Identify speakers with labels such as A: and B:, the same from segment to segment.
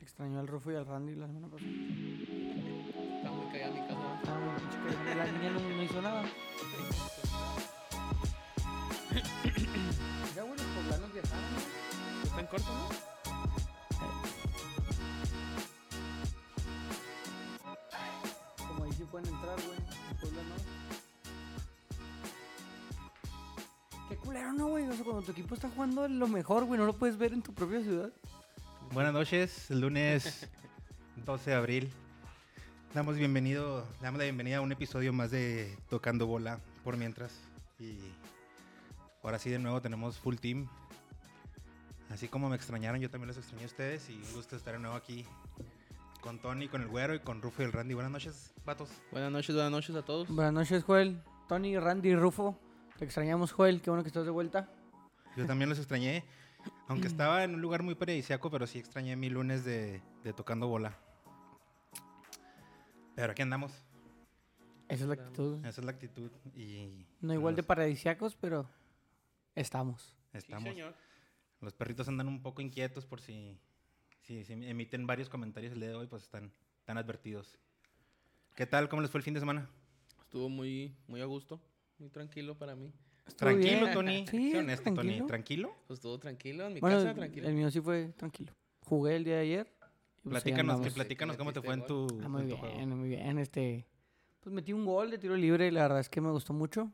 A: Extrañó al Rufo y al Randy la semana pasada.
B: Está muy callada mi casa.
A: Estaba muy pinche que la niña no, no hizo nada.
C: Ya, güey, los poblanos viajaron.
B: Está en corto, ¿no?
C: ¿no? Como ahí sí pueden entrar, güey. Los poblanos.
A: Qué culero, ¿no, güey? O sea, cuando tu equipo está jugando lo mejor, güey, no lo puedes ver en tu propia ciudad.
D: Buenas noches, el lunes 12 de abril. Damos bienvenido, le damos la bienvenida a un episodio más de Tocando Bola por mientras. Y ahora sí de nuevo tenemos full team. Así como me extrañaron, yo también los extrañé a ustedes y un gusto estar de nuevo aquí con Tony, con el güero y con Rufo y el Randy. Buenas noches, vatos.
B: Buenas noches, buenas noches a todos.
A: Buenas noches, Joel. Tony, Randy, Rufo. Te extrañamos, Joel. Qué bueno que estás de vuelta.
D: Yo también los extrañé, aunque estaba en un lugar muy paradisiaco, pero sí extrañé mi lunes de, de Tocando Bola. Pero aquí andamos,
A: Esa es la actitud.
D: esa es la actitud y...
A: No igual de
D: los-
A: paradisiacos, pero estamos.
D: Estamos.
B: Sí, señor.
D: Los perritos andan un poco inquietos por si, si, si emiten varios comentarios el día de hoy, pues están, están advertidos. ¿Qué tal? ¿Cómo les fue el fin de semana?
B: Estuvo muy, muy a gusto, muy tranquilo para mí.
A: Estuvo
D: Tranquilo,
A: bien.
D: Tony.
A: Sí,
D: Sé honesto,
A: tranquilo.
D: Tony. ¿Tranquilo?
B: Pues estuvo tranquilo, en mi
A: bueno,
B: casa tranquilo.
A: el mío sí fue tranquilo. Jugué el día de ayer. y pues ahí
D: Platícanos, que
A: andamos.
D: platícanos cómo te fue en tu,
A: Ah, muy
D: en tu
A: bien,
D: juego.
A: muy bien. Este, pues metí un gol de tiro libre y la verdad es que me gustó mucho.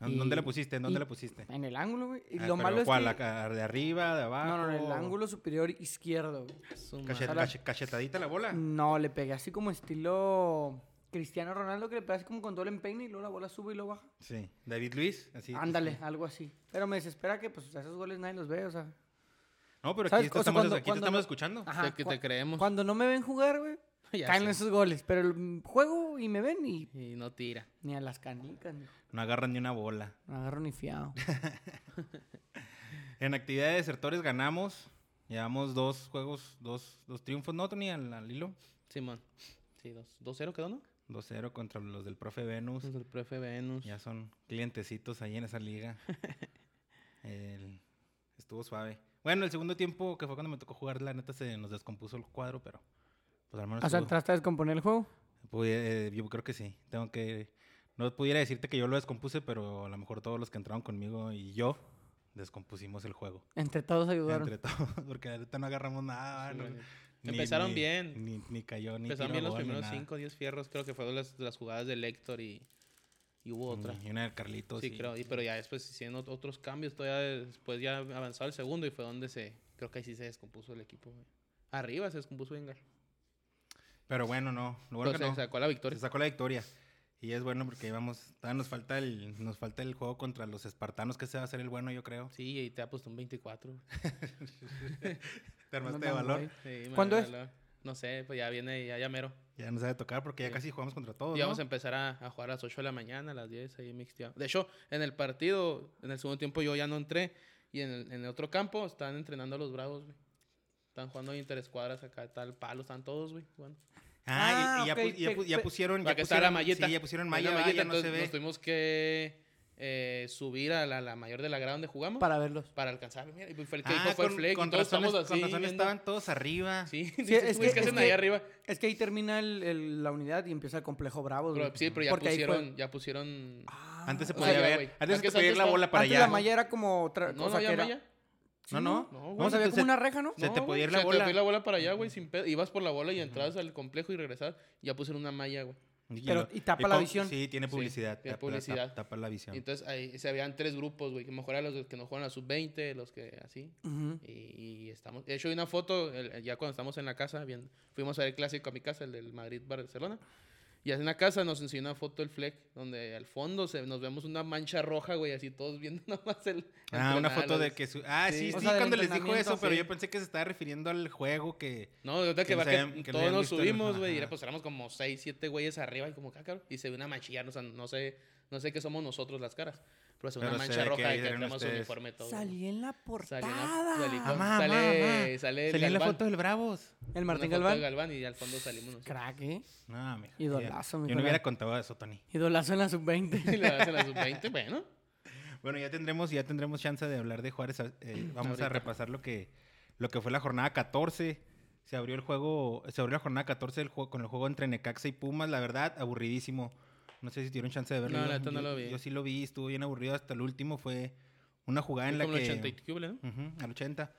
D: ¿Dó- ¿Dónde
A: Y-
D: la pusiste? ¿En ¿Dónde
A: y-
D: la pusiste?
A: En el ángulo, güey. Y
D: Ah,
A: lo
D: pero
A: malo es
D: ¿cuál? Ah, oh.
A: que...
D: ¿La- ¿De arriba? ¿De abajo?
A: No, no, en el ángulo superior izquierdo, güey.
B: Su
D: Cachet-
B: madre.
A: Ahora-
D: cache- ¿Cachetadita la bola?
A: No, le pegué así como estilo Cristiano Ronaldo, que le pegas como con doble empeine y luego la bola sube y luego baja.
D: Sí. pues ¿David Luis? Así.
A: Ándale, algo así. Pero me desespera que pues o sea, esos goles nadie los ve, o sea.
D: No, pero aquí,
A: ¿Sabes?
D: te
A: O sea,
D: estamos,
A: cuando-
D: aquí
A: cuando
D: te estamos
A: no- Ah.
D: escuchando.
B: Sé que te
A: cua-
B: creemos.
A: Cuando no me ven jugar, güey,
B: Ya
A: caen
B: sé.
A: esos goles. Pero el mm, juego y me ven y
B: Y no tira.
A: ni a las canicas, mijo.
D: No agarran ni una bola.
A: No agarro ni fiado.
D: En actividad de desertores ganamos. Llevamos dos juegos, dos, dos triunfos. No, Tony, al, al hilo.
B: Simón. Sí, dos- 2-0 quedó, ¿no?
D: 2-0 contra los del profe Venus.
B: Pues el profe Venus.
D: Ya son clientecitos ahí en esa liga. El- Estuvo suave. Bueno, el segundo tiempo, que fue cuando me tocó jugar, la neta se nos descompuso el cuadro, pero pues al menos
A: o sea,
D: estuvo-
A: ¿trataste de descomponer el juego?
D: pude- eh, yo creo que sí. Tengo que... No pudiera decirte que yo lo descompuse, pero a lo mejor todos los que entraron conmigo y yo descompusimos el juego.
A: Entre todos ayudaron.
D: Entre todos, porque ahorita no agarramos nada.
B: Sí,
D: no-
B: la neta.
D: ni-
B: Empezaron
D: ni-
B: bien.
D: Ni, ni cayó, ni
B: Empezaron
D: tiró
B: bien los
D: gol, ni
B: primeros
D: nada.
B: 5 10 fierros. Creo que fueron las, las jugadas de Lector y, y hubo otra.
D: Y una del Carlitos.
B: Sí,
D: y-
B: creo. y- pero ya después hicieron ot- otros cambios. Todavía después ya avanzaba el segundo y fue donde se. Creo que ahí sí se descompuso el equipo. güey. Arriba se descompuso Vengar.
D: Pero bueno, no. Lo bueno
B: Pero
D: que
B: se
D: no.
B: sacó la victoria.
D: Se sacó la victoria. Y es bueno porque vamos, todavía nos falta el, nos falta el juego contra los espartanos, que se va a hacer el bueno, yo creo.
B: Sí, y te ha puesto un 24. güey.
D: Te
A: No
D: armaste de
A: tan
D: valor.
A: guay.
B: Sí,
A: ¿Cuándo
B: madre,
A: es?
B: la- No sé, pues ya viene, ya, ya mero.
D: Ya nos ha de tocar porque ya casi jugamos contra todos.
B: Y vamos a em-
D: ¿no?
B: empezar a, a jugar a las 8 de la mañana, a las 10, ahí mixteado. De hecho, en el partido, en el segundo tiempo yo ya no entré. Y en el, en el otro campo están entrenando a los bravos, güey. Están jugando interescuadras acá, tal palo, están todos, güey. jugando.
D: Ah, y- y, ya,
A: Ah, ok,
D: pu- ya, pu-
A: pe-
D: ya
A: pe-
D: pusieron.
B: Para
D: Ya
B: que está la
D: pusieron
B: malleta.
D: Sí, ya pusieron
B: Hay
D: malla,
B: una
D: va,
B: malleta,
D: ya no se
B: entonces
D: ve.
B: Nos tuvimos que eh, subir a la, la mayor de la grada donde jugamos para,
A: Para verlos.
B: alcanzar. Mira, y fue el que
D: Ah,
B: dijo, fue el
D: con-
B: Fleck.
D: con
B: y todos
D: razón,
B: estamos
D: con
B: así
D: razón
B: viendo.
D: estaban todos arriba.
B: Sí, dices,
A: es
B: "Güey,
A: que-
B: ¿qué
A: es
B: hacen
A: que-
B: ahí arriba?
A: Es que ahí termina el- el- la unidad y empieza el complejo Bravos,
B: Pero-
A: güey.
B: sí, pero ya
A: Porque ahí fue-
B: pusieron, ya pusieron...
D: Antes se
B: o sea,
D: podía
B: ya,
D: ver.
B: güey.
D: Antes se
B: Antes-
D: podía ir la
B: antes
D: bola para
A: Antes
D: allá.
A: la malla era como... tra-
B: No,
A: o
B: no
A: sea,
B: había
A: que era-
B: malla.
D: No, no.
B: No,
D: No,
B: güey.
D: se
A: había
D: te-
A: como
D: se-
A: una reja, ¿no?
D: Se te
B: No,
D: podía ir
B: güey,
D: la
B: se te podía
D: bola.
B: ir la bola para allá, güey, sin pedo. Ibas por la bola y entrabas al complejo y regresabas. Ya pusieron una malla, güey.
D: Y
A: Pero-
D: lo-
A: y tapa la
D: pon-
A: visión.
D: Sí, tiene publicidad.
B: tiene
D: tapa la-
B: publicidad.
D: Tapa la visión.
B: Y entonces ahí se habían tres grupos, güey. Que mejor eran los que nos juegan a sub-20, los que así.
A: Ujú.
B: Y, y estamos... De hecho, hay una foto, el- el- ya cuando estamos en la casa, bien, fuimos a ver el clásico a mi casa, el del Madrid-Barcelona. Y en la casa nos enseñó una foto el Fleck, donde al fondo se, nos vemos una mancha roja, güey, así todos viendo nomás el...
D: Ah, una
B: entrenar a
D: foto
B: los-
D: de que su... Ah, sí,
B: Sí.
D: sí,
A: O sea, del
D: cuando les dijo
A: entrenamiento,
D: eso, pero
A: sí.
D: yo pensé que se estaba refiriendo al juego que...
B: No, de verdad
D: Que
B: que,
D: nos
B: va que
D: hayan- que nos
B: todos
D: hayan
B: nos
D: visto en-
B: subimos, güey, y
D: ajá.
B: era, pues éramos como 6, 7 güeyes arriba y como cácaro. Y se ve una manchilla, o sea, no sé, no sé qué somos nosotros las caras. Pero se ve
D: Pero
B: una
D: sé
B: mancha
D: que
B: roja
D: ahí
B: y que
D: eran
B: tenemos
D: ustedes.
B: uniforme todo. güey.
A: Salí en la
B: Sale una-
A: portada.
B: salí con-
D: Mamá,
B: sale,
D: mamá.
B: sale el
D: Salía en la
B: Galván.
D: foto del Bravos.
A: El Martín
B: Una foto
A: Galván.
B: de Galván y al fondo salimos nosotros.
A: Crack, ¿eh?
D: No, mijo.
A: Idolazo,
D: yo-
A: mijo,
D: Yo no hubiera
A: la-
D: contado eso, Tony.
A: Idolazo en la sub-20.
B: Y le das a las 20, bueno.
D: Bueno, ya tendremos, ya tendremos chance de hablar de Juárez. eh, vamos
B: Ahorita.
D: a repasar lo que, lo que fue la jornada 14. Se abrió el juego, se abrió la jornada 14 del juego, con el juego entre Necaxa y Pumas, la verdad, aburridísimo. No sé si tuvieron chance de verlo.
B: No, la
D: Yo-
B: neta no
D: yo-
B: lo vi.
D: Yo sí lo vi, estuvo bien aburrido hasta el último. Fue una jugada Ah, en la
B: Como el
D: que...
B: 80 y cúbele, ¿no?
D: Ujú, al 80.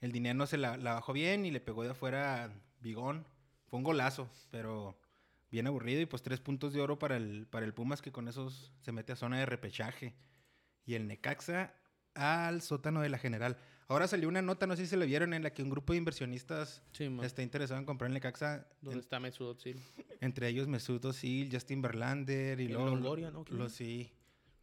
D: El dinero se la, la bajó bien y le pegó de afuera Bigón. Fue un golazo, pero bien aburrido. Y pues tres puntos de oro para el, para el Pumas, que con esos se mete a zona de repechaje. Y el Necaxa al sótano de la general. Ahora salió una nota, no sé si se la vieron, en la que un grupo de inversionistas
B: Sí, man.
D: está interesado en comprar el Necaxa.
B: ¿Dónde
D: Este, en-
B: está Mesut Özil?
D: entre ellos Mesut Özil, Justin Verlander y
B: El
D: luego...
B: Longoria, ¿no? ¿Quién
D: Los,
B: es?
D: sí,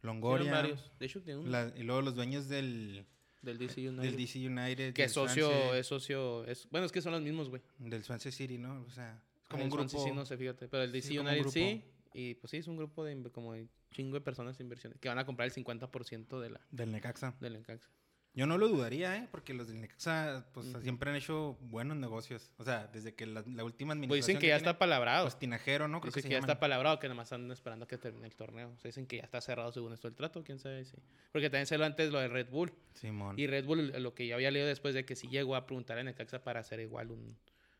B: Tienen
D: Longoria.
B: varios. De hecho, tiene uno.
D: la- y luego los dueños del,
B: Del DC United.
D: del DC United.
B: Que
D: del
B: es socio,
D: Swansea.
B: es socio. Es, bueno, es que son los mismos, güey.
D: Del Swansea City, ¿no? O sea, es como
B: Como
D: un grupo.
B: sí, no sé, fíjate. Pero el DC
D: Sí, como un
B: United
D: grupo.
B: sí. Y pues sí, es un grupo de inv- como de chingo de personas inversiones que van a comprar el 50% de la,
D: Del Necaxa.
B: del Necaxa. Pues
D: Yo no lo dudaría, ¿eh? Porque los del Necaxa, pues siempre han hecho buenos negocios. O sea, desde que la, la última
B: Pues
D: administración.
B: dicen que ya
D: tiene-
B: está palabrado.
D: Postinajero, ¿no? Creo
B: Dicen que,
D: que, se
B: ya
D: llaman.
B: está palabrado, que nada más andan esperando que termine el torneo. O sea, dicen que ya está cerrado según esto el trato, quién sabe si. Porque también se lo antes lo de Red Bull.
D: Simón.
B: Y Red Bull, eh, lo que yo había leído después de que sí llegó a preguntar a Necaxa para ser igual un.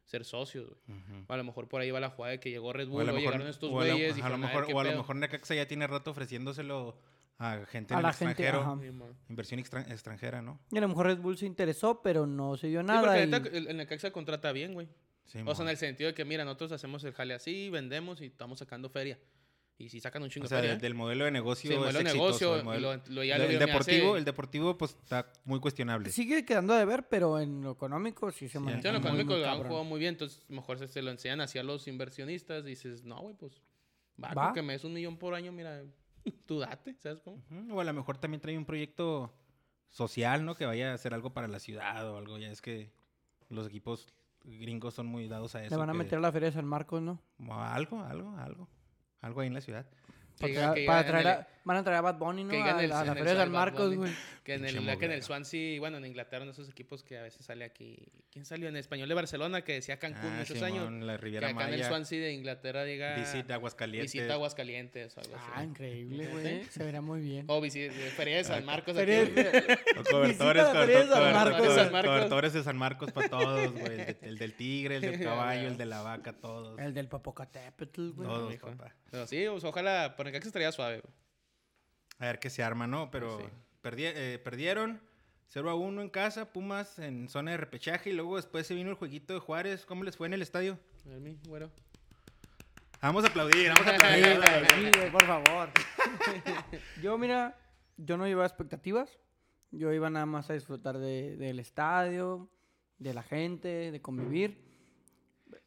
B: ser socios, güey.
D: Ujú.
B: A lo mejor por ahí va la jugada de que llegó Red
D: O a
B: Bull,
D: lo
B: luego
D: mejor-
B: llegaron estos
D: o a lo-
B: güeyes.
D: ajá, a lo
B: dijeron, "A ver,
D: mejor-
B: ¿qué
D: O a lo
B: pedo?".
D: mejor Necaxa ya tiene rato ofreciéndoselo a gente
A: A
D: en el
A: la gente,
D: extranjero.
A: ajá.
B: Sí, man.
D: Inversión extran- extranjera, ¿no?
A: Y a lo mejor Red Bull se interesó, pero no se dio
B: Sí, porque
A: nada.
B: la
A: y-
B: neta, el, el Necaxa contrata bien, güey. O sea,
D: Simón.
B: en el sentido de que, mira, nosotros hacemos el jale así, vendemos y estamos sacando feria. Y si sacan un chingo
D: O sea,
B: de feria.
D: del, del modelo de negocio.
B: Sí, el modelo
D: es
B: de
D: exitoso,
B: negocio,
D: el modelo-
B: lo- lo- ya
D: el-
B: lo
D: el
B: vieron, ya
D: deportivo,
B: sé.
D: el deportivo, pues está muy cuestionable.
A: Sigue quedando a deber, pero en lo económico sí se
D: Sí,
A: maneja.
B: Sí, en lo
A: muy, muy
B: económico han
A: cabrón.
B: jugado muy bien, entonces mejor se, se lo enseñan hacia los inversionistas y dices, no, güey, pues va,
A: Va.
B: con que me des un millón por año, mira, tú date, ¿sabes cómo?
D: Ujú, O a lo mejor también trae un proyecto social, ¿no? Que vaya a hacer algo para la ciudad o algo. Ya es que los equipos gringos son muy dados a eso.
A: Le van a
D: que-
A: meter a la feria de San Marcos, ¿no?
D: a Algo, algo, algo. Algo ahí en la ciudad.
B: Que
A: Para,
B: diga-
A: traer-
B: que
A: para
B: diga en
A: traer
B: el-
A: a, van a traer a Bad Bunny, ¿no?
B: que
A: a,
B: diga en el-
A: la- a
B: en
A: la
B: el
A: Feria de San
B: Sal Bad
A: Marcos,
B: Bunny.
A: güey.
B: Que en, el,
D: Pinche
B: que en el
D: mugrero.
B: Swansea, bueno, en Inglaterra, en esos equipos que a veces sale aquí. ¿Quién salió? En español de Barcelona, que decía Cancún
D: Ah,
B: muchos
D: Simón,
B: años.
D: La
B: Que
D: Riviera
B: acá en el
D: Maya.
B: Swansea de Inglaterra diga.
D: Visita Aguascalientes.
B: visita Aguascalientes o algo así.
A: Ah, increíble,
B: ¿Sí?
A: güey. Se verá muy bien.
B: O visita Feria de San Marcos. aquí.
A: Feria de-
D: O
A: Visita
D: cobertores,
A: la Feria de San
D: coberto- coberto-
A: Marcos.
D: cobertores,
B: San Marcos.
D: de San Marcos para todos, güey. El, de- el del tigre, el del caballo, el de la vaca, todos.
A: El del Popocatépetl, güey.
D: Todos,
B: hijo.
D: papá.
B: Pero sí, pues, ojalá. Por acá estaría suave. güey.
D: A ver qué se arma, ¿no? Pero
B: Pues Sí.
D: perdi- eh, perdieron 0 a 1 en casa, Pumas en zona de repechaje y luego después se vino el jueguito de Juárez. ¿Cómo les fue en el estadio?
B: A ver, mi güero.
D: Vamos a aplaudir, vamos a aplaudir. vamos a aplaudir.
A: Sí, güey, por favor. yo, mira, yo no llevaba expectativas. Yo iba nada más a disfrutar de- del estadio, de la gente, de convivir.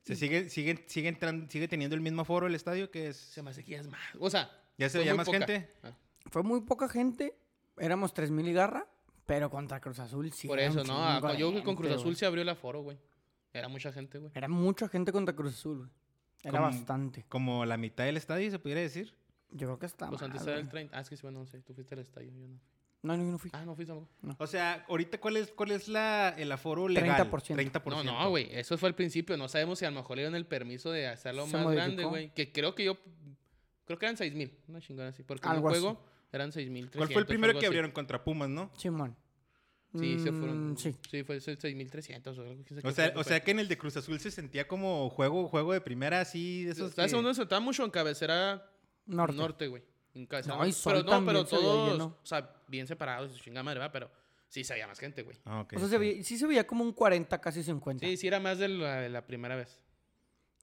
D: se sigue, sigue, sigue, entrando, sigue teniendo el mismo aforo el estadio que es...
B: Se me hace que ya es más. O sea.
D: ¿Ya se
B: fue
D: veía
B: muy
D: más
B: poca.
D: gente?
B: Ah,
A: Fue muy poca gente. Éramos 3.000 y garra, pero contra Cruz Azul sí.
B: por
A: era un
B: eso,
A: chingo
B: ¿no? Ah,
A: de
B: Yo creo que con
A: gente,
B: Cruz Azul
A: güey.
B: se abrió el aforo, güey. Era mucha gente, güey.
A: Era mucha gente contra Cruz Azul, güey. Era
D: Como-
A: bastante.
D: Como la mitad del estadio, se pudiera decir.
A: Yo creo que está
B: Pues
A: mal,
B: antes era el
A: güey.
B: 30. Ah, es que sí, bueno, no sé. Tú fuiste al estadio, yo no.
A: No, no, yo no fui.
B: Ah, no fuiste tampoco.
D: O sea, ahorita, ¿cuál es, cuál es la, el aforo legal?
A: 30%.
D: 30%.
B: No, no, güey. Eso fue al principio. No sabemos si a lo mejor le dieron el permiso de hacerlo
A: Se
B: más grande,
A: modificó.
B: güey. Que creo que yo. Creo que eran 6 mil. Una chingada así. Porque
A: Algo
B: en
A: así.
B: el juego eran 6 mil.
D: ¿Cuál fue el primero que abrieron contra Pumas, no?
A: Simón.
B: Sí, se
A: Mm,
B: fueron.
A: Sí.
B: Sí, fue 6300 o algo. quién sabe
D: O
B: qué
D: sea,
B: fue, fue.
D: o sea que en el de Cruz Azul se sentía como juego, juego de primera, así, de esos.
B: Estaba
D: que-
B: segundo, se estaba mucho en cabecera
A: Norte.
B: norte, güey. En cabecera
A: No,
B: norte.
A: y Sol
B: Pero no, pero
A: también se veía
B: todos.
A: lleno.
B: O sea, bien separados, su chingada madre, ¿verdad? Pero sí se veía más gente, güey.
D: Ah, ok,
A: o sea, se
D: ok.
A: veía- sí se veía como un 40, casi 50.
B: Sí, sí, era más de la, de la primera vez.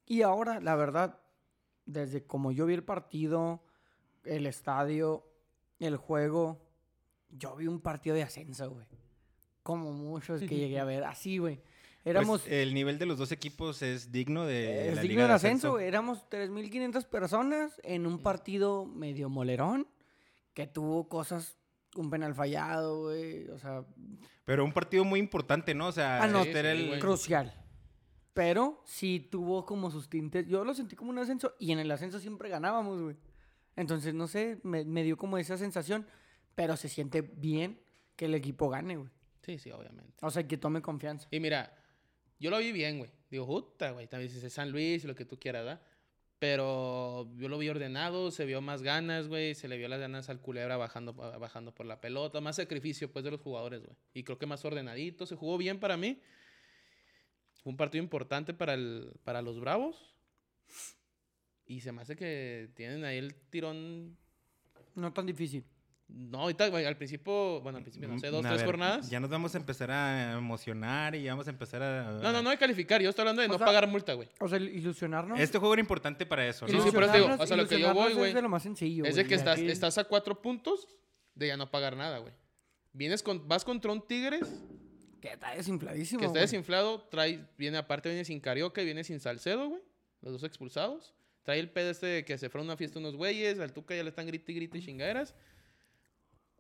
A: Y ahora, la verdad, desde como yo vi el partido, el estadio, el juego, yo vi un partido de ascenso, güey. Como muchos que llegué a ver, así, güey. Éramos, eh,
D: Pues, el nivel de los dos equipos es digno de.
A: es
D: la
A: digno
D: Liga
A: de
D: de
A: ascenso, güey. Éramos 3.500 personas en un partido medio molerón que tuvo cosas, un penal fallado, güey. O sea,
D: Pero un partido muy importante, ¿no? O sea,
A: Ah, no,
D: este era
B: sí,
D: el-
B: güey.
A: crucial. Pero sí tuvo como sus tintes. Yo lo sentí como un ascenso y en el ascenso siempre ganábamos, güey. Entonces, no sé, me, me dio como esa sensación, pero se siente bien que el equipo gane, güey.
B: Sí, sí, obviamente.
A: O sea, que tome confianza.
B: Y mira, yo lo vi bien, güey. Digo, puta, güey. También dices es San Luis y lo que tú quieras, ¿verdad? Pero yo lo vi ordenado, se vio más ganas, güey. Se le vio las ganas al culebra bajando, bajando por la pelota. Más sacrificio, pues, de los jugadores, güey. Y creo que más ordenadito. Se jugó bien para mí. Fue un partido importante para, el, para los Bravos. Y se me hace que tienen ahí el tirón.
A: No tan difícil.
B: No, ahorita güey, al principio, bueno, al principio, no sé, dos,
D: Mm, A
B: tres
D: ver,
B: jornadas.
D: Ya nos vamos a empezar a emocionar y vamos a empezar a.
B: No, no, no de calificar. Yo estoy hablando de
A: O
B: no
A: sea-
B: pagar multa, güey.
A: O sea, el ilusionarnos.
D: Este juego era importante para eso,
B: Sí,
D: ¿no?
B: sí, por eso te digo,
A: ilusionarnos-
B: o sea, lo que yo
A: ilusionarnos
B: voy, güey,
A: Es de lo más sencillo.
B: Es de
A: güey,
B: que estás,
A: aquí-
B: estás a cuatro puntos de ya no pagar nada, güey. Vienes con, vas contra un Tigres
A: Que está desinfladísimo.
B: que está
A: güey.
B: desinflado, trae, viene aparte, viene sin Carioca y viene sin Salcedo, güey. Los dos expulsados. Trae el pedo este de que se fue a una fiesta unos güeyes, al Tuca ya le están grite y grite y chingaderas.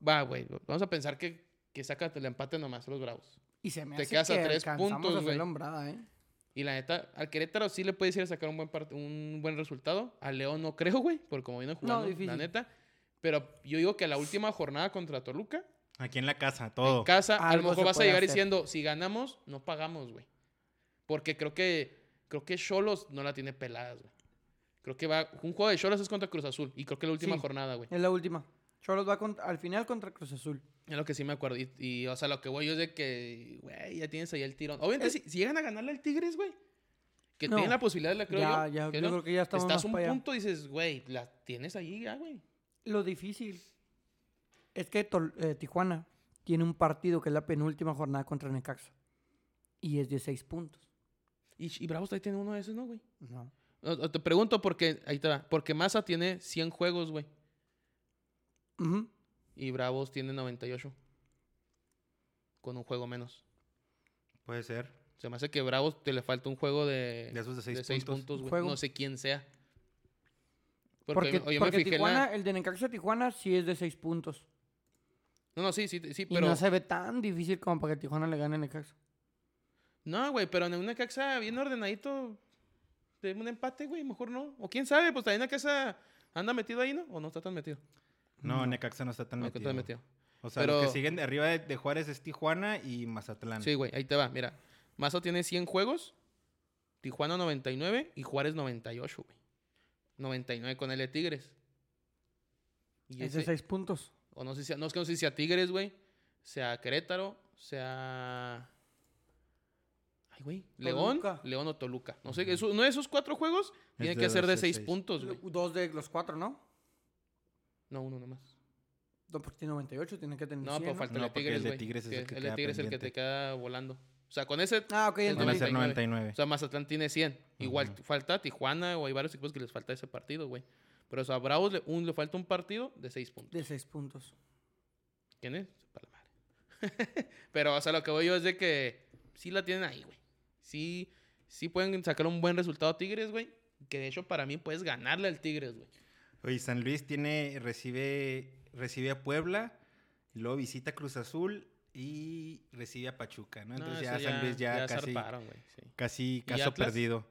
B: Va, güey, vamos a pensar que, que saca el empate nomás los bravos.
A: Y se me
B: te
A: hace
B: quedas a
A: que
B: tres
A: alcanzamos
B: puntos,
A: a hacer
B: güey.
A: la hombrada, ¿eh?
B: Y la neta, al Querétaro sí le puedes ir a sacar un buen, part- un buen resultado. Al León no creo, güey, por como viene jugando, la
A: difícil.
B: neta. Pero yo digo que la última jornada contra Toluca,
D: Aquí en la casa, todo.
B: en casa, a lo
A: Algo
B: mejor
A: se
B: vas a
A: puede
B: llegar
A: hacer.
B: diciendo, si ganamos, no pagamos, güey. Porque creo que creo que Cholos no la tiene pelada, güey. Creo que va un juego de Cholos es contra Cruz Azul y creo que la última
A: Sí.
B: jornada, güey.
A: Es la última. Cholos va cont- al final contra Cruz Azul.
B: Es lo que sí me acuerdo y, y, o sea, lo que voy yo es de que güey, ya tienes ahí el tirón. Obviamente
A: Es-
B: si, si llegan a ganarle al Tigres, güey, que
A: No.
B: tienen la posibilidad, la creo
A: Ya,
B: yo.
A: ya,
B: que
A: yo
B: no,
A: creo que ya estamos
B: Estás
A: más
B: un
A: para allá.
B: punto y dices, güey, la tienes ahí ya, güey.
A: Lo difícil es que Tol- eh, Tijuana tiene un partido que es la penúltima jornada contra Necaxa. Y es de seis puntos.
B: Y, y Bravos ahí tiene uno de esos, ¿no, güey?
A: No.
B: O- o Te pregunto porque, ahí te va, porque Massa tiene 100 juegos, güey.
A: Ujú.
B: Y Bravos tiene 98. Con un juego menos.
D: Puede ser.
B: Se me hace que Bravos te le falta un juego de,
D: De esos de seis puntos.
B: puntos, güey.
A: Juego.
B: No sé quién sea. Porque,
A: Porque,
B: yo- yo
A: porque
B: me fijé en la-
A: Tijuana, el de Necaxa Tijuana sí es de seis puntos.
B: No, no, sí, sí, sí,
A: Y
B: pero...
A: no se ve tan difícil como para que Tijuana le gane a Necaxa.
B: No, güey, pero en una caxa bien ordenadito de un empate, güey, mejor no. O quién sabe, pues también una casa anda metido ahí, ¿no? O no está tan metido.
D: No,
A: No.
D: Necaxa no está tan
B: No, que
D: metido.
B: está metido.
D: O sea,
B: Pero-
D: los que siguen de arriba de, de Juárez es Tijuana y Mazatlán.
B: Sí, güey, ahí te va, mira. Mazo tiene 100 juegos, Tijuana 99 y Juárez 98, güey. 99 con el de Tigres. Y
A: Es de
B: ese-
A: seis puntos.
B: o no sé si, no es que no sé si sea Tigres, güey, sea Querétaro, sea Ay, güey, León,
A: Toluca.
B: León o Toluca. No sé, eso- uno de esos cuatro juegos tiene que
D: de
B: ser de
D: dos de
B: 6
D: seis.
B: puntos, güey.
A: Dos de los cuatro, ¿no?
B: No, uno nomás.
A: No, porque tiene 98, tiene que tener
B: No,
A: 100,
B: pero falta el de
D: No, porque
B: Tigres,
D: el de
B: güey.
D: Tigres es
B: que
D: el que
B: el de
D: queda
B: Tigres es el que te
D: pendiente.
B: queda volando. O sea, con ese
A: Ah, ok, ya
B: el de
D: Van a
A: entendí.
D: ser 99.
B: O sea, Mazatlán tiene 100. Igual
D: Ujú.
B: falta Tijuana o hay varios equipos que les falta ese partido, güey. Pero o sea, a Bravos le, un- le falta un partido de 6 puntos.
A: De seis puntos.
B: ¿Quién es? Para la madre. Pero o sea, lo que voy yo es de que sí la tienen ahí, güey. Sí, sí pueden sacar un buen resultado a Tigres, güey. Que de hecho para mí puedes ganarle al Tigres, güey.
D: Oye, San Luis tiene, recibe, recibe a Puebla, y luego visita Cruz Azul y recibe a Pachuca, ¿no?
B: No,
D: Entonces
B: Ah, eso
D: ya San Luis ya, casi,
B: zarparon, güey. Sí.
D: casi
B: ¿Y
D: caso
B: Atlas?
D: perdido.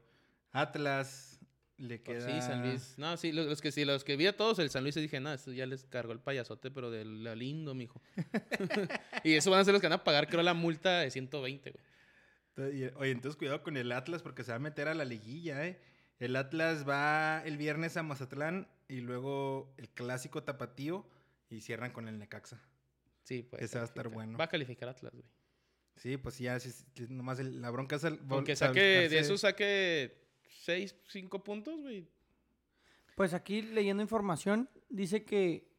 D: Atlas le
B: Pues
D: queda...
B: Sí, San Luis. No, sí, los, los que, sí, los que vi a todos, el San Luis, dije, nada, ya les cargó el payasote, pero de lo lindo, mijo. y eso van a ser los que van a pagar, creo, la multa de 120, güey.
D: Entonces, y- Oye, entonces cuidado con el Atlas porque se va a meter a la liguilla, ¿eh? El Atlas va el viernes a Mazatlán y luego el clásico tapatío y cierran con el Necaxa.
B: Sí, pues.
D: Ese va a estar
B: calificar.
D: bueno.
B: Va a calificar Atlas, güey.
D: Sí, pues ya, sí, sí, nomás el- la bronca es... al- vol-
B: Porque saque, de
D: sacarse-
B: eso saque 6, 5 puntos, güey.
A: Pues aquí leyendo información, dice que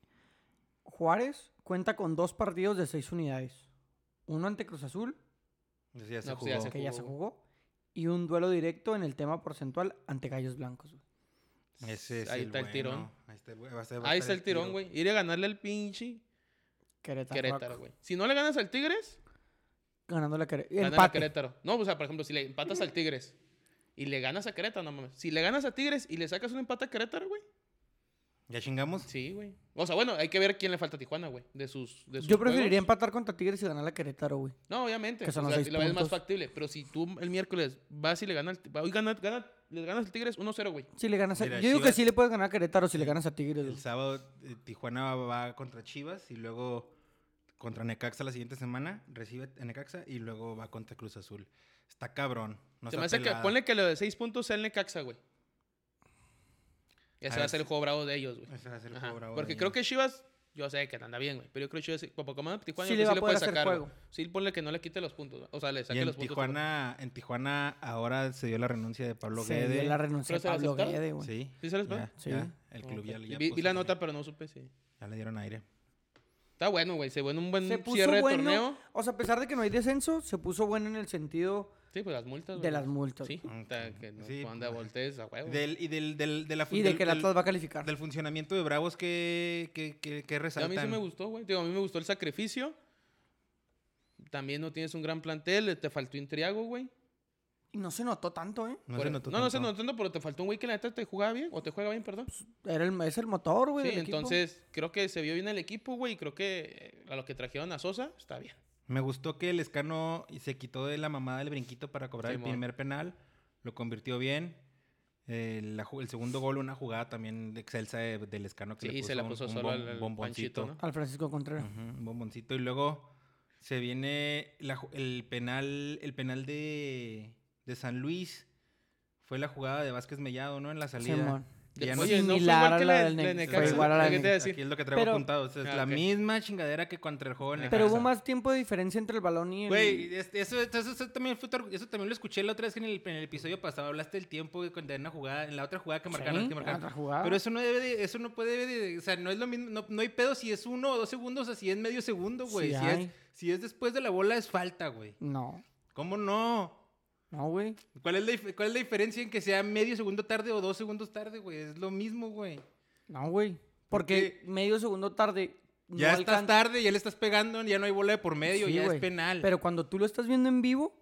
A: Juárez cuenta con dos partidos de seis unidades. Uno ante Cruz Azul,
D: Entonces ya se
B: No, pues ya
D: jugó.
B: se
A: que ya se
B: jugó.
A: jugó, y un duelo directo en el tema porcentual ante Gallos Blancos. güey.
D: Ese es
B: Ahí está el
D: bueno.
B: tirón.
D: Ahí está, el bu- va a ser- va a
B: Ahí está
D: estar
B: el tirón,
D: tiro.
B: güey. Ir a ganarle al pinche
A: Querétaro.
B: Querétaro, güey. Si no le ganas al Tigres,
A: Ganando la Querétaro.
B: ganas a
A: Empate.
B: Querétaro. No, o sea, por ejemplo, si le empatas al Tigres y le ganas a Querétaro, no mames. Si le ganas a Tigres y le sacas un empate a Querétaro, güey.
D: ¿Ya chingamos?
B: Sí, güey. O sea, bueno, hay que ver quién le falta a Tijuana, güey. De sus, de sus
A: Yo preferiría
B: juegos.
A: empatar contra Tigres y ganar la Querétaro, güey.
B: No, obviamente.
A: que son
B: o
A: los
B: sea,
A: seis
B: la vez más
A: puntos.
B: factible. Pero si tú el miércoles vas y le ganas... al- Hoy gana, gana, les ganas al Tigres 1-0, güey.
A: Si le ganas a-
D: Mira,
A: Yo digo que
D: Chivas-
A: sí le puedes ganar a Querétaro si le ganas a Tigres.
D: El
A: güey.
D: sábado eh, Tijuana va contra Chivas y luego contra Necaxa la siguiente semana. Recibe a Necaxa y luego va contra Cruz Azul. Está cabrón. No
B: Se
D: está
B: me hace que...
D: pelada.
B: Ponle que lo de 6 puntos sea el Necaxa, güey.
D: A
B: Ese
D: ver.
B: va a ser el juego bravo de ellos, güey.
D: Ese va a ser el
B: Ajá.
D: juego bravo de
B: Porque
D: ellos.
B: creo que Chivas Yo sé que anda bien, güey. Pero yo creo que yo, como como en Tijuana,
A: Sí
B: yo
A: le
B: creo
A: va
B: que
A: a
B: sí
A: poder hacer
B: le puede sacar.
A: juego.
B: güey. Sí, ponle que no le quite los puntos. O sea, le
D: Y
B: saque
D: en
B: los puntos.
D: Tijuana, en Tijuana ahora se dio la renuncia de Pablo
A: Se dio
D: Guede.
A: la renuncia
B: ¿Pero
A: a
B: se la
A: Pablo
B: aceptaron?
A: Guede, güey.
D: Sí.
B: ¿Sí se les
D: ya,
B: va?
A: Sí.
D: ya, El
B: Ok.
D: club ya, ya
B: vi, vi
D: puso
B: la
D: aire.
B: nota, pero no supe, sí.
D: Ya le dieron aire.
B: Está bueno, güey. Se bueno un buen
A: Se puso
B: cierre
A: bueno.
B: de torneo.
A: O sea, a pesar de que no hay descenso, se puso bueno en el sentido
B: Sí, pues las multas.
A: de
B: güey.
A: las multas.
B: Sí,
A: güey.
B: está que no
D: Mm. Sí,
B: anda
D: pues.
B: voltees a huevo.
D: Del, y del, del, de la
A: Y de
D: del-
A: que Pues el
D: del-
A: Atlas va a calificar.
D: del funcionamiento de Bravos que, que, que, que
B: Sí, a mí
D: resaltan.
B: sí me gustó, güey. Digo, a mí me gustó el sacrificio. También no tienes un gran plantel. eh, Te faltó Intriago, güey.
A: Y no se notó tanto, ¿eh?
D: No
B: Por- e-
D: se notó
B: No, no
D: tanto.
B: se notó, tanto, pero te faltó un güey que la neta te jugaba bien. O te juega bien, perdón.
A: Era el, es el motor, güey.
B: Sí,
A: Pues, del equipo.
B: entonces creo que se vio bien el equipo, güey. Y creo que eh, a lo que trajeron a Sosa está bien.
D: Me gustó que el escano se quitó de la mamada del brinquito para cobrar el
B: Simón.
D: primer penal. Lo convirtió bien. Eh, la ju- el segundo gol, una jugada también excelsa de- del escano
B: Sí,
D: que le
B: y
D: puso
B: se la
D: un-
B: puso
D: un
B: solo
D: bom-
B: al- al
D: bomboncito.
B: Panchito, ¿no?
A: Al Francisco Contreras.
D: Ujú, un bomboncito. Y luego se viene la ju- el penal, el penal de, de San Luis. Fue la jugada de Vázquez Mellado, ¿no? En la salida.
A: Simón.
D: Que ya no-
B: Oye, no fue
A: Similar
B: igual
A: a
B: que
A: la
B: la
A: del
B: del
A: Necaxa.
B: Necaxa.
A: Fue igual a la
B: ¿Qué
A: del
B: te iba a
D: Aquí
B: decir?
D: es lo que traigo
A: Pero-
D: apuntado. o sea, es
B: Ah,
D: la
B: ok.
D: misma chingadera que contra el joven.
A: Pero hubo más tiempo de diferencia entre el balón y el.
D: Güey, es- eso, eso, eso también fue tu argu- eso también lo escuché la otra vez que en el, en el episodio pasado. Hablaste del tiempo de cuando en una jugada, en la otra jugada que
A: Sí, Ah,
D: marcaron. que
A: la
D: marcaron.
A: otra jugada.
D: Pero eso no debe de, eso no puede debe de- o sea, no es lo mismo, no, no hay pedo si es uno o dos segundos, o si es medio segundo, güey.
A: Sí
D: si,
A: hay.
D: es, si es después de la bola es falta, güey.
A: No.
D: ¿Cómo no?
A: No, güey.
D: ¿Cuál es, la, dif- ¿Cuál es la diferencia en que sea medio segundo tarde o dos segundos tarde, güey? Es lo mismo, güey.
A: No, güey. Porque medio segundo tarde. no
D: Ya estás
A: alcanza-
D: tarde, ya le estás pegando, ya no hay bola de por medio,
A: Sí,
D: ya
A: güey.
D: es penal.
A: Pero cuando tú lo estás viendo en vivo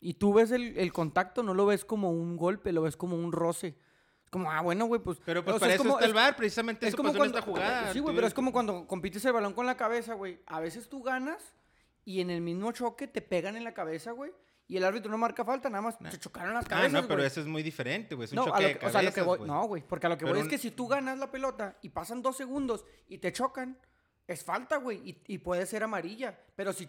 A: y tú ves el, el contacto, no lo ves como un golpe, lo ves como un roce. Es como, ah, bueno, güey, pues.
D: Pero pues
A: o sea,
D: para eso está el
A: es-
D: VAR, precisamente
A: es
D: eso
A: como
D: pasó
A: cuando-
D: en esta jugada.
A: Sí, güey, pero
D: Tuvieron-
A: es como cuando compites el balón con la cabeza, güey. A veces tú ganas y en el mismo choque te pegan en la cabeza, güey. Y el árbitro no marca falta, nada más se chocaron las
D: Ah,
A: cabezas.
D: no, pero
A: güey.
D: eso es muy diferente, güey. Es un
A: No,
D: choque
A: a lo
D: de
A: que- o sea, a lo que
D: cabezas,
A: voy,
D: güey.
A: no, güey, porque a lo que
D: Pero
A: voy es
D: un-
A: que si tú ganas la pelota y pasan dos segundos y te chocan, es falta, güey, y, y puede ser amarilla, pero si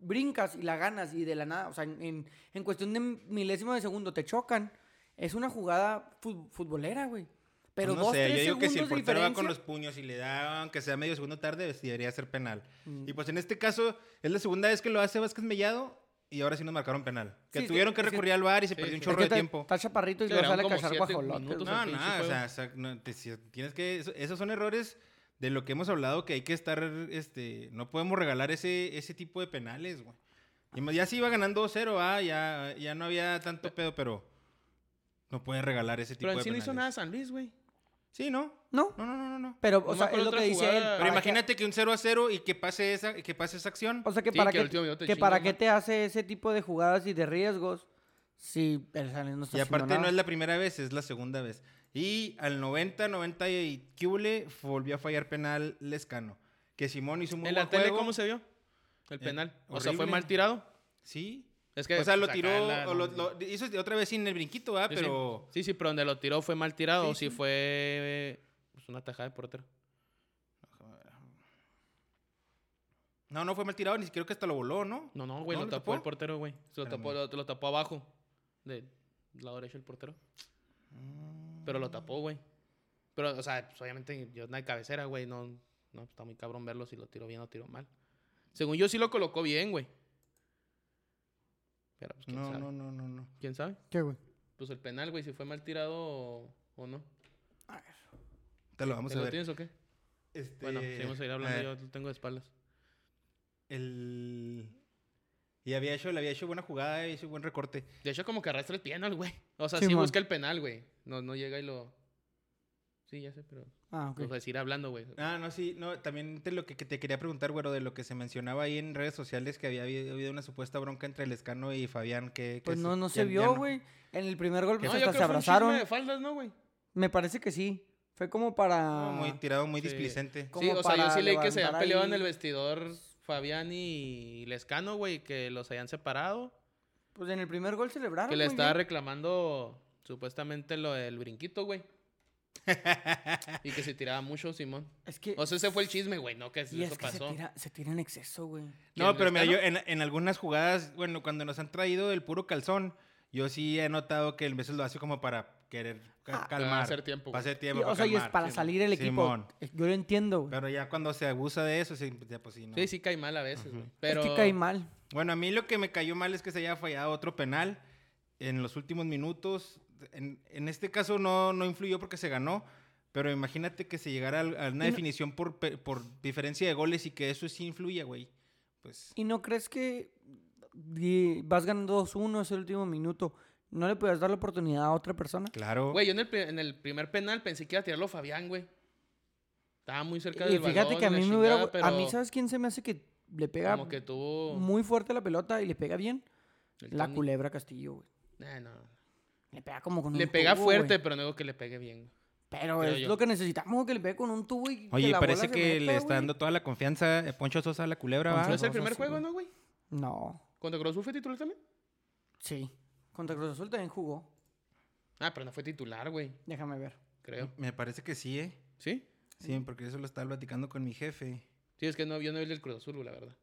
A: brincas y la ganas y de la nada, o sea, en, en- en cuestión de milésimo de segundo te chocan, es una jugada fut- futbolera, güey. Pero
D: Pues no
A: dos,
D: sé,
A: tres
D: yo digo que
A: segundos
D: si el
A: de
D: portero va
A: diferencia,
D: con los puños y le da, aunque sea medio segundo tarde, pues, debería ser penal.
A: Mm.
D: Y pues en este caso, es la segunda vez que lo hace Vázquez Mellado y ahora sí nos marcaron penal. Que
A: Sí, es que-
D: tuvieron que,
A: es que-
D: recurrir al VAR y se
B: Sí,
D: perdió
B: sí. Es
D: un
A: Es
D: chorro
A: que
D: de
A: está-
D: tiempo.
A: Está chaparrito y
B: Sí,
A: lo sale
B: duraron
A: a
B: como
A: cazar
B: siete
A: guajolotes,
B: minutos,
A: güey.
B: sea,
D: No,
B: el
D: no,
B: pinche
D: o
B: juego.
D: sea, sa- no, te- si- tienes que. eso- esos son errores de lo que hemos hablado que hay que estar. este No podemos regalar ese, ese tipo de penales, güey. Y más, ya se iba ganando 2-0, ah, ya, ya no había tanto pedo, pero. No pueden regalar ese tipo
B: Pero en
D: de
B: sí no
D: penales.
B: hizo nada San Luis, güey.
D: Sí, ¿no?
A: No,
D: No, no, no, no. no.
A: pero,
B: No
A: o
B: me
A: sea,
B: acuerdo
A: es lo que
B: otra
A: dice
B: jugada.
A: él.
B: Pero
A: para
D: Pero
A: que-
D: imagínate que un 0 a 0 y que pase esa, que pase esa acción.
A: O sea, que
B: Sí,
A: para
B: que
A: que,
B: al último minuto te
A: que para qué
B: chingas, ¿no?
A: te hace ese tipo de jugadas y de riesgos si el San Luis no está
D: y
A: haciendo
D: aparte no
A: nada?
D: es la primera vez, es la segunda vez. Y al 90, 90 y cúbule volvió a fallar penal Lescano. Que Simón hizo un muy
B: ¿En
D: buen
B: la tele
D: juego.
B: cómo se vio? El
D: Eh,
B: penal. o sea, fue
D: horrible.
B: mal tirado.
D: Sí.
B: Es que,
D: o sea, lo
B: pues, acá
D: tiró,
B: la-
D: o lo- lo- hizo este otra vez sin el brinquito, ¿ah?
B: Sí, sí.
D: Pero...
B: Sí, sí, pero donde lo tiró fue mal tirado.
D: Sí,
B: o si
D: sí.
B: fue eh, pues, una tajada de portero.
D: No, no fue mal tirado, ni siquiera que hasta lo voló, ¿no?
B: No, no, güey,
D: ¿No
B: lo
D: lo
B: tapó,
D: tapó?
B: el portero, güey. Se Lo
D: Espérame.
B: tapó, lo, lo tapó abajo del lado derecho el portero. Pero lo tapó, güey. Pero, o sea, pues, obviamente yo no hay cabecera, güey. No, no, está muy cabrón verlo si lo tiro bien o tiro mal. Según yo sí lo colocó bien, güey. Pero, pues, quién
D: No,
B: sabe.
D: no, no, no, no.
B: ¿Quién sabe?
A: ¿Qué, güey?
B: Pues el penal, güey, si fue mal tirado o, o no.
D: Te lo vamos
B: ¿Te
D: a
B: ¿Lo
D: ver.
B: tienes o qué?
D: Este,
B: Bueno, seguimos a ir hablando,
D: a ver.
B: yo lo tengo de espaldas.
D: El... Y había hecho, le había hecho buena jugada, había hecho buen recorte.
B: De hecho, como que arrastra el pie, ¿no, el güey? O sea, sí,
A: Sí, man.
B: busca el penal, güey. No, no llega y lo... Sí, ya sé, pero...
A: Ah, ok.
B: Pues a seguir hablando, güey.
D: Ah, no, sí, no, también te lo que, que te quería preguntar, güero, de lo que se mencionaba ahí en redes sociales que había habido, habido una supuesta bronca entre el Escano y Fabián, que... que
A: Pues no, no
D: ya-
A: se
D: ya
A: vio,
D: no.
A: güey. En el primer golpe
B: No, yo
A: hasta
B: creo
A: se
B: que fue un chisme
A: abrazaron.
B: de faldas, ¿no, güey?
A: Me parece que sí. Fue como para...
D: No, muy tirado, muy
B: Ah, Sí.
D: displicente.
A: Como
B: Sí, o sea, yo
A: para
B: sí leí que se habían
A: levantar
B: peleado
A: ahí.
B: en el vestidor Fabián y Lescano, güey, que los hayan separado.
A: Pues en el primer gol celebraron,
B: que le
A: muy
B: estaba
A: bien.
B: reclamando supuestamente lo del brinquito, güey. y que se tiraba mucho, Simón.
A: Es que...
B: O sea, ese fue el chisme, güey, ¿no? Que
A: y
B: eso
A: es que se
B: pasó.
A: tira, se tira en exceso, güey.
D: No,
B: ¿Quién,
D: pero
B: el
D: mira, yo
B: Escano?
D: en, en algunas jugadas, bueno, cuando nos han traído el puro calzón, yo sí he notado que el veces lo hace como para querer
A: Ah,
D: ca- calmar.
B: hacer tiempo,
D: Para
B: güey.
D: hacer tiempo.
A: Y, o sea, y es
D: calmar,
A: para
D: Simón.
A: salir el equipo.
D: Simón.
A: Eh, Yo lo entiendo, güey.
D: Pero ya cuando se abusa de eso, sí, ya pues sí, no.
B: Sí, sí cae mal a veces, güey. Pero...
A: Es que cae mal.
D: Bueno, a mí lo que me cayó mal es que se haya fallado otro penal en los últimos minutos. En, en este caso no, no influyó porque se ganó, pero imagínate que se llegara al- a una
A: Y no-
D: definición por, pe- por diferencia de goles y que eso sí influya, güey. Pues
A: ¿Y no crees que di- vas ganando 2-1 ese último minuto? ¿No le puedes dar la oportunidad a otra persona?
D: claro.
B: Güey, yo en el, pri- en el primer penal pensé que iba a tirarlo Fabián, güey. Estaba muy cerca
A: Y
B: del
A: fíjate
B: balón,
A: que a
B: la
A: mí me hubiera...
B: chingada, pero
A: A mí, ¿sabes quién se me hace que le pega
B: Como que tuvo...
A: muy fuerte la pelota y le pega bien?
B: el
A: La
B: Tony.
A: culebra Castillo, güey.
B: Nah, no.
A: Le pega como con
B: Le
A: un
B: pega
A: tubo,
B: fuerte,
A: güey.
B: pero no digo que le pegue bien.
A: Pero
B: creo
A: es
B: yo.
A: lo que necesitamos, que le pegue con un tubo y que
D: Oye,
A: la
D: parece
A: bola se
D: que
A: meta,
D: le está
A: güey.
D: dando toda la confianza eh, Poncho Sosa a la culebra,
A: Poncho
D: ¿va?
B: ¿No es el
A: Sosa,
B: primer
A: Ah, sí,
B: juego,
A: güey.
B: no, güey?
A: No,
B: ¿Contra Cruz Azul fue titular también?
A: sí. Contra Cruz Azul también jugó.
B: Ah, pero no fue titular, güey,
A: Déjame ver.
B: creo.
D: Me parece que sí, ¿eh?
B: ¿Sí?
D: Sí, porque eso lo estaba platicando con mi jefe.
B: Sí, es que no, yo no vi el del Cruz Azul, güey, la verdad.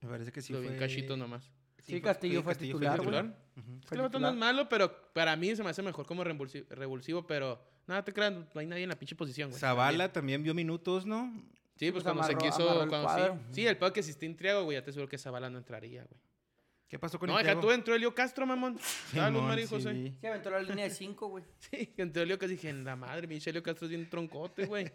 D: Me parece que sí
B: Lo vi
D: fue...
B: en cachito nomás.
A: Sí, Castillo fue titular, güey.
D: Ujú.
B: Es que el vato no es malo, pero para mí se me hace mejor como revulsivo, revulsivo pero nada, te crean, no hay nadie en la pinche posición, güey.
D: Zavala también vio minutos, ¿no?
B: Sí, pues
A: pues,
B: cuando se
A: amarró-
B: quiso.
A: amarró el
B: cuando
A: cuadro.
B: sí, sí, el pedo que si está intriago, güey, ya te aseguro que Zavala no entraría, güey.
D: ¿Qué pasó con
B: No, deja
D: Thiago?
B: tú, entró Elio Castro, mamón. Saludos,
D: Simón,
B: María José.
D: sí.
A: Se aventó la línea de 5, güey.
B: Sí, entró Elio Castro. Dije, la madre, pinche Elio Castro es bien troncote, güey.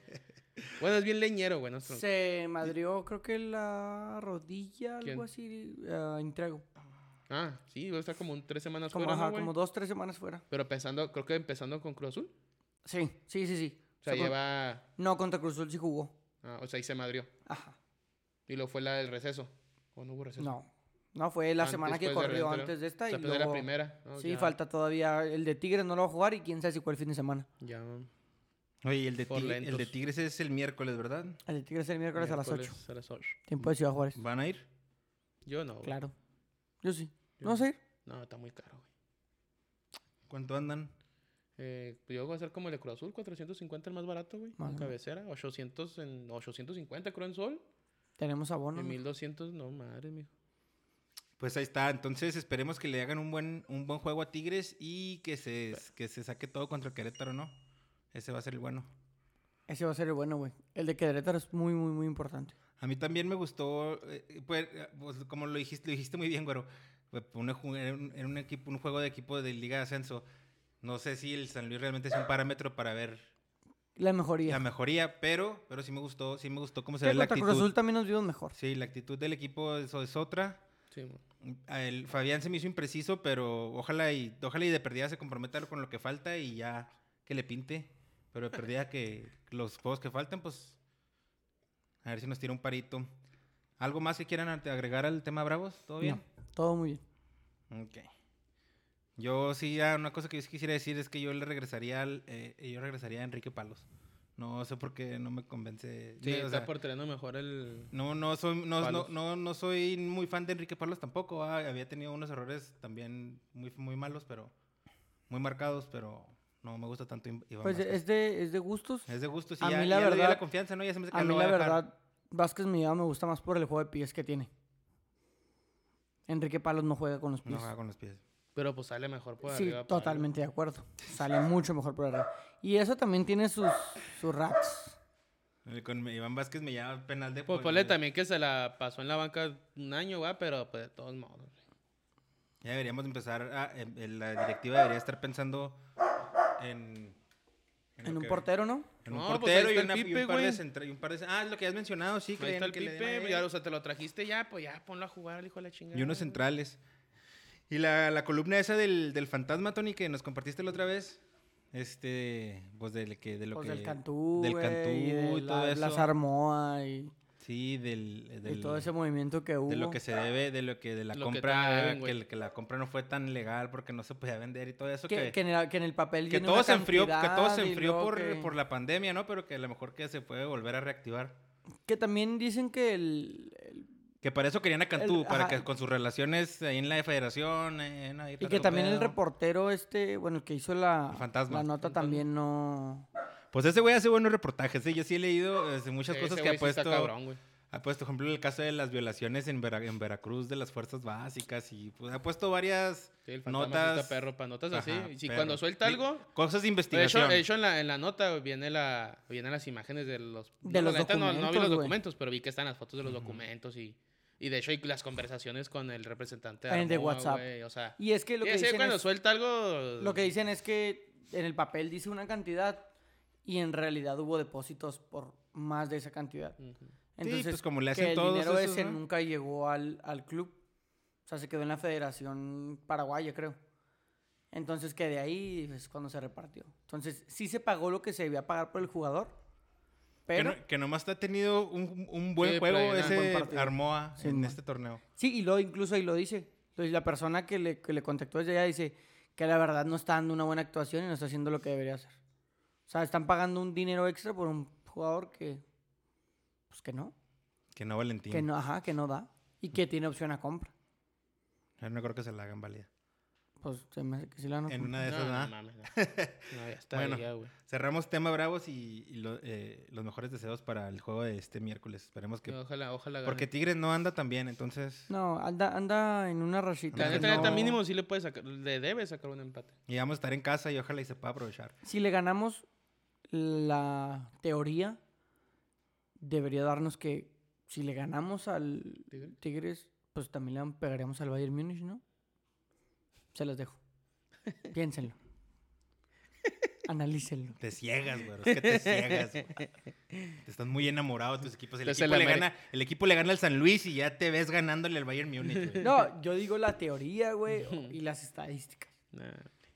B: bueno, es bien leñero, güey, no es troncote.
A: Se madrió, creo que la rodilla,
B: ¿Quién?
A: algo así, ah, entrego.
B: Ah, sí, va a estar como un- tres semanas
A: Como,
B: fuera,
A: ajá,
B: ¿no, güey?
A: como dos, tres semanas fuera.
B: Pero empezando, creo que empezando con Cruz Azul.
A: Sí, sí, sí, sí.
B: O sea,
A: Se con-
B: lleva.
A: No, contra Cruz Azul sí jugó.
B: ah, o sea, ahí se madrió.
A: Ajá.
B: Y luego fue la del receso. ¿O no hubo receso?
A: No. No, fue la
B: Antes,
A: semana que
B: después de
A: corrió
B: receso.
A: antes de esta
B: O
A: y
B: sea, pues, de
A: luego...
B: la primera. ¿no?
A: Sí,
B: Ya-
A: falta todavía. El de Tigres no lo va a jugar y quién sabe si cuál fin de semana.
B: Ya.
D: Oye, y el de,
B: Por
D: Tigre- el
B: lentos.
D: de Tigres es el miércoles, ¿verdad?
A: El de Tigres el miércoles, a las 8.
B: miércoles A las 8.
A: Tiempo de Ciudad Juárez.
D: ¿Van a ir?
B: Yo no. güey.
A: Claro. Yo sí.
B: Yo-
A: ¿No vas a ir?
B: No, está muy caro, güey.
D: ¿Cuánto andan?
B: Eh, pues yo voy a hacer como el de Cruz Azul, 450 el más barato, güey.
A: Más o
B: En
A: menos.
B: cabecera, 800 en 850 creo en sol.
A: Tenemos abono.
B: En
A: ¿no?
B: 1200, no, madre mijo.
D: Pues ahí está. Entonces esperemos que le hagan un buen, un buen juego a Tigres y que se, que se saque todo contra el Querétaro, ¿no? Ese va a ser el bueno.
A: Ese va a ser el bueno, güey. El de Querétaro es muy, muy, muy importante.
D: A mí también me gustó, eh, pues, eh, pues, como lo dijiste, lo dijiste muy bien, güero. Fue un ju- Era un, era un equipo, un juego de equipo de Liga de Ascenso. No sé si el San Luis realmente es un parámetro para ver
A: La mejoría.
D: la mejoría, pero, pero sí me gustó, sí me gustó cómo se
A: Que
D: ve la
A: contra Cruz
D: actitud.
A: Azul también nos vimos mejor.
D: Sí, la actitud del equipo eso es otra.
B: Sí, mo.
D: A él- Fabián se me hizo impreciso, pero ojalá y, ojalá y de perdida se comprometa con lo que falta y ya que le pinte. Pero de perdida que los juegos que faltan, pues a ver si nos tira un parito. ¿Algo más que quieran ante- agregar al tema Bravos? ¿Todo bien?
A: No, todo muy bien.
D: Ok. Yo sí, ya una cosa que yo sí quisiera decir es que yo le regresaría al, eh, yo regresaría a Enrique Palos. No sé por qué no me convence.
B: Sí,
D: o
B: está
D: sea,
B: porteando mejor el.
D: no, no soy, no, no,
B: Palos.
D: no, no soy muy fan de Enrique Palos tampoco. ah, Había tenido unos errores también muy, muy malos, pero muy marcados, pero no me gusta tanto Iván
A: Pues
D: Vázquez.
A: es de, es de gustos.
D: Es de gusto. Sí,
A: a
D: ya,
A: mí la
D: ya le dio la
A: verdad-
D: confianza, ¿no? Ya se me hace que
A: A
D: lo
A: mí,
D: va
A: la
D: dejar.
A: verdad, Vázquez Millado me gusta más por el juego de pies que tiene. Enrique Palos no juega con los
D: No
A: pies.
D: juega con los pies.
B: Pero pues sale mejor por
A: sí,
B: arriba. para-
A: totalmente de acuerdo. Sale mucho mejor por arriba. Y eso también tiene sus, sus raps.
D: Eh, Con Iván Vázquez me llama penal de...
B: Pues
D: pol-
B: ponle también que se la pasó en la banca un año, güey, pero pues de todos modos.
D: Ya deberíamos empezar a- em- em, la directiva debería estar pensando en...
A: En,
D: lo
A: un
D: que-
A: portero, ¿no?
D: En un
B: No, pues ahí
D: portero y,
B: está el
D: una- y
B: Pipe,
D: un par de
B: güey.
D: centra- y un par de... Ah, es lo que has mencionado, sí.
B: Ahí
D: creen
B: está el
D: que le den a
B: Pipe,
D: él.
B: ya, o sea, te lo trajiste ya, pues ya ponlo a jugar al hijo de la chingada.
D: Y unos
B: güey.
D: centrales. Y la, la columna esa del, del fantasma, Tony, que nos compartiste la otra vez. Este, pues de, que, de lo
A: Pues
D: que...
A: del Cantú,
D: Del
A: güey,
D: Cantú
A: y de
D: y todo
A: la-
D: eso.
A: las Armoa y,
D: Sí, del...
A: y
D: del-
A: todo ese movimiento que hubo.
D: De lo que se debe, de lo que de la
B: Lo que te
D: compra,
B: deben,
D: que,
B: güey.
D: el- que la compra no fue tan legal porque no se podía vender y todo eso.
A: que, que en el, que en el papel
D: que
A: viene
D: todo
A: una
D: se enfrió, que todo se
A: cantidad y
D: enfrió
A: luego
D: por,
A: que-
D: por la pandemia, ¿no? Pero que a lo mejor que se puede volver a reactivar.
A: Que también dicen que el- el
D: Que para eso querían a Cantú,
A: El-
D: para
A: ajá.
D: que con sus relaciones ahí en la federación, eh, no, ahí
A: Y
D: tratar
A: que
D: un
A: también el
D: pedo.
A: reportero este, bueno, el que hizo la,
D: El fantasma.
A: la nota también no...
D: Pues ese güey hace buenos reportajes, ¿eh? Yo sí he leído eh, muchas
B: Sí,
D: cosas
B: ese
D: que ha
B: güey sí está
D: puesto.
B: cabrón, güey.
D: Ha puesto, por ejemplo, el caso de las violaciones en, Vera- en Veracruz de las fuerzas básicas y pues, ha puesto varias
B: Sí, el fantasma
D: notas.
B: suelta perro para notas así.
D: Ajá,
B: Y si
D: perro.
B: cuando suelta
D: Di-
B: algo.
D: Cosas
B: De
D: de
B: hecho,
D: investigación.
B: de hecho, en, la, en la nota güey, viene la, vienen las imágenes de los,
A: De
B: no,
A: los
B: la neta no- No, vi
A: documentos,
B: los
A: güey.
B: documentos, pero vi que están las fotos de los documentos y, y de hecho hay las conversaciones con el representante
A: En el de
B: Armoa,
A: WhatsApp.
B: güey, o sea,
A: Y es que lo
B: sí,
A: que,
B: sí,
A: dicen
B: cuando
A: es,
B: suelta algo...
A: lo que dicen es que en el papel dice una cantidad y en realidad hubo depósitos por más de esa cantidad.
B: Ujú.
D: Sí,
A: Entonces,
D: pues, como le
A: que
D: hacen
A: el
D: todos
A: dinero
D: esos,
A: ese
D: ¿no?
A: nunca llegó al, al club. O sea, se quedó en la Federación Paraguaya, creo. Entonces, que de ahí es cuando se repartió. Entonces, sí se pagó lo que se debía pagar por el jugador,
D: que,
A: pero...
D: no- que nomás ha tenido un, un buen
B: Sí,
D: juego
B: pero era un
D: ese
A: buen partido.
D: Armoa
A: Sí,
D: en
A: man.
D: este torneo.
A: Sí, y luego incluso ahí lo dice. Entonces, la persona que le, que le contactó desde allá dice que la verdad no está dando una buena actuación y no está haciendo lo que debería hacer. O sea, están pagando un dinero extra por un jugador que... Pues que no.
D: Que no Valentín.
A: Que no, ajá, que no da. Y que tiene opción a compra.
D: Yo no creo que se la hagan válida.
A: Pues se me hace que sí la han
D: En una de
B: No,
D: esas,
B: no,
D: nada.
B: mames, no. No, ya está,
D: Ah, Bueno.
B: ya, güey.
D: Cerramos tema bravos y, y lo- eh, los mejores deseos para el juego de este miércoles. Esperemos que.
B: Ojalá, ojalá gane.
D: Porque Tigres no anda tan bien, entonces.
A: No, anda, anda en una rachita.
B: La
A: que
B: neta, neta,
A: no-
B: mínimo sí le puede sacar, le debe sacar un empate.
D: Y vamos a estar en casa y ojalá y se pueda aprovechar.
A: Si le ganamos la teoría, debería darnos que si le ganamos al
B: ¿Tigres?
A: Tigres, pues también le pegaríamos al Bayern Múnich, ¿no? Se los dejo. Piénsenlo. Analícenlo.
D: Te ciegas, güey. Es que te ciegas, güey. Te estás muy enamorado de tus equipos. El,
B: Entonces,
D: equipo
B: el
D: le,
B: Ameri-
D: gana, el equipo le gana al San Luis y ya te ves ganándole al Bayern Múnich, güey.
A: No, yo digo la teoría, güey, y las estadísticas.
B: Nah.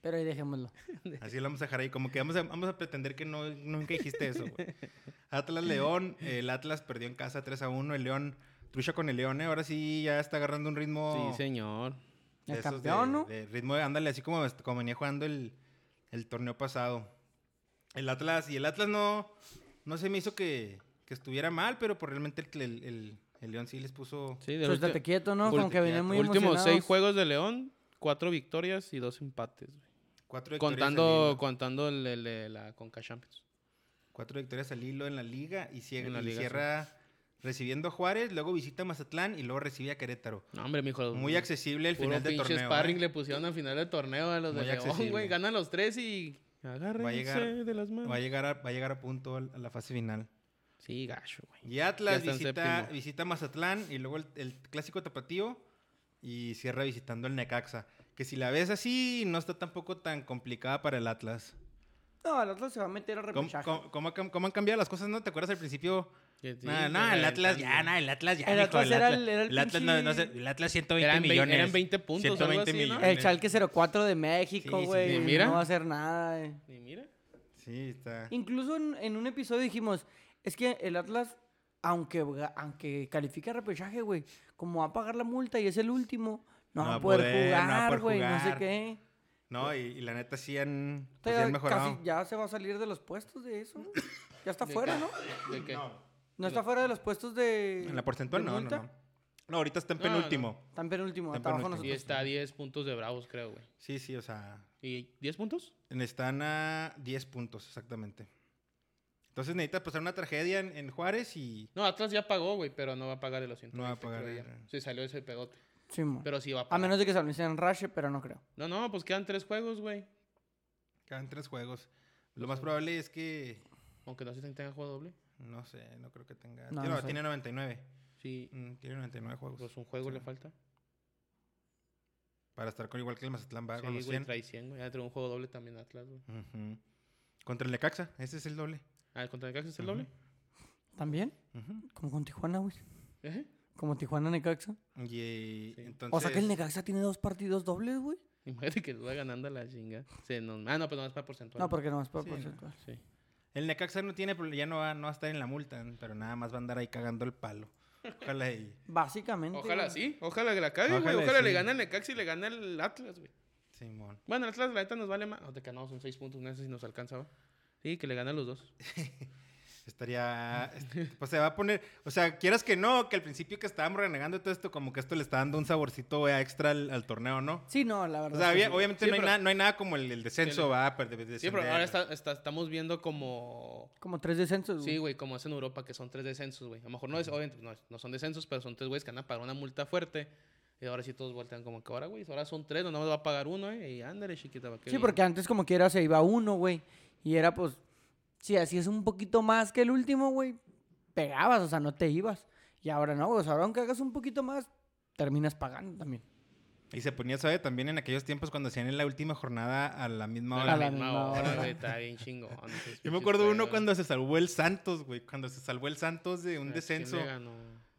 A: Pero ahí dejémoslo.
D: Así lo vamos a dejar ahí. Como que vamos a, vamos a pretender que no, nunca dijiste eso, güey. Atlas León. El Atlas perdió en casa 3 a 1. El León. Trucha con el León, ¿eh? Ahora sí ya está agarrando un ritmo.
B: Sí, señor.
D: de
A: El
D: esos
A: campeón,
D: de-
A: ¿no?
D: de ritmo de ándale, así como, est- como venía jugando el, el torneo pasado. El Atlas, y el Atlas no, no se me hizo que, que estuviera mal, pero por realmente el, el, el- el León sí les puso...
B: Sí, de
A: Pues estate
B: los
A: quieto, ¿no? Como que venía muy
B: últimos seis
A: emocionados.
B: juegos de León, cuatro victorias y dos empates. güey.
D: Cuatro victorias, al
B: Contando,
D: hilo,
B: contando el, el- el- la Conca Champions.
D: cuatro victorias al hilo en la liga y, cier-
B: En la
D: y
B: liga,
D: cierra recibiendo a Juárez, luego visita a Mazatlán y luego recibe a Querétaro.
B: No, hombre, mijo.
D: Muy accesible el
B: Puro
D: final del
B: pinche
D: torneo.
B: sparring
D: ¿eh?
B: le pusieron al final del torneo a los de
D: Muy
B: León,
D: accesible.
B: güey. Ganan los tres y agárrense
D: Va a llegar-
B: de las manos.
D: Va, a llegar a, va a llegar a punto al- a la fase final.
B: Sí, gacho, güey.
D: Y
B: Ya
D: Atlas
B: está en
D: visita,
B: séptimo.
D: visita Mazatlán y luego el, el clásico tapatío y cierra visitando el Necaxa. Que si la ves así, no está tampoco tan complicada para el Atlas.
A: No, el otro se va a meter a
D: ¿Cómo,
A: repechaje.
D: cómo- cómo ha cam- cómo han cambiado las cosas? ¿No te acuerdas al principio?
B: Que sí,
D: nada,
B: que
D: nada, el
B: era
D: Atlas
B: cambio.
D: ya, nada, el Atlas ya.
A: El
D: mijo,
A: Atlas era el- era el
D: Atlas no- no
A: pinche-
D: sé, el Atlas 120
B: Eran, vein-
D: millones.
B: eran 20 puntos. algo
D: 120
B: así, ¿no?
D: millones.
A: El Chalque 04 de México,
D: Sí, sí,
A: güey.
B: sí, mira.
A: No va a hacer nada. eh.
B: Y mira.
D: Sí, está.
A: Incluso en, en un episodio dijimos, es que el Atlas, aunque, ga- aunque califica repechaje, güey, como va a pagar la multa y es el último, no, va a poder,
D: no va a
A: jugar,
D: poder
A: güey, no sé
D: jugar.
A: qué.
D: No, y, y la neta sí han,
A: O
D: pues,
A: sea,
D: sí han mejorado.
A: casi ya se va a salir de los puestos de eso. güey. Ya está
B: ¿De
A: fuera,
B: qué?
A: ¿no?
B: ¿De qué?
D: No,
A: No está fuera de los puestos de.
D: en la porcentual
A: de
D: no, no,
A: multa.
D: no. No, ahorita está en
B: No, no.
D: penúltimo.
A: Están penúltimo,
D: Está
A: está abajo
D: penúltimo.
B: Y
A: nosotros.
B: está a 10 puntos de Bravos, creo, güey.
D: Sí, sí, o sea,
B: ¿Y 10 puntos?
D: Están a 10 puntos, exactamente. Entonces necesita pasar una tragedia en, en Juárez y...
B: No, Atlas ya pagó, güey, pero no va a pagar de los 120.
D: No va a pagar
B: creo
D: el-
B: ya. Sí, salió ese pegote.
A: Sí, mo.
B: Pero sí va a
A: a
B: pagar.
A: Ah, menos de que San Luis sea en rache, pero no creo.
B: No, no, pues quedan tres juegos, güey.
D: Quedan tres juegos. Lo más probable es que...
B: Aunque no sé si tenga juego doble.
D: No sé, no creo que tenga...
A: No,
D: tiene,
A: no sé.
D: tiene 99.
B: Sí,
D: Mm, tiene 99 juegos.
B: pues un juego
D: Sí.
B: le falta.
D: Para estar con igual que el Mazatlán va
B: Sí,
D: con los 100.
B: güey, trae 100, güey. Ya trae un juego doble también Atlas, güey.
D: Ujú. Contra el Necaxa, ese es el doble.
B: Ah, ¿el contra Necaxa es el
D: Ujú.
B: doble?
A: ¿También?
D: Ujú.
A: Como con Tijuana, güey.
B: Ajá.
A: Como Tijuana-Necaxa.
D: Y eh,
B: Sí.
D: entonces...
A: O sea que el Necaxa tiene dos partidos dobles, güey.
B: Imagínate que va ganando la chinga. Se nos- Ah, no, pero no es para porcentual.
A: No, porque no es por
D: Sí,
A: porcentual.
B: Sí.
D: el Necaxa no tiene, problema, ya no va, no va a estar en la multa, pero nada más va a andar ahí cagando el palo. Ojalá y...
A: Básicamente.
B: Ojalá
A: güey.
B: sí. Ojalá que la cague, güey.
D: Ojalá
B: Ojalá
D: sí.
B: le gane el Necaxa y le gane el Atlas, güey.
D: Simón.
B: Bueno, el Atlas, la neta, nos vale más. No, te no, son seis puntos. No sé si nos alcanzaba. Sí, que le gane a los dos.
D: Estaría. est- Pues se va a poner. O sea, quieras que no, que al principio que estábamos renegando todo esto, como que esto le está dando un saborcito extra al, al torneo, ¿no?
A: Sí, no, la
D: O
A: verdad.
D: sea,
A: es que
D: había-
A: sí.
D: obviamente
B: Sí,
D: no, hay
B: pero-
D: nada, no hay nada como el, el descenso,
B: Sí,
D: va. Pero de-
B: Sí, pero
D: descender.
B: ahora está- está- estamos viendo como...
A: Como tres descensos,
B: Sí, güey, como hacen en Europa, que son tres descensos, güey. A lo mejor no es, obviamente, no, es- no son descensos, pero son tres güeyes que van a pagar una multa fuerte. Y ahora sí todos voltean como que ahora, güey, ahora son tres, no más va a pagar uno, eh. Y ándale, chiquita, va que
A: Sí,
B: bien.
A: porque antes como quiera se iba uno, güey. Y era pues, si así es un poquito más que el último, güey, pegabas, o sea, no te ibas. Y ahora no, güey, o sea, ahora aunque hagas un poquito más, terminas pagando también.
D: Y se ponía, ¿sabe? También en aquellos tiempos cuando hacían en la última jornada a la misma
B: A
D: hora.
A: A
B: la
A: la
B: misma
A: misma
B: hora,
A: hora.
B: güey, está bien chingo.
D: Yo me acuerdo uno cuando se salvó el Santos, güey. Cuando se salvó el Santos
B: Ah,
D: de un descenso.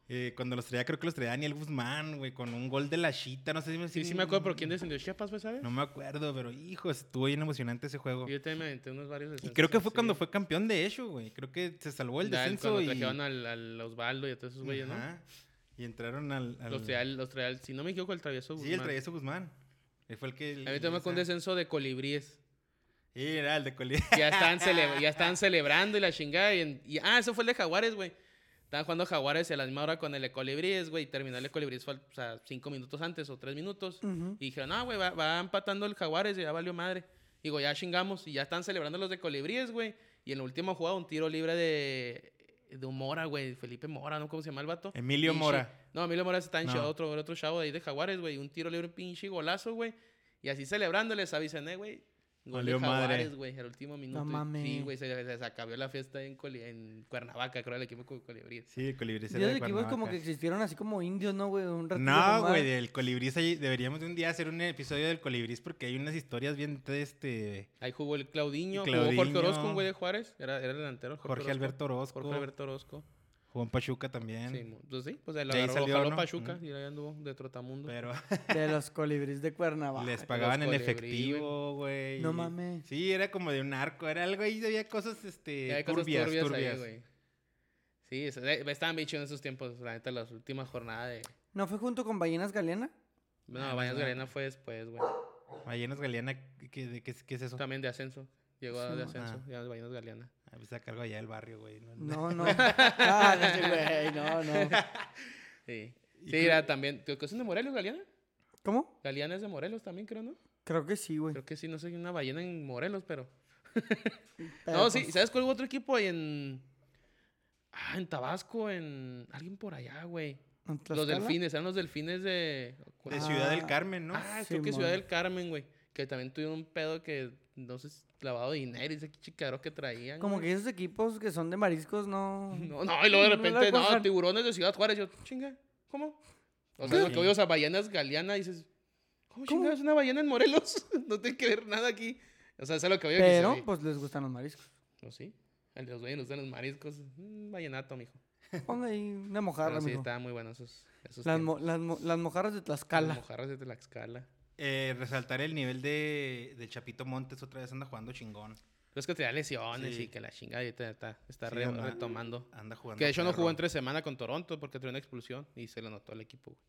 D: eh, cuando los traía, creo que los traía Daniel Guzmán, güey, con un gol de la chita. No sé si me
B: Sí, sí me acuerdo, pero ¿quién descendió? ¿Chiapas, güey, sabes?
D: No me acuerdo, pero hijo, estuvo bien emocionante ese juego.
B: Yo también me aventé unos varios
D: Y
B: descensos.
D: creo que fue
B: Pues sí.
D: cuando fue campeón de hecho, güey. Creo que se salvó el
B: Ya,
D: descenso
B: Cuando
D: y...
B: trajeron al, al Osvaldo y a todos esos güeyes, ¿no?
D: Ajá. Y entraron al... al-
B: Los traía, el- los traía, el- si no me equivoco, el travieso
D: Sí, el
B: Guzmán.
D: travieso Guzmán. Él fue el que...
B: A mí también con descenso de colibríes.
D: Sí, era el de Coli.
B: Ya estaban, cele- ya estaban celebrando y la chingada. Y, en- y- ah, eso fue el de Jaguares, güey. Estaban jugando Jaguares y a la misma hora con el de Colibríes, güey. Y terminó el de Colibríes, fue, al- o sea, cinco minutos antes o tres minutos.
A: Ujú.
B: Y dijeron, no, güey, va, va empatando el Jaguares y ya valió madre. Digo, ya chingamos. Y ya están celebrando los de Colibríes, güey. Y en la última jugada, un tiro libre de, de Mora, güey. Felipe Mora, ¿no? ¿Cómo se llama el vato?
D: Emilio
B: Pinche-
D: Mora.
B: No, Emilio Mora está en
D: No.
B: Chao- otro, otro chavo de ahí de Jaguares, güey. Un tiro libre, un pinche golazo, güey. Y así celebrándoles a Vicente, güey. Gol de
D: Valió madre.
B: Jaguares, güey, al último minuto. Y-
A: mames.
B: Sí, güey, se, se- se acabó la fiesta en, Coli- en Cuernavaca, creo, el equipo de Colibrí.
D: Sí, el colibrí.
A: Y
D: era de
A: esos equipos como
D: Cuernavaca.
A: que existieron así como indios, ¿no, güey? Un ratito
D: No,
A: nomás.
D: güey, del colibrí ahí- deberíamos de un día hacer un episodio del colibrí porque hay unas historias bien de este
B: Ahí jugó el Claudinho, jugó Jorge
D: Claudinho.
B: Orozco, un güey de Juárez. Era, era el delantero.
D: Jorge
B: Orozco.
D: Alberto Orozco.
B: Jorge Alberto Orozco.
D: Juan Pachuca también.
B: Sí, mo- pues sí, pues ahí lo
D: De ahí
B: agarró,
D: salió,
B: jaló
D: ¿no?
B: Pachuca
D: Ujú.
B: y ahí anduvo de Trotamundo.
D: pero
A: De los colibríes de Cuernavaca.
D: les pagaban en
B: colibrí, güey.
D: efectivo, güey.
A: No mames.
D: Sí, era como de un arco, era algo ahí, había cosas este
B: Y hay cosas
D: turbias,
B: turbias ahí,
D: turbias.
B: güey. Sí, eso- eh, estaban bien chidos en esos tiempos, la neta, las últimas jornadas de...
A: ¿No fue junto con Ballenas Galena?
B: No,
D: Ah,
B: Baños
D: ¿verdad?
B: Galena fue después, güey.
D: Ballenas Galeana, ¿qué, de- qué, es- qué es eso?
B: También de ascenso. Llegó a-
A: Sí,
B: de
A: mo-
B: ascenso,
D: ah.
B: ya Baños Galeana.
D: Ah, pues saca algo allá del barrio, güey. No,
A: No, no. ah, no, sí, güey, no, no.
B: Sí.
D: Y
B: Sí,
D: creo-
B: era también. ¿Qué es de Morelos, Galeana?
A: ¿Cómo?
B: Galeana es de Morelos también, creo, ¿no?
A: Creo que sí, güey.
B: Creo que sí, no sé, una ballena en Morelos, pero.
A: Pero,
B: no, sí,
A: pues,
B: ¿sabes cuál hubo otro equipo ahí en. Ah, en Tabasco, en. Alguien por allá, güey.
A: ¿en
B: Los
A: Tlaxcala?
B: delfines, eran los delfines de.
D: De Ciudad del
A: Ah.
D: Carmen, ¿no?
B: Ah, creo que
A: Simón.
B: Ciudad del Carmen, güey. Que también tuvieron un pedo que, no sé, si clavado de dinero y ese chicaro que traían.
A: Como
B: güey.
A: que esos equipos que son de mariscos no...
B: No, no, y luego de
A: No la
B: repente, no,
A: cuajan.
B: tiburones de Ciudad Juárez. Yo, chinga, ¿cómo? O sea,
D: Sí.
B: lo que oyes a ballenas galeana dices, ¿cómo, chinga es una ballena en Morelos? no tiene que ver nada aquí. O sea, eso es lo que veo.
A: Pero,
B: Pues,
A: pues les gustan los mariscos.
B: no, sí. El de los ballenos de los mariscos. mm, vallenato, mijo.
A: Ponle ahí una
B: Pero
A: mojarra,
B: sí,
A: mijo.
B: estaban muy buenos esos. esos
A: Las,
B: tiempos.
A: mo- las, mo- las mojarras de
B: Las
A: Tlaxcala.
B: mojarras de Tlaxcala.
D: Eh, resaltar el nivel de, del Chapito Montes otra vez anda jugando chingón.
B: Pero es que te da lesiones
D: Sí.
B: y que la chingada y te- está, está
D: Sí,
B: re-
D: anda-
B: retomando.
D: Anda jugando.
B: Que de hecho no
D: perro.
B: jugó entre semana con Toronto porque tuvo una expulsión y se lo notó al equipo. güey.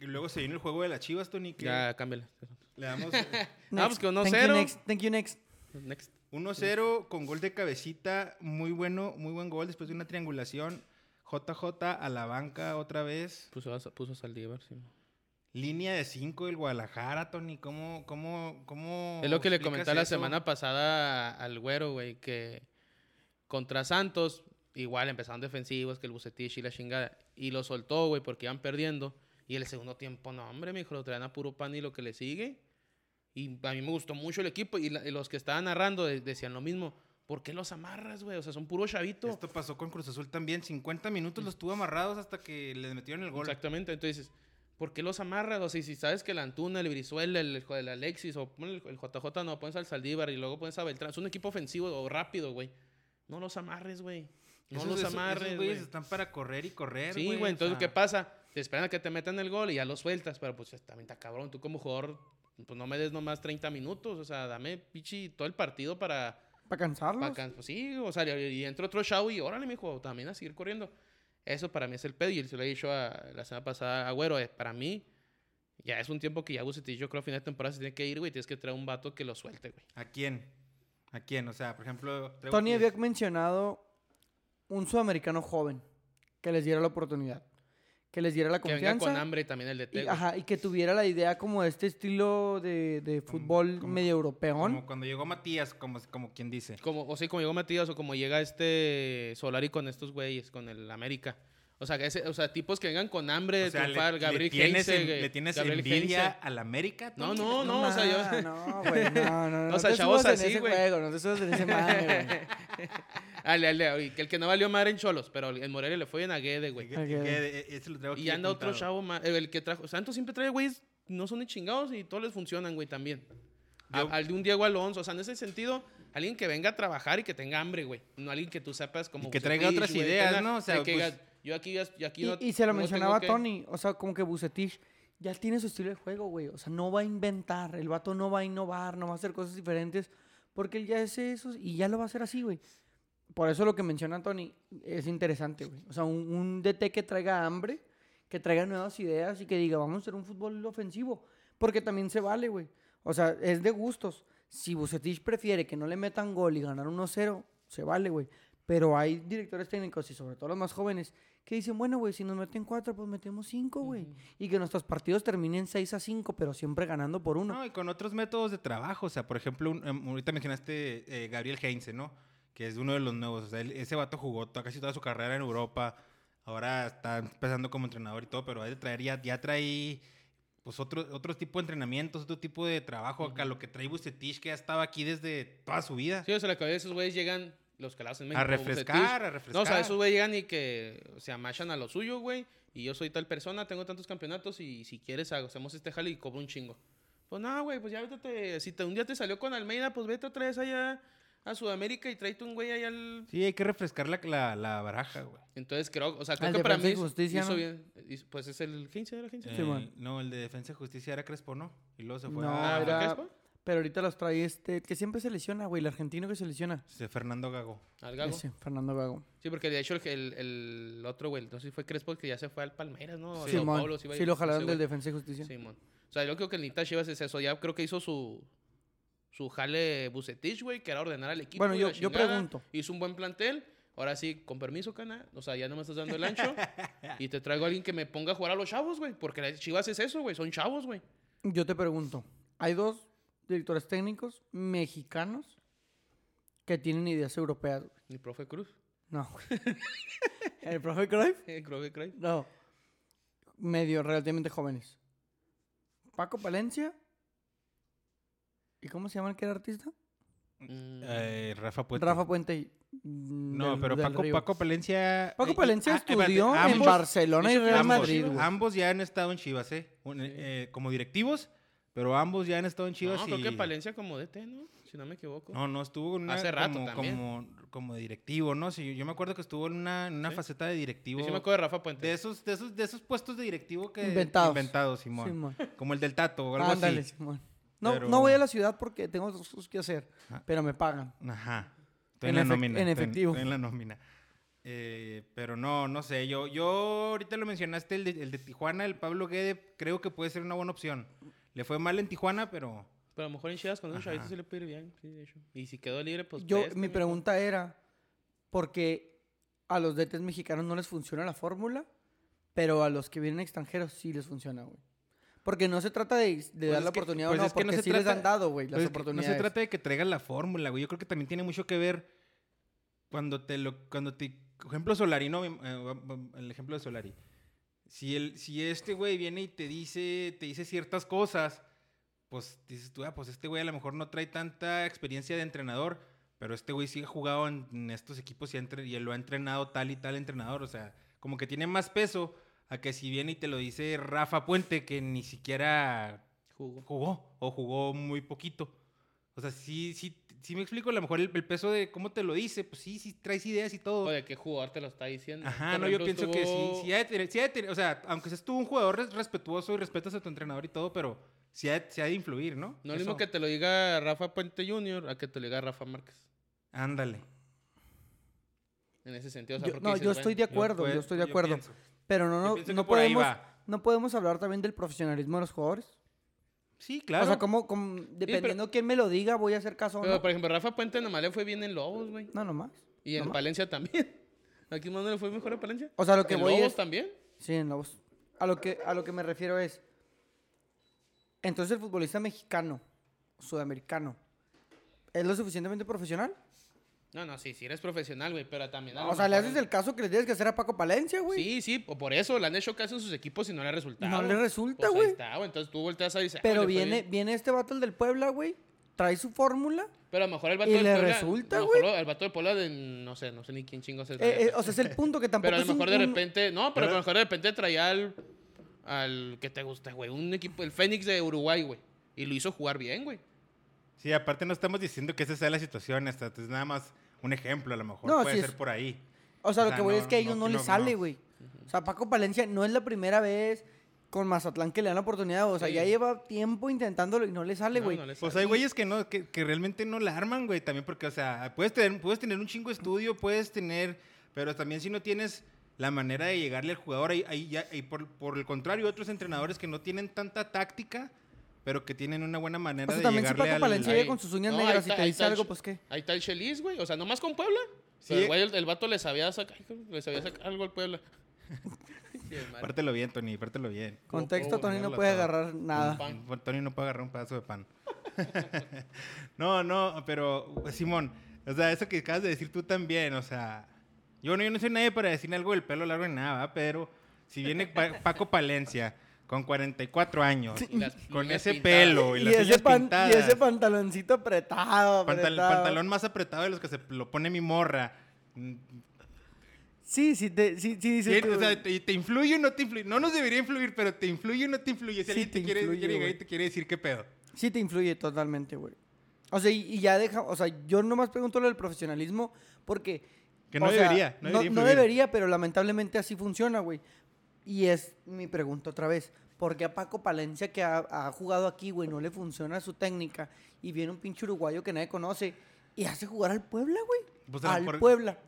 D: Y luego se vino el juego de las Chivas, Tony, que
B: Ya, cámbiala.
D: le damos
B: No, pues que
A: thank
B: 1-0.
A: you next, thank you next.
B: Next.
D: 1-0 con gol de cabecita, muy bueno, muy buen gol después de una triangulación. JJ a la banca otra vez.
B: Puso, a- puso a Saldívar, sí.
D: Línea de 5 del Guadalajara, Tony. ¿Cómo, cómo, cómo?
B: Es lo que le
D: explicas
B: comenté la
D: eso?
B: semana pasada al güero, güey, que contra Santos, igual empezaron defensivos, que el Bucetich y la chingada, y lo soltó, güey, porque iban perdiendo. Y el segundo tiempo, no, hombre, mijo, lo traen a puro pan y lo que le sigue. Y a mí me gustó mucho el equipo, y, la- y los que estaban narrando de- decían lo mismo. ¿Por qué los amarras, güey? O sea, son puro chavito.
D: Esto pasó con Cruz Azul también. 50 minutos los tuvo amarrados hasta que les metieron el gol.
B: Exactamente, entonces, ¿por qué los amarras? O sea, y si sabes que el Antuna, el Brizuela, el, el Alexis, o pon el, el JJ, no, pones al Saldívar y luego pones a Beltrán. Es un equipo ofensivo o rápido, güey. No los amarres, güey. No
D: Esos-
B: los
D: esos-
B: amarres,
D: Esos güeyes
B: güey.
D: están para correr y correr.
B: Sí,
D: o
B: güey, entonces,
D: sea,
B: ¿qué pasa? Te esperan a que te metan el gol y ya lo sueltas, pero pues también está cabrón. Tú como jugador, pues no me des nomás 30 minutos, o sea, dame, pichi, todo el partido para
A: Para cansarlos.
B: Pa' can- pues sí, o sea, y y entra otro chavo y órale, mijo, también a seguir corriendo. Eso para mí es el pedo. Y se lo he dicho a- la semana pasada a Güero, eh, para mí ya es un tiempo que ya Bucetich, yo creo, a final de temporada se tiene que ir, güey. Tienes que traer un vato que lo suelte, güey.
D: ¿A quién? ¿A quién? O sea, por ejemplo... Trevor
A: Tony
D: Hill.
A: había mencionado un sudamericano joven que les diera la oportunidad, que les diera la
B: Que venga con
A: confianza.
B: hambre y también el de
A: y,
B: Teo.
A: ajá, y que tuviera la idea como de este estilo de, de
D: Como-
A: fútbol
D: como-
A: medio europeón.
D: Como cuando llegó Matías, como, como quien dice.
B: Como, o sí, como llegó Matías o como llega este Solari con estos güeyes, con el América. O sea, que ese- o sea tipos que vengan con hambre de
D: O sea,
B: triunfar,
D: le,
B: Gabriel
D: le tienes,
B: Heinze,
D: en-
B: güey,
D: le tienes
B: Gabriel
D: envidia
B: Heinze.
D: al América.
B: No,
D: Tony?
B: no, no, o sea,
A: nah,
B: yo...
A: No, güey, no, no, no.
B: O sea,
A: te
B: chavos
A: subas en
B: así,
A: ese
B: güey.
A: juego, no te subas en ese mame, güey.
B: Ale, ale, Ah, oye, que el que no valió madre en Cholos, pero en Morelia le fue bien a Guede,
D: Y
B: güey.
D: que- y que- e- ese lo traigo
B: Y
D: aquí
B: anda otro
D: apuntado.
B: chavo más. El que trajo. Santos siempre trae güeyes, no son ni chingados y todos les funcionan, güey, también. A-
D: Yo-
B: Al de un Diego Alonso. O sea, en ese sentido, alguien que venga a trabajar y que tenga hambre, güey. No alguien que tú sepas como.
D: Y que traiga otras ideas, ¿no? O sea, pues-
B: yo aquí, ya- yo aquí
A: Y,
B: no.
A: y se lo
B: no
A: mencionaba a
B: tengo que-
A: Tony, o sea, como que Bucetich ya tiene su estilo de juego, güey. O sea, no va a inventar, el vato no va a innovar, no va a hacer cosas diferentes, porque él ya hace eso y ya lo va a hacer así, güey. Por eso lo que menciona Tony es interesante, güey. O sea, un, un DT que traiga hambre, que traiga nuevas ideas y que diga, vamos a hacer un fútbol ofensivo, porque también se vale, güey. O sea, es de gustos. Si Bucetich prefiere que no le metan gol y ganar 1-0, se vale, güey. Pero hay directores técnicos y sobre todo los más jóvenes que dicen, bueno, güey, si nos meten cuatro, pues metemos cinco, güey. Y que nuestros partidos terminen 6 a 5, pero siempre ganando por uno.
B: Ah.
D: No, y con otros métodos de trabajo. O sea, por ejemplo, un- em, ahorita mencionaste eh, Gabriel Heinze, ¿no? Que es uno de los nuevos. O sea, él- ese vato jugó to- casi toda su carrera en Europa. Ahora está empezando como entrenador y todo, pero ha de traer ya, ya trae pues otro, otro tipo de entrenamientos, otro tipo de trabajo acá, lo que trae Bucetich, que ya estaba aquí desde toda su vida.
B: Sí, o sea, la cabeza de esos güeyes llegan los calados en México.
D: a refrescar, a refrescar.
B: No, o sea, esos güeyes llegan y que se amachan a lo suyo, güey. Y yo soy tal persona, tengo tantos campeonatos y si quieres hago- hacemos este jale y cobro un chingo. Pues nada, güey, pues ya vete, te- si te- un día te salió con Almeida, pues vete otra vez allá a Sudamérica y tráete un güey allá al...
D: Sí, hay que refrescar la, la, la baraja, güey.
B: Entonces creo, o sea, creo
A: Al
B: que para mí
A: Defensa y
B: hizo-
A: Justicia,
B: hizo
A: ¿no?
B: bien. hizo- Pues es el 15, ¿era 15?
A: Sí,
D: Eh,
A: man.
D: no, el de Defensa y Justicia era Crespo, ¿no? Y luego se fue
A: No,
D: a-
B: Ah, ¿fue
A: era-
B: Crespo?
A: Pero ahorita los trae este, que siempre se lesiona, güey, el argentino que se lesiona.
D: se- Fernando Gago.
B: Al Gago.
A: Ese, Fernando Gago.
B: Sí, porque de hecho el, el- el otro güey, no sé si fue Crespo que ya se fue al Palmeiras, ¿no? A Sao
A: Simón,
B: Paulo, iba a-
A: sí, lo
B: ese
A: jalaron
B: güey.
A: del Defensa y Justicia.
B: Simón. O sea, yo creo que el Nita Chivas es eso. Ya creo que hizo su, su jale Bucetich, güey, que era ordenar al equipo.
A: Bueno,
B: y
A: yo-
B: la
A: yo
B: chingada.
A: pregunto.
B: Hizo un buen plantel. Ahora sí, con permiso, cana. O sea, ya no me estás dando el ancho. y te traigo a alguien que me ponga a jugar a los chavos, güey. Porque las Chivas es eso, güey. Son chavos, güey.
A: Yo te pregunto, hay dos directores técnicos mexicanos que tienen ideas europeas. güey.
B: Mi profe Cruz.
A: No. güey. ¿El profe Cruyff?
B: Eh, Creo que creo.
A: No. Medio, relativamente jóvenes. Paco Palencia. ¿Y cómo se llama el que era artista?
B: Mm,
D: Eh, Rafa Puente.
A: Rafa Puente. mm,
D: No,
A: del-
D: pero
A: del
D: Paco,
A: Río.
D: Paco Palencia.
A: Paco
D: eh, y-
A: Palencia
D: ah, espérate,
A: estudió en
D: ambos-
A: Barcelona y
B: Eso-
A: Real
D: ambos-
A: Madrid, güey.
D: Ambos ya han estado en Chivas, ¿eh? Un- eh, como directivos, pero ambos ya han estado en Chivas.
B: no,
D: y...
B: creo que Palencia como DT, ¿no? Si no me equivoco.
D: No, no, estuvo en una,
B: Hace rato
D: como,
B: también.
D: como, como directivo, ¿no? Sí, yo me acuerdo que estuvo en una, en una
B: Sí.
D: faceta de directivo.
B: Yo sí me acuerdo de Rafa Puente.
D: de esos, de esos, de esos puestos de directivo que
A: Inventados.
D: Simón.
A: Simón.
D: Como el del Tato o algo
A: Ándale,
D: así.
A: Simón. No,
D: Pero- Ah.
A: no voy a la ciudad porque tengo otras cosas que hacer,
D: Ajá.
A: pero me pagan.
D: Ajá. Estoy
A: En
D: en, la
A: efec-
D: nómina.
A: en
D: estoy
A: efectivo.
D: Estoy en la nómina. Eh, pero no, no sé. Yo, yo ahorita lo mencionaste, el de, el de Tijuana, el Pablo Guede, creo que puede ser una buena opción. Le fue mal en Tijuana, pero.
B: Pero a lo mejor en Chivas con un
D: Ajá.
B: chavito se le puede ir bien. Sí, de hecho. Y si quedó libre, pues.
A: Yo,
B: préstame,
A: mi
B: ¿no?
A: pregunta era, porque a los DTs mexicanos no les funciona la fórmula, pero a los que vienen extranjeros sí les funciona, güey. Porque no se trata de, de dar
D: es
A: la
D: que-
A: oportunidad
D: pues
A: o no,
D: es que no
A: porque
D: se
A: sí les
D: trata-
A: han dado, güey, las
D: Pues es que
A: oportunidades.
D: No se trata de que traigas la fórmula, güey. Yo creo que también tiene mucho que ver cuando te lo. Cuando te. por Ejemplo Solari, ¿no? Eh, va- va- El ejemplo de Solari. Si, el, si este güey viene y te dice, te dice ciertas cosas, pues dices tú, ah, pues este güey a lo mejor no trae tanta experiencia de entrenador, pero este güey sí ha jugado en, en estos equipos y, ha entre- y lo ha entrenado tal y tal entrenador. O sea, como que tiene más peso a que si viene y te lo dice Rafa Puente, que ni siquiera
B: Jugó.
D: jugó o jugó muy poquito. O sea, sí, sí, sí me explico, a lo mejor el, el peso de cómo te lo dice, pues sí, sí traes ideas y todo.
B: O de qué jugador te lo está diciendo.
D: Ajá,
B: Por
D: no, yo
B: ejemplo,
D: pienso que sí,
B: estuvo-
D: sí ha de tener- sí ha de tener- o sea, aunque seas tú un jugador res- respetuoso y respetas a tu entrenador y todo, pero sí ha, sí ha de influir, ¿no?
B: No es lo mismo
D: Eso.
B: que te lo diga Rafa Puente Jr. a que te lo diga Rafa Márquez.
D: Ándale.
B: En ese sentido. O sea,
A: Yo-
B: porque
A: no,
B: dices,
A: yo estoy
B: bueno,
A: de acuerdo, yo,
D: puedo-
A: estoy de acuerdo.
D: pienso.
A: pero no,
D: Yo
A: no,
D: pienso que
A: no
D: por ahí
A: podemos,
D: va.
A: no podemos hablar también del profesionalismo de los jugadores.
D: Sí, claro.
A: O sea, como, como- dependiendo quién me lo diga, voy a hacer caso o
B: Pero,
A: no.
B: por ejemplo, Rafa Puente nomás le fue bien en Lobos, güey.
A: No, nomás.
B: Y en
A: nomás.
B: Palencia también. Aquí más no le fue mejor a Palencia.
A: O sea, lo que
B: en
A: voy
B: Lobos
A: es...
B: también.
A: Sí, en Lobos. A lo, que, a lo que me refiero es... Entonces el futbolista mexicano, sudamericano, ¿es lo suficientemente profesional?
B: No, no, sí, sí eres profesional, güey, pero también. a lo
A: o sea, le
B: mejor
A: haces
B: en-
A: el caso que le tienes que hacer a Paco Palencia, güey.
B: Sí, sí, o por eso le han hecho caso en sus equipos y no le ha resultado.
A: No le resulta,
B: Pues ahí
A: güey.
B: está, güey. Entonces tú volteas a dices. ah,
A: Pero
B: le fue
A: viene,
B: bien.
A: viene este vato el del Puebla, güey. Trae su fórmula.
B: Pero a lo mejor el vato
A: y
B: de
A: le
B: Puebla.
A: resulta,
B: a lo mejor
A: güey.
B: El vato de Puebla de. No sé, no sé ni quién chingo se
A: Eh, eh, o sea, es el punto que tampoco
B: Pero a lo
A: es un-
B: mejor de
A: un-
B: repente. No, pero a lo
D: ¿Verdad?
B: mejor de repente traía al. Al que te gusta, güey. Un equipo. El Fénix de Uruguay, güey. Y lo hizo jugar bien, güey.
D: Sí, aparte no estamos diciendo que esa sea la situación, hasta es nada más un ejemplo, a lo mejor
A: No,
D: puede
A: sí
D: ser
A: es-
D: por ahí.
A: O sea,
D: o
A: lo
D: sea,
A: que voy
D: no-
A: es que a ellos
D: no-
A: no, les
D: no-
A: sale,
D: no.
A: güey. O sea, Paco Palencia no es la primera vez con Mazatlán que le dan la oportunidad. O sea,
B: Sí.
A: ya lleva tiempo intentándolo y no le sale,
B: No,
A: güey.
B: no le
D: Pues
B: sale.
D: hay güeyes que no, que, que realmente no la arman, güey, también porque, o sea, puedes tener, puedes tener un chingo de estudio, puedes tener, pero también si no tienes la manera de llegarle al jugador, ahí, ahí ya, y por, por el contrario, otros entrenadores que no tienen tanta táctica, pero que tienen una buena manera
A: O sea,
D: de
A: también si
D: llegarle
A: Paco
D: al-
A: Palencia
D: al-
A: llega con sus uñas negras
B: ahí
A: y te
B: ahí
A: dice
B: el
A: algo,
B: Che-
A: pues, ¿qué?
B: Ahí está el Chelis, güey. O sea, nomás con Puebla.
D: Sí,
B: Pero,
D: eh.
B: güey, el, el vato le sabía sacar, le sabía sacar algo al Puebla. Sí, madre.
D: Pártelo bien, Tony, pártelo bien.
A: Contexto,
B: puedo
A: Tony no
D: ponerla
A: puede
D: toda?
A: agarrar nada.
B: pan.
D: Un- Tony no puede agarrar un pedazo de pan. no, no, pero pues, Simón, o sea, eso que acabas de decir tú también, o sea, yo no, yo no soy nadie para decir algo del pelo largo ni nada, ¿va? pero si viene Pa- Paco Palencia con 44 años,
B: Y las
D: con
B: uñas
D: ese
B: pintadas.
D: pelo y,
A: Y
D: las
A: ese,
D: uñas
A: pan- y
D: pintadas,
A: ese pantaloncito apretado,
D: pantal-
A: apretado.
D: pantalón más apretado de los que se lo pone mi morra. Mm,
A: Sí, sí, te, sí, sí, dices
D: ¿quién-
A: tú,
D: o sea, ¿te, te influye o no te influye? No nos debería influir, pero te influye o no te influye. Si
A: Sí
D: alguien te,
A: te
D: quiere,
A: influye,
D: quiere llegar y
A: güey.
D: te quiere decir qué pedo.
A: Sí te influye totalmente, güey. O sea, y, y ya deja, o sea, yo nomás pregunto lo del profesionalismo porque...
D: Que no
A: o sea,
D: debería, no debería influir.
A: debería, pero lamentablemente así funciona, güey. Y es mi pregunta otra vez. ¿Por qué a Paco Palencia, que ha, ha jugado aquí, güey, no le funciona su técnica? Y viene un pinche uruguayo que nadie conoce y hace jugar al Puebla, güey.
D: Pues,
A: al
D: por-
A: Puebla.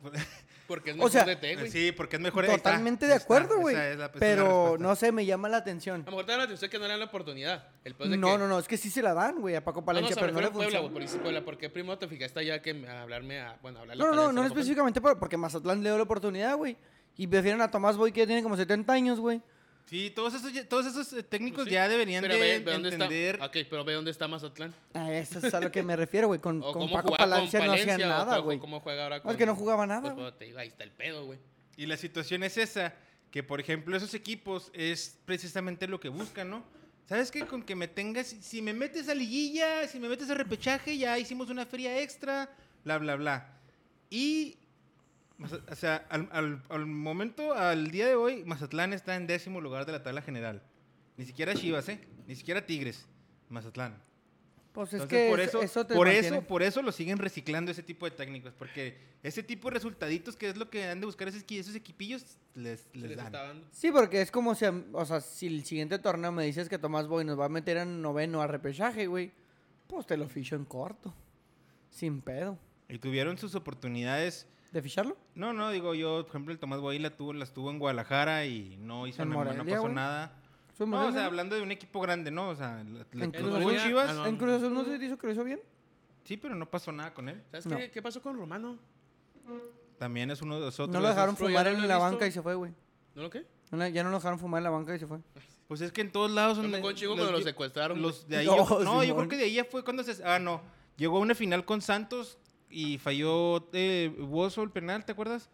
B: Porque es
A: O
B: mejor
A: sea,
B: de té, Eh, güey.
D: Eh, Sí, porque es mejor ahí está,
A: Totalmente
D: ahí
A: de
D: está,
A: acuerdo,
D: esa
A: güey.
D: es la- esa es la
A: pero
D: respuesta.
A: no sé, me llama la atención.
B: A lo mejor te dan la atención que no le dan la oportunidad. El peor es de
A: No,
B: que-
A: no, no, es que sí se la dan, güey, a Paco
B: No, no,
A: Palencia,
B: se
A: pero no
B: refiere
A: le
B: a Puebla,
A: funciona.
B: güey, por- Puebla, porque primero te fijaste allá que me- a hablarme a, bueno, a hablarle a
A: No, no, no, no
B: Palencia, pues. a lo mejor.
A: específicamente por- porque Mazatlán le dio la oportunidad, güey. Y prefieren a Tomás Boy que ya tiene como 70 años, güey.
D: Sí, todos esos, ya- todos esos eh, técnicos
B: Pues Sí.
D: ya deberían
B: Pero
D: de
B: ve- ve dónde está- Ah.
D: entender.
B: Ok, pero ve dónde está Mazatlán.
A: A eso es a lo que me refiero, güey. Con, con
B: O cómo
A: Paco
B: jugaba con
A: Palencia no hacían
B: Palencia, o
A: nada,
B: cómo-
A: güey.
B: cómo juega ahora
A: No, es que
B: con-
A: no jugaba nada,
B: Pues,
A: güey.
B: bueno, te digo, ahí está el pedo, güey.
D: Y la situación es esa, que por ejemplo esos equipos es precisamente lo que buscan, ¿no? ¿Sabes qué? Con que me tengas, si me metes a liguilla, si me metes a repechaje, ya hicimos una feria extra, bla, bla, bla. Y, Maza- o sea, al, al- al momento, al día de hoy, Mazatlán está en décimo lugar de la tabla general. Ni siquiera Chivas, ¿eh? Ni siquiera Tigres. Mazatlán.
A: Pues es
D: Entonces,
A: que
D: por
A: eso,
D: eso,
A: eso te
D: por
A: mantiene-
D: eso, por eso lo siguen reciclando ese tipo de técnicos, porque ese tipo de resultaditos que es lo que han de buscar esos, equi- esos equipillos les, les
B: Les
D: dan.
B: está dando.
A: Sí, porque es como si, a- o sea, si el siguiente torneo me dices que Tomás Boy nos va a meter en noveno a repechaje, güey, pues te lo ficho en corto. Sin pedo.
D: Y tuvieron sus oportunidades.
A: ¿De ficharlo?
D: No, no, digo yo, por ejemplo, el Tomás Boy la tuvo, las tuvo en Guadalajara y no hizo
A: En
D: nada, no
A: Morelia,
D: pasó
A: güey.
D: nada.
A: Soy
D: No, o
A: Morelia,
D: sea, hablando de un equipo grande, ¿no? O sea, la- la-
A: En
D: los
A: Cruz
D: tuvo en
B: Azul.
D: Chivas,
B: Ah, no.
A: ¿En Cruz Azul no se hizo que lo hizo bien?
D: sí, pero no pasó nada con él.
B: ¿Sabes
A: No.
B: qué, qué pasó con Romano?
D: También es uno de los otros.
A: No lo dejaron
B: pero ya
A: fumar
B: no lo
A: en
B: he
A: la
B: visto.
A: banca y se fue, güey.
B: ¿No lo qué?
A: No la- Ya no lo dejaron fumar en la banca y se fue.
D: Pues es que en todos lados
B: Como
D: donde
B: con Chivo
D: los-
B: cuando lo secuestraron. güey.
D: Los de ahí.
A: No,
D: yo- No, yo,
A: Oh, Simón.
D: creo que de ahí ya fue cuando se. Ah, no. Llegó a una final con Santos y falló eh, Bozo el penal, ¿te acuerdas?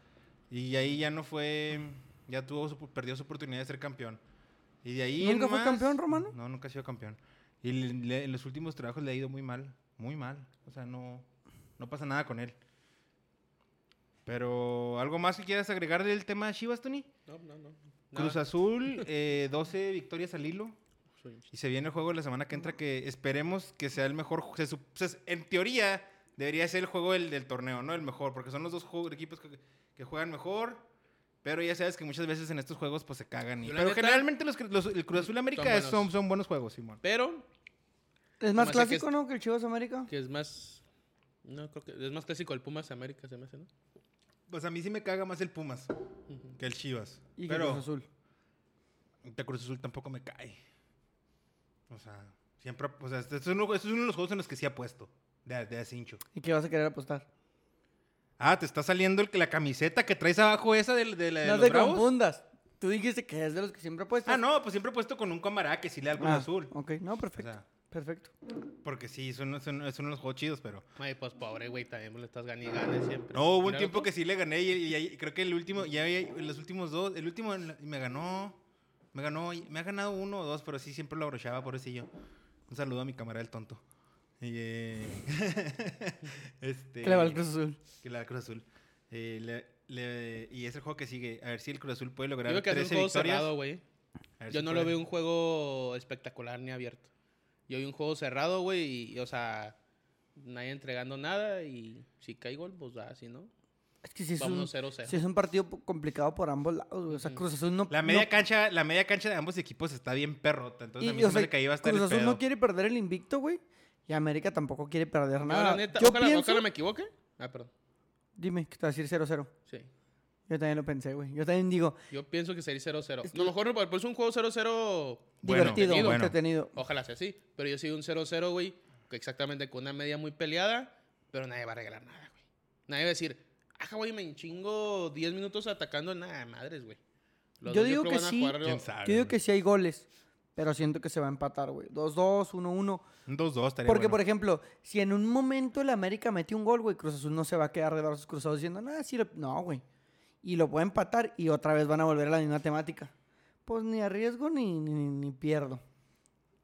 D: Y ahí ya no fue. Ya tuvo su- perdió su oportunidad de ser campeón. Y de ahí. en
A: ¿Nunca fue
D: más-
A: campeón, Romano?
D: No, nunca ha sido campeón. Y le- le- en los últimos trabajos le ha ido muy mal. Muy mal. O sea, no, no pasa nada con él. Pero, ¿algo más que quieras agregar del tema de Chivas, Tony?
B: No, no, no. Nada.
D: Cruz Azul, eh, 12 victorias al hilo.
B: Soy un chiste.
D: Y se viene el juego de la semana que entra que esperemos que sea el mejor. ju- se sup- se- en teoría, debería ser el juego del, del torneo, ¿no? El mejor, porque son los dos ju- equipos que, que juegan mejor. Pero ya sabes que muchas veces en estos juegos pues se cagan. y-
B: Yo la
D: pero
B: neta-
D: generalmente los, que- los- el Cruz Azul América
B: buenos.
D: es- son buenos, son, buenos juegos, Simón.
B: Pero,
A: Es más
B: Nomás sé que
A: clásico,
B: es-
A: ¿no? Que el Chivas América.
B: que es más. No, creo que es más clásico el Pumas América, se me hace, ¿no?
D: Pues a mí sí me caga más el Pumas que el Chivas.
A: Y que
D: pero
A: Cruz Azul.
D: el Cruz Azul tampoco me cae. O sea, Siempre, o sea, este es uno, este es uno de los juegos en los que sí apuesto, de, de ese hincho.
A: ¿Y qué vas a querer apostar?
D: Ah, te está saliendo el, que- la camiseta que traes abajo esa del- de, la de
A: no
D: los
A: te
D: Bravos?
A: confundas. Tú dijiste que es de los que siempre apuestas.
D: Ah, no, pues siempre he puesto con un camarada que sí le da al Cruz
A: Ah,
D: Azul.
A: Ok, no,
D: O
A: perfecto.
D: sea,
A: Perfecto.
D: porque sí, es uno, es uno- es uno de los juegos chidos, pero...
B: Ay, pues pobre, güey, también le estás ganando y gane siempre.
D: No, hubo un
B: Mira,
D: tiempo
B: loco.
D: que sí le gané y, y- y creo que el último, ya había- los últimos dos, el último en la- me ganó, me ganó, y me ha ganado uno o dos, pero sí siempre lo abrochaba, pobrecillo. Un saludo a mi camarada el tonto. Y, eh, este,
A: Que le va al Cruz Azul.
D: que le va al Cruz Azul. Eh, le- le- y es el juego que sigue. A ver si el Cruz Azul puede
B: Yo
D: lograr
B: creo que hace un
D: 13
B: juego
D: victorias.
B: cerrado, güey.
D: A ver
B: Yo
D: si
B: no lo
D: puede.
B: veo un juego espectacular ni abierto. Yo vi un juego cerrado, güey, y, y, o sea, nadie entregando nada y si cae gol, pues da, si no.
A: Es que si es, un,
B: Vámonos 0-0.
A: sí es un partido po- complicado por ambos lados, güey. O sea,
B: Ujú.
A: Cruz Azul no.
D: La media,
A: no-
D: cancha, la media cancha de ambos equipos está bien perrota. Entonces
A: y-
D: a mí
A: y,
D: se
A: o
D: me
A: sea,
D: hace que ahí va a estar
A: Cruz
D: el
A: Azul
D: pedo.
A: no quiere perder el invicto, güey. Y América tampoco quiere perder
B: Yo,
A: nada.
B: la neta,
A: Yo
B: ojalá,
A: pienso.
B: ojalá me equivoque. Ah, perdón.
A: Dime, que te va a decir 0-0.
B: Sí.
A: Yo también lo pensé, güey. Yo también digo,
B: Yo pienso que sería 0-0.
A: Es-
B: A lo mejor por es un juego 0-0.
D: Bueno,
A: divertido,
B: entretenido.
D: bueno.
A: entretenido.
B: Ojalá sea así. Pero yo soy un 0-0, güey. que Exactamente con una media muy peleada. Pero nadie va a regalar nada, güey. Nadie va a decir, ajá, güey, me enchingo 10 minutos atacando. Nada, madres, güey.
A: Yo
B: dos
A: digo
B: creo
A: que
B: van a
A: sí.
B: jugar lo-
D: ¿Quién sabe?
A: Yo digo que sí hay goles, pero siento que se va a empatar, güey. 2-2, 1-1.
D: Un 2-2 estaría
A: Porque,
D: bueno.
A: por ejemplo, si en un momento el América mete un gol, güey, Cruz Azul no se va a quedar de brazos cruzados diciendo, nada, sí, lo-". no, güey. Y lo puede empatar y otra vez van a volver a la misma temática. Pues ni arriesgo ni, ni, ni- ni pierdo.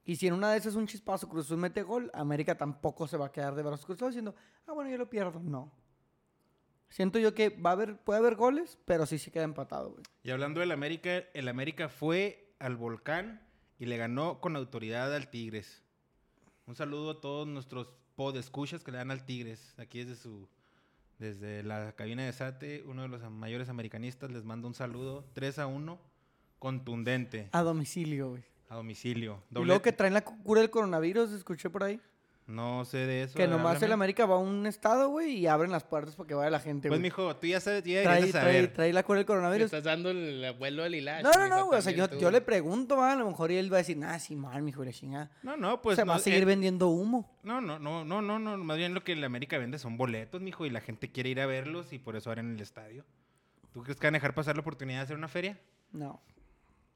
A: Y si en una de esas un chispazo Cruz Azul mete gol, América tampoco se va a quedar de brazos cruzados diciendo, ah, bueno, yo lo pierdo. No. Siento yo que va a haber, puede haber goles, pero sí se queda empatado, güey.
D: Y hablando del América, el América fue al volcán y le ganó con autoridad al Tigres. Un saludo a todos nuestros podescuchas que le dan al Tigres. Aquí desde su desde la cabina de Sate, uno de los mayores americanistas, les mando un saludo 3 a 1 contundente
A: A domicilio, güey.
D: a domicilio.
A: Ah. Y luego que
D: Doblete.
A: traen la cu- cura del coronavirus, escuché por ahí.
D: No sé de eso.
A: Que nomás el
D: háblame.
A: América va a un estado, güey, y abren las puertas para que vaya la gente,
D: Pues
A: güey.
D: mijo, tú ya sabes, ya deberías
A: trae,
D: de
A: trae,
D: saber.
A: trae la cura del
B: Le
A: coronavirus.
B: estás dando el abuelo al hilacho.
A: No, no,
B: mijo,
A: no, güey. O sea, yo,
B: también tú,
A: yo le
B: güey.
A: pregunto, va, a lo mejor y él va a decir, ah, sí, mal, mijo, y la chingada.
D: No, no, pues
A: Se va
D: no,
A: a seguir
D: eh,
A: vendiendo humo.
D: No, no, no, no, no, no. Más bien lo que el América vende son boletos, mijo, y la gente quiere ir a verlos y por eso ahora en el estadio. ¿Tú crees que van a dejar pasar la oportunidad de hacer una feria?
A: No.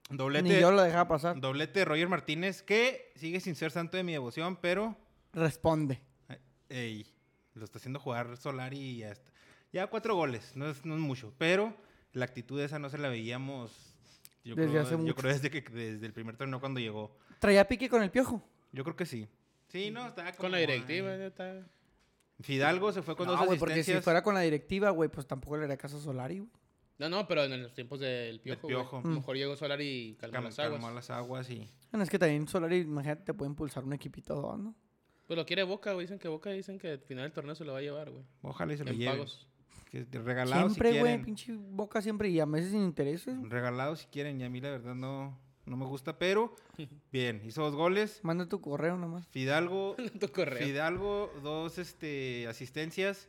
A: Ni
D: Doblete,
A: yo lo dejaba pasar.
D: doblete de Roger Martínez, que sigue sin ser santo de mi devoción, pero
A: Responde.
D: eh, ey, lo está haciendo jugar Solari y ya está. Ya cuatro goles, no es, no es mucho, pero la actitud esa no se la veíamos. Yo
A: Desde
D: creo,
A: hace
D: yo
A: mucho.
D: creo desde que desde el primer torneo cuando llegó.
A: Traía pique con el piojo.
D: Yo creo que sí. Sí, no, estaba
B: Con la
D: como,
B: directiva,
D: ay.
B: ya está.
D: Fidalgo se fue con
A: No,
D: dos
A: güey, porque
D: asistencias.
A: si fuera con la directiva, güey, pues tampoco le haría caso a Solari, güey.
B: No, no, pero en los tiempos del piojo. güey.
D: Piojo.
B: A
A: Mm.
B: lo mejor llegó Solar y calmó
D: Calm-
B: las aguas.
D: calmó las aguas y...
A: Bueno, es que también Solari, imagínate, te puede impulsar un equipito dos, ¿no?
B: Pues lo quiere Boca, güey. Dicen que Boca dicen que al final del torneo se lo va a llevar, güey.
D: Ojalá y se lo
B: En
D: lleven.
B: pagos.
D: Que de- regalado si
A: Siempre, güey,
D: quieren.
A: pinche boca siempre y a meses sin intereses. güey.
D: Regalado si quieren. Y a mí la verdad no, no me gusta, pero bien. Hizo dos goles.
A: Manda tu correo nomás.
D: Fidalgo,
B: Tu correo.
D: Fidalgo dos este, asistencias.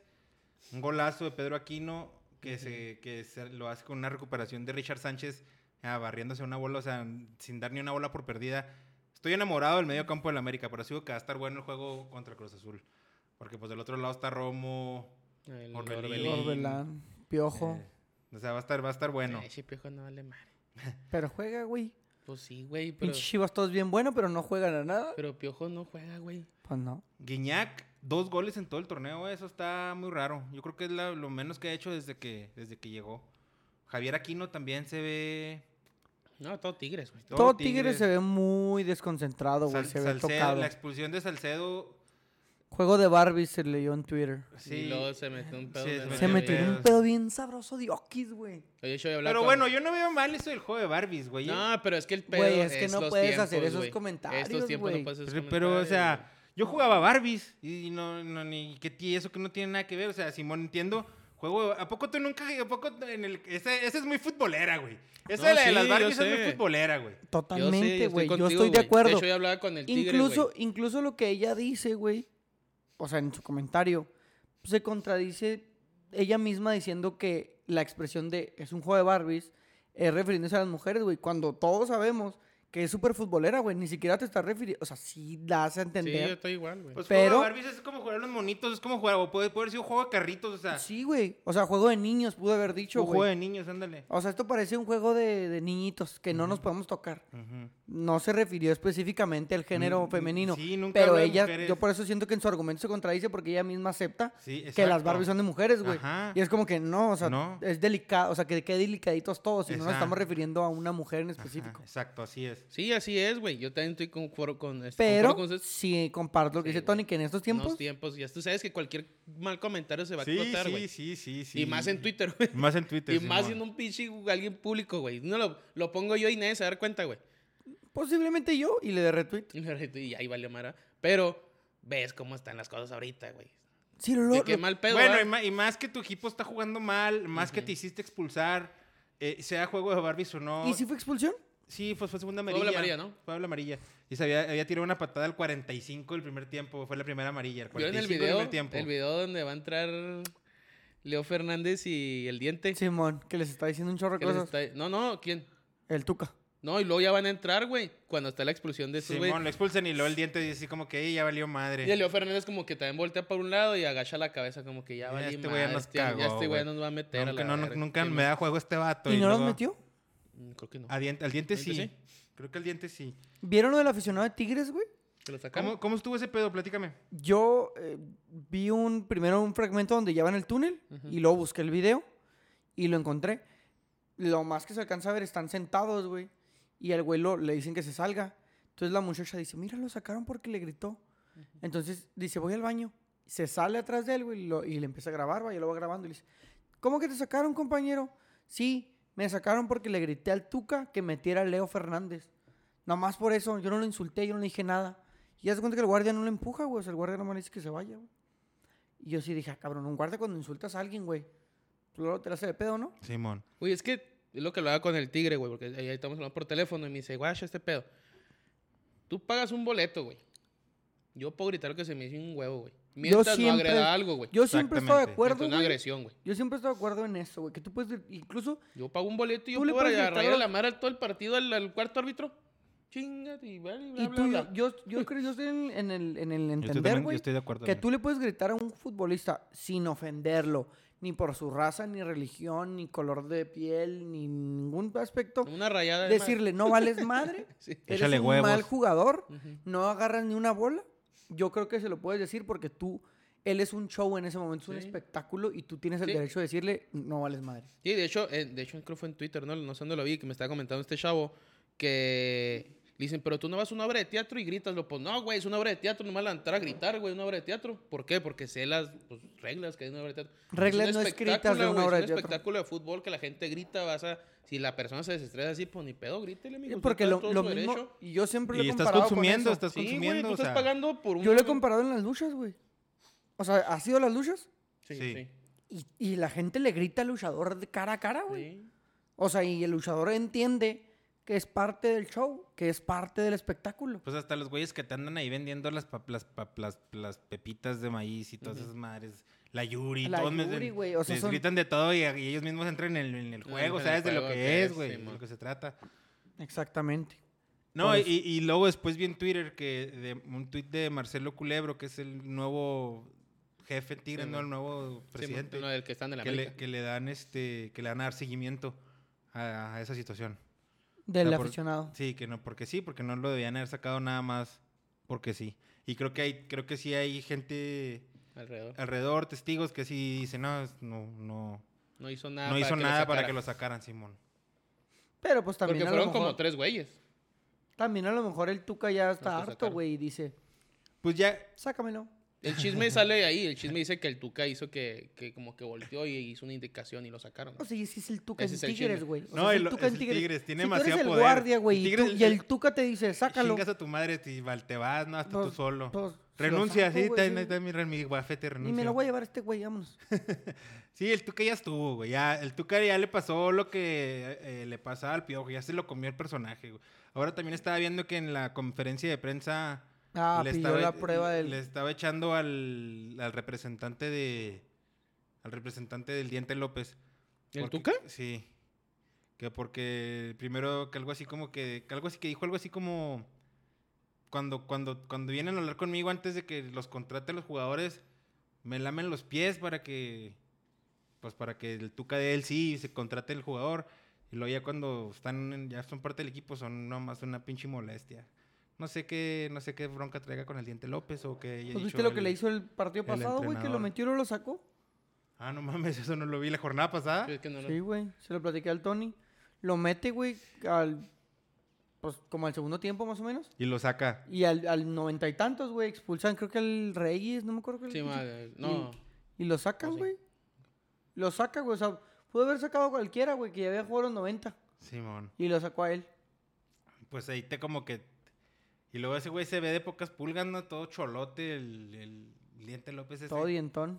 D: Un golazo de Pedro Aquino que, se, que se lo hace con una recuperación de Richard Sánchez ah, barriéndose una bola, o sea, n- sin dar ni una bola por perdida. Estoy enamorado del medio campo del América, pero sigo que va a estar bueno el juego contra Cruz Azul. Porque pues del otro lado está Romo,
B: El
D: Orbelín.
B: Orbelín.
A: Orbelán, piojo.
D: Eh, o sea, va a estar, va a estar bueno.
B: Ese piojo no vale madre.
A: Pero juega, güey.
B: Pues sí, güey, pero,
A: Pinche Chivas todos bien bueno, pero no juegan a nada.
B: pero Piojo no juega, güey.
A: Pues no.
D: Guiñac, dos goles en todo el torneo, eso está muy raro. Yo creo que es la- lo menos que ha hecho desde que, desde que llegó. Javier Aquino también se ve.
B: No, todo Tigres, güey.
D: Todo
A: Todo, Tigre se ve muy desconcentrado, güey.
D: Sal-
A: se ve
D: Salcedo,
A: tocado.
D: La expulsión de Salcedo.
A: Juego de Barbie se leyó en Twitter.
D: Sí.
B: Y luego se metió un pedo.
D: Sí,
B: de
D: se
B: la
A: Se
D: Metió
A: metió en
B: verga.
A: un pedo bien sabroso de Oquis, güey.
B: Oye, yo voy a hablar
D: Pero
B: con-
D: bueno, yo no veo mal eso del juego de Barbies, güey. ¿eh?
B: No, pero es que el pedo
A: Güey, es que no
B: los
A: puedes hacer
B: tiempos,
A: esos
B: güey.
A: comentarios,
B: Estos tiempos
A: güey.
B: no puedes hacer
D: Pero,
B: esos
D: pero, o
B: comentarios,
D: sea, yo jugaba Barbies y no, no ni que ti- eso que no tiene nada que ver. O sea, Simón, entiendo. Juego, ¿a poco tú nunca, a poco en el, esa, esa es muy futbolera, güey. Esa
B: No,
D: de, la, de
B: sí,
D: las
B: yo
D: Barbies es
B: sé.
D: muy futbolera, güey.
B: güey. Yo sí,
A: Totalmente, güey. Yo,
B: contigo,
A: estoy de
B: güey.
A: acuerdo.
B: De hecho, yo hablaba con el Tigre, güey.
A: incluso, incluso lo que ella dice, güey. O sea, en su comentario. Se contradice ella misma diciendo que la expresión de es un juego de Barbies es refiriéndose a las mujeres, güey. Cuando todos sabemos que es súper futbolera, güey. Ni siquiera te estás refiriendo. O sea, sí das a
B: Sí, yo
A: entender.
B: estoy igual, güey.
D: Pues
A: Pero-
D: juego de Barbies es como jugar a los monitos, es como jugar, o puede, puede haber sido juego de carritos, o sea,
A: Sí, güey. O sea, juego de niños, pude haber dicho,
D: un juego
A: güey.
D: de niños, ándale.
A: O sea, esto parece un juego de, de niñitos que no nos podemos tocar.
D: Ujú.
A: No se refirió específicamente al género
D: Mm,
A: femenino.
D: sí, nunca
A: pero
D: habla de
A: ella,
D: mujeres.
A: yo por eso siento que en su argumento se contradice porque ella misma acepta
D: Sí,
A: que las
D: exacto.
A: Barbies son de mujeres, güey.
D: Ajá.
A: Y es como que no, o sea,
D: No.
A: es delicado, o sea, que qué delicaditos todos, si no nos
D: Exacto.
A: estamos refiriendo a una mujer en
D: Ajá,
A: específico.
D: exacto, así es.
B: Sí, así es, güey. Yo también estoy concuerdo con este.
A: Pero
B: concuerdo con ustedes.
A: sí comparto lo que
B: Sí,
A: dice
B: güey.
A: Tony, que en estos tiempos,
B: Unos tiempos. Ya tú sabes que cualquier mal comentario se va a
D: sí,
B: explotar, güey.
D: sí, sí, sí, sí.
B: Y más en Twitter, güey.
D: Más en Twitter.
B: Y más
D: Simón.
B: en un pinche alguien público, güey. No lo, lo pongo yo y nadie se va a dar cuenta, güey.
A: posiblemente yo, y le dé retweet.
B: Y ahí vale Mara. Pero ves cómo están las cosas ahorita, güey.
A: Sí, lo,
B: De
A: lo-
B: qué mal pedo.
D: bueno,
B: ¿verdad?
D: y ma- y más, que tu equipo está jugando mal, más que te hiciste expulsar, eh, sea juego de Barbies o no.
A: ¿Y si fue expulsión?
D: Sí, fue, fue segunda
B: Fue
D: amarilla.
B: doble amarilla, ¿no?
D: Fue doble amarilla. Y se había, había tirado una patada al 45 el primer tiempo, fue la primera amarilla. El
B: Yo en
D: 45
B: el
D: del
B: video,
D: primer tiempo.
B: el video donde va a entrar Leo Fernández y el diente.
A: Simón, que les está diciendo un chorro de
B: que les
A: cosas.
B: está- No, no, ¿quién?
A: El Tuca.
B: No, y luego ya van a entrar, güey. Cuando está la expulsión de su pues, güey.
D: Simón, lo expulsan y luego el diente dice así como que "Ey, ya valió madre.
B: Y el Leo Fernández como que también voltea para un lado y agacha la cabeza como que ya
D: Ya
B: va
D: este güey ya nos
B: ya,
D: cagó,
B: este güey
D: güey.
B: nos va a meter a
D: nunca
B: la
D: no,
B: verga.
D: nunca
B: Sí,
D: me da juego este vato.
A: ¿Y no los
D: luego-
A: metió?
B: mm, Creo que no.
D: A dien- al diente
B: ¿Diente
D: sí.
B: sí?
D: Creo que al diente sí.
A: ¿Vieron lo del aficionado de Tigres, güey?
B: ¿Que lo sacaron?
D: ¿Cómo, cómo estuvo ese pedo? Platícame.
A: Yo eh, vi un primero un fragmento donde ya va en el túnel y luego busqué el video y lo encontré. Lo más que se alcanza a ver están sentados, güey. Y al güey lo- le dicen que se salga. Entonces la muchacha dice, mira, lo sacaron porque le gritó. Entonces dice, voy al baño. Se sale atrás de él, güey, y, lo- y le empieza a grabar, güey, y lo va grabando. Y le dice, ¿cómo que te sacaron, compañero? Sí, me sacaron porque le grité al Tuca que metiera a Leo Fernández. Nomás por eso, yo no lo insulté, yo no le dije nada. Y ya se cuenta que el guardia no lo empuja, güey. O sea, el guardia nomás le dice que se vaya, güey. Y yo sí dije, ah, cabrón, un guardia cuando insultas a alguien, güey. tú Luego te la hace de pedo, ¿no?
D: Simón.
B: Oye, es que es lo que lo hago con el tigre, güey, porque ahí estamos hablando por teléfono y me dice, guacha, este pedo. Tú pagas un boleto, güey. Yo puedo gritar lo que se me hizo un huevo, güey. Mientras no
A: siempre-
B: agreda algo, güey.
A: Yo siempre estoy de
D: Exactamente.
A: acuerdo,
B: Mientras no
A: güey.
B: agresión, güey.
A: Yo siempre estoy de acuerdo en eso, güey. Que tú puedes, gr- incluso,
B: Yo pago un boleto y yo
A: Tú le
B: puedo
A: puedes gritar
B: rayar a
A: lo-
B: la madre todo el partido al, al cuarto árbitro. Chingate y bla, bla,
A: y
B: bla,
A: tú,
B: bla.
A: yo, yo, yo creo, yo estoy en, en el, en el
D: Yo estoy
A: entender,
D: también- yo
A: güey,
D: estoy de acuerdo
A: que
D: también.
A: tú le puedes gritar a un futbolista sin ofenderlo, ni por su raza, ni religión, ni color de piel, ni ningún aspecto.
B: Una rayada. de madre.
A: decirle, no vales madre,
B: Sí.
A: eres
D: Échale
A: un
D: huevos.
A: mal jugador,
B: Ujú.
A: no agarras ni una bola. Yo creo que se lo puedes decir porque tú, él es un show en ese momento, es un
B: Sí.
A: espectáculo y tú tienes el
B: Sí.
A: derecho de decirle, no vales madre.
B: Sí, de hecho, eh, de hecho creo fue en Twitter, no, no sé dónde lo vi, que me estaba comentando este chavo que le dicen, pero tú no vas a una obra de teatro y gritas, lo pues no, güey, es una obra de teatro, nomás la entrar a gritar, güey, una obra de teatro. ¿Por qué? Porque sé las pues, reglas que hay en una obra de teatro.
A: Reglas
B: Es un
A: no escritas de
B: espectáculo,
A: una
B: güey,
A: obra
B: es
A: de
B: un
A: teatro.
B: espectáculo de fútbol que la gente grita, vas a... Si la persona se desestresa así, pues ni pedo, grítele, mijo.
A: Sí,
B: usted
A: porque
B: está
A: lo,
B: en todo
A: lo
B: su
A: mismo,
B: derecho.
A: y yo siempre lo he
D: Y estás
A: comparado con
D: consumiendo,
A: eso.
D: estás
B: Sí, güey,
D: consumiendo.
B: tú
D: o
B: estás
D: sea,
B: pagando por un...
A: Yo lo he comparado en las luchas, güey. O sea, ha sido las luchas
B: Sí,
D: Sí.
B: sí.
A: y, y la gente le grita al luchador de cara a cara, güey.
B: sí.
A: O sea, y el luchador entiende que es parte del show, que es parte del espectáculo.
D: Pues hasta los güeyes que te andan ahí vendiendo las, pap- las, pap- las, las pepitas de maíz y todas esas madres. La Yuri,
A: La
D: todos me-
A: Yuri, güey, o sea,
D: les
A: son-
D: gritan de todo y, y ellos mismos entran en el, en el juego,
B: en el
D: ¿sabes? de lo
B: juego
D: que
B: que
D: es,
B: es,
D: güey, de
B: Simón.
D: lo que se trata.
A: Exactamente.
D: No,
A: Por
D: y,
A: eso.
D: y luego después vi en Twitter que de, un tuit de Marcelo Culebro, que es el nuevo jefe tigre, no
B: Simón.
D: el nuevo presidente,
B: Uno del que están en la
D: que,
B: América.
D: le, que le dan este, que le van a dar seguimiento a- a esa situación.
A: Del
D: sea, por-
A: aficionado.
D: Sí, que no, porque sí, porque no lo debían haber sacado nada más porque sí. Y creo que hay, creo que sí hay gente
B: Alrededor.
D: alrededor, testigos, que sí dicen, no, es- no, no,
B: No hizo nada
D: no hizo
B: que lo
D: nada Ah, para
B: sacara.
D: que lo sacaran, Simón.
A: Pero pues también
B: Porque
A: a lo
B: fueron
A: mejor-
B: como tres güeyes.
A: También a lo mejor el Tuca ya
B: que
A: está harto,
B: sacaron.
A: güey, y dice,
D: Pues ya,
A: sácamelo.
B: El chisme sale de ahí. El chisme dice que el Tuca hizo que, que como que volteó y hizo una indicación y lo sacaron.
A: O sea, y es que es el Tuca
B: Ese
A: en
B: es el
A: Tigres,
B: chisme.
A: güey. O sea,
D: No,
A: es
D: el- es el Tigres, tiene
A: si tú eres
D: demasiado
A: el
D: poder.
A: guardia, güey,
D: El
A: y,
D: Tigres
A: tú-
D: es-
A: y el Tuca te dice, sácalo.
D: chingas a tu madre y val- te vas, no, hasta tú
A: Pues,
D: solo.
A: pues, lo
D: renuncia,
A: saco,
D: sí,
A: güey,
D: también
A: sí.
D: ahí está mi, re- mi guafete,
A: Y
D: renuncia.
A: me lo voy a llevar a este güey, vámonos.
D: Sí, el Tuca ya estuvo, güey. Ya, el Tuca ya le pasó lo que eh, le pasaba al Piojo. Ya se lo comió el personaje, güey. Ahora también estaba viendo que en la conferencia de prensa...
A: Ah,
D: le
A: pidió
D: estaba- e-,
A: la prueba del...
D: Le estaba echando al, al representante de... Al representante del Diente López.
B: ¿El
D: Porque-
B: Tuca?
D: Sí. Que porque primero que algo así como que, que algo así que dijo algo así como cuando cuando cuando vienen a hablar conmigo antes de que los contraten los jugadores me lamen los pies para que pues para que el Tuca de él sí se contrate el jugador y luego ya cuando están en- ya son parte del equipo son nomás una pinche molestia. No sé qué no sé qué bronca traiga con el diente López o que haya
A: Pues,
D: dicho
A: ¿Viste lo que
D: el-
A: le hizo el partido
D: el
A: pasado, güey? Que lo
D: entrenador.
A: metió y luego lo sacó.
D: Ah, no mames, eso no lo vi la jornada pasada.
B: Ah, Es que no lo-
A: Sí, güey. Se lo platiqué al Tony. Lo mete, güey, al. Pues como al segundo tiempo, más o menos.
D: Y lo saca.
A: Y al, al noventa y tantos, güey, expulsan, creo que al Reyes, no me acuerdo. qué
B: Sí,
A: le-
B: madre, No.
A: Y lo
B: Oh,
A: sacan,
B: sí.
A: güey. Lo saca, güey. O sea, pudo haber sacado a cualquiera, güey, que ya había jugado los 90.
D: Simón.
A: Y lo sacó a él.
D: Pues ahí te como que. Y luego ese güey se ve de pocas pulgas, ¿no? Todo cholote, el, el diente López ese.
A: Todo dientón.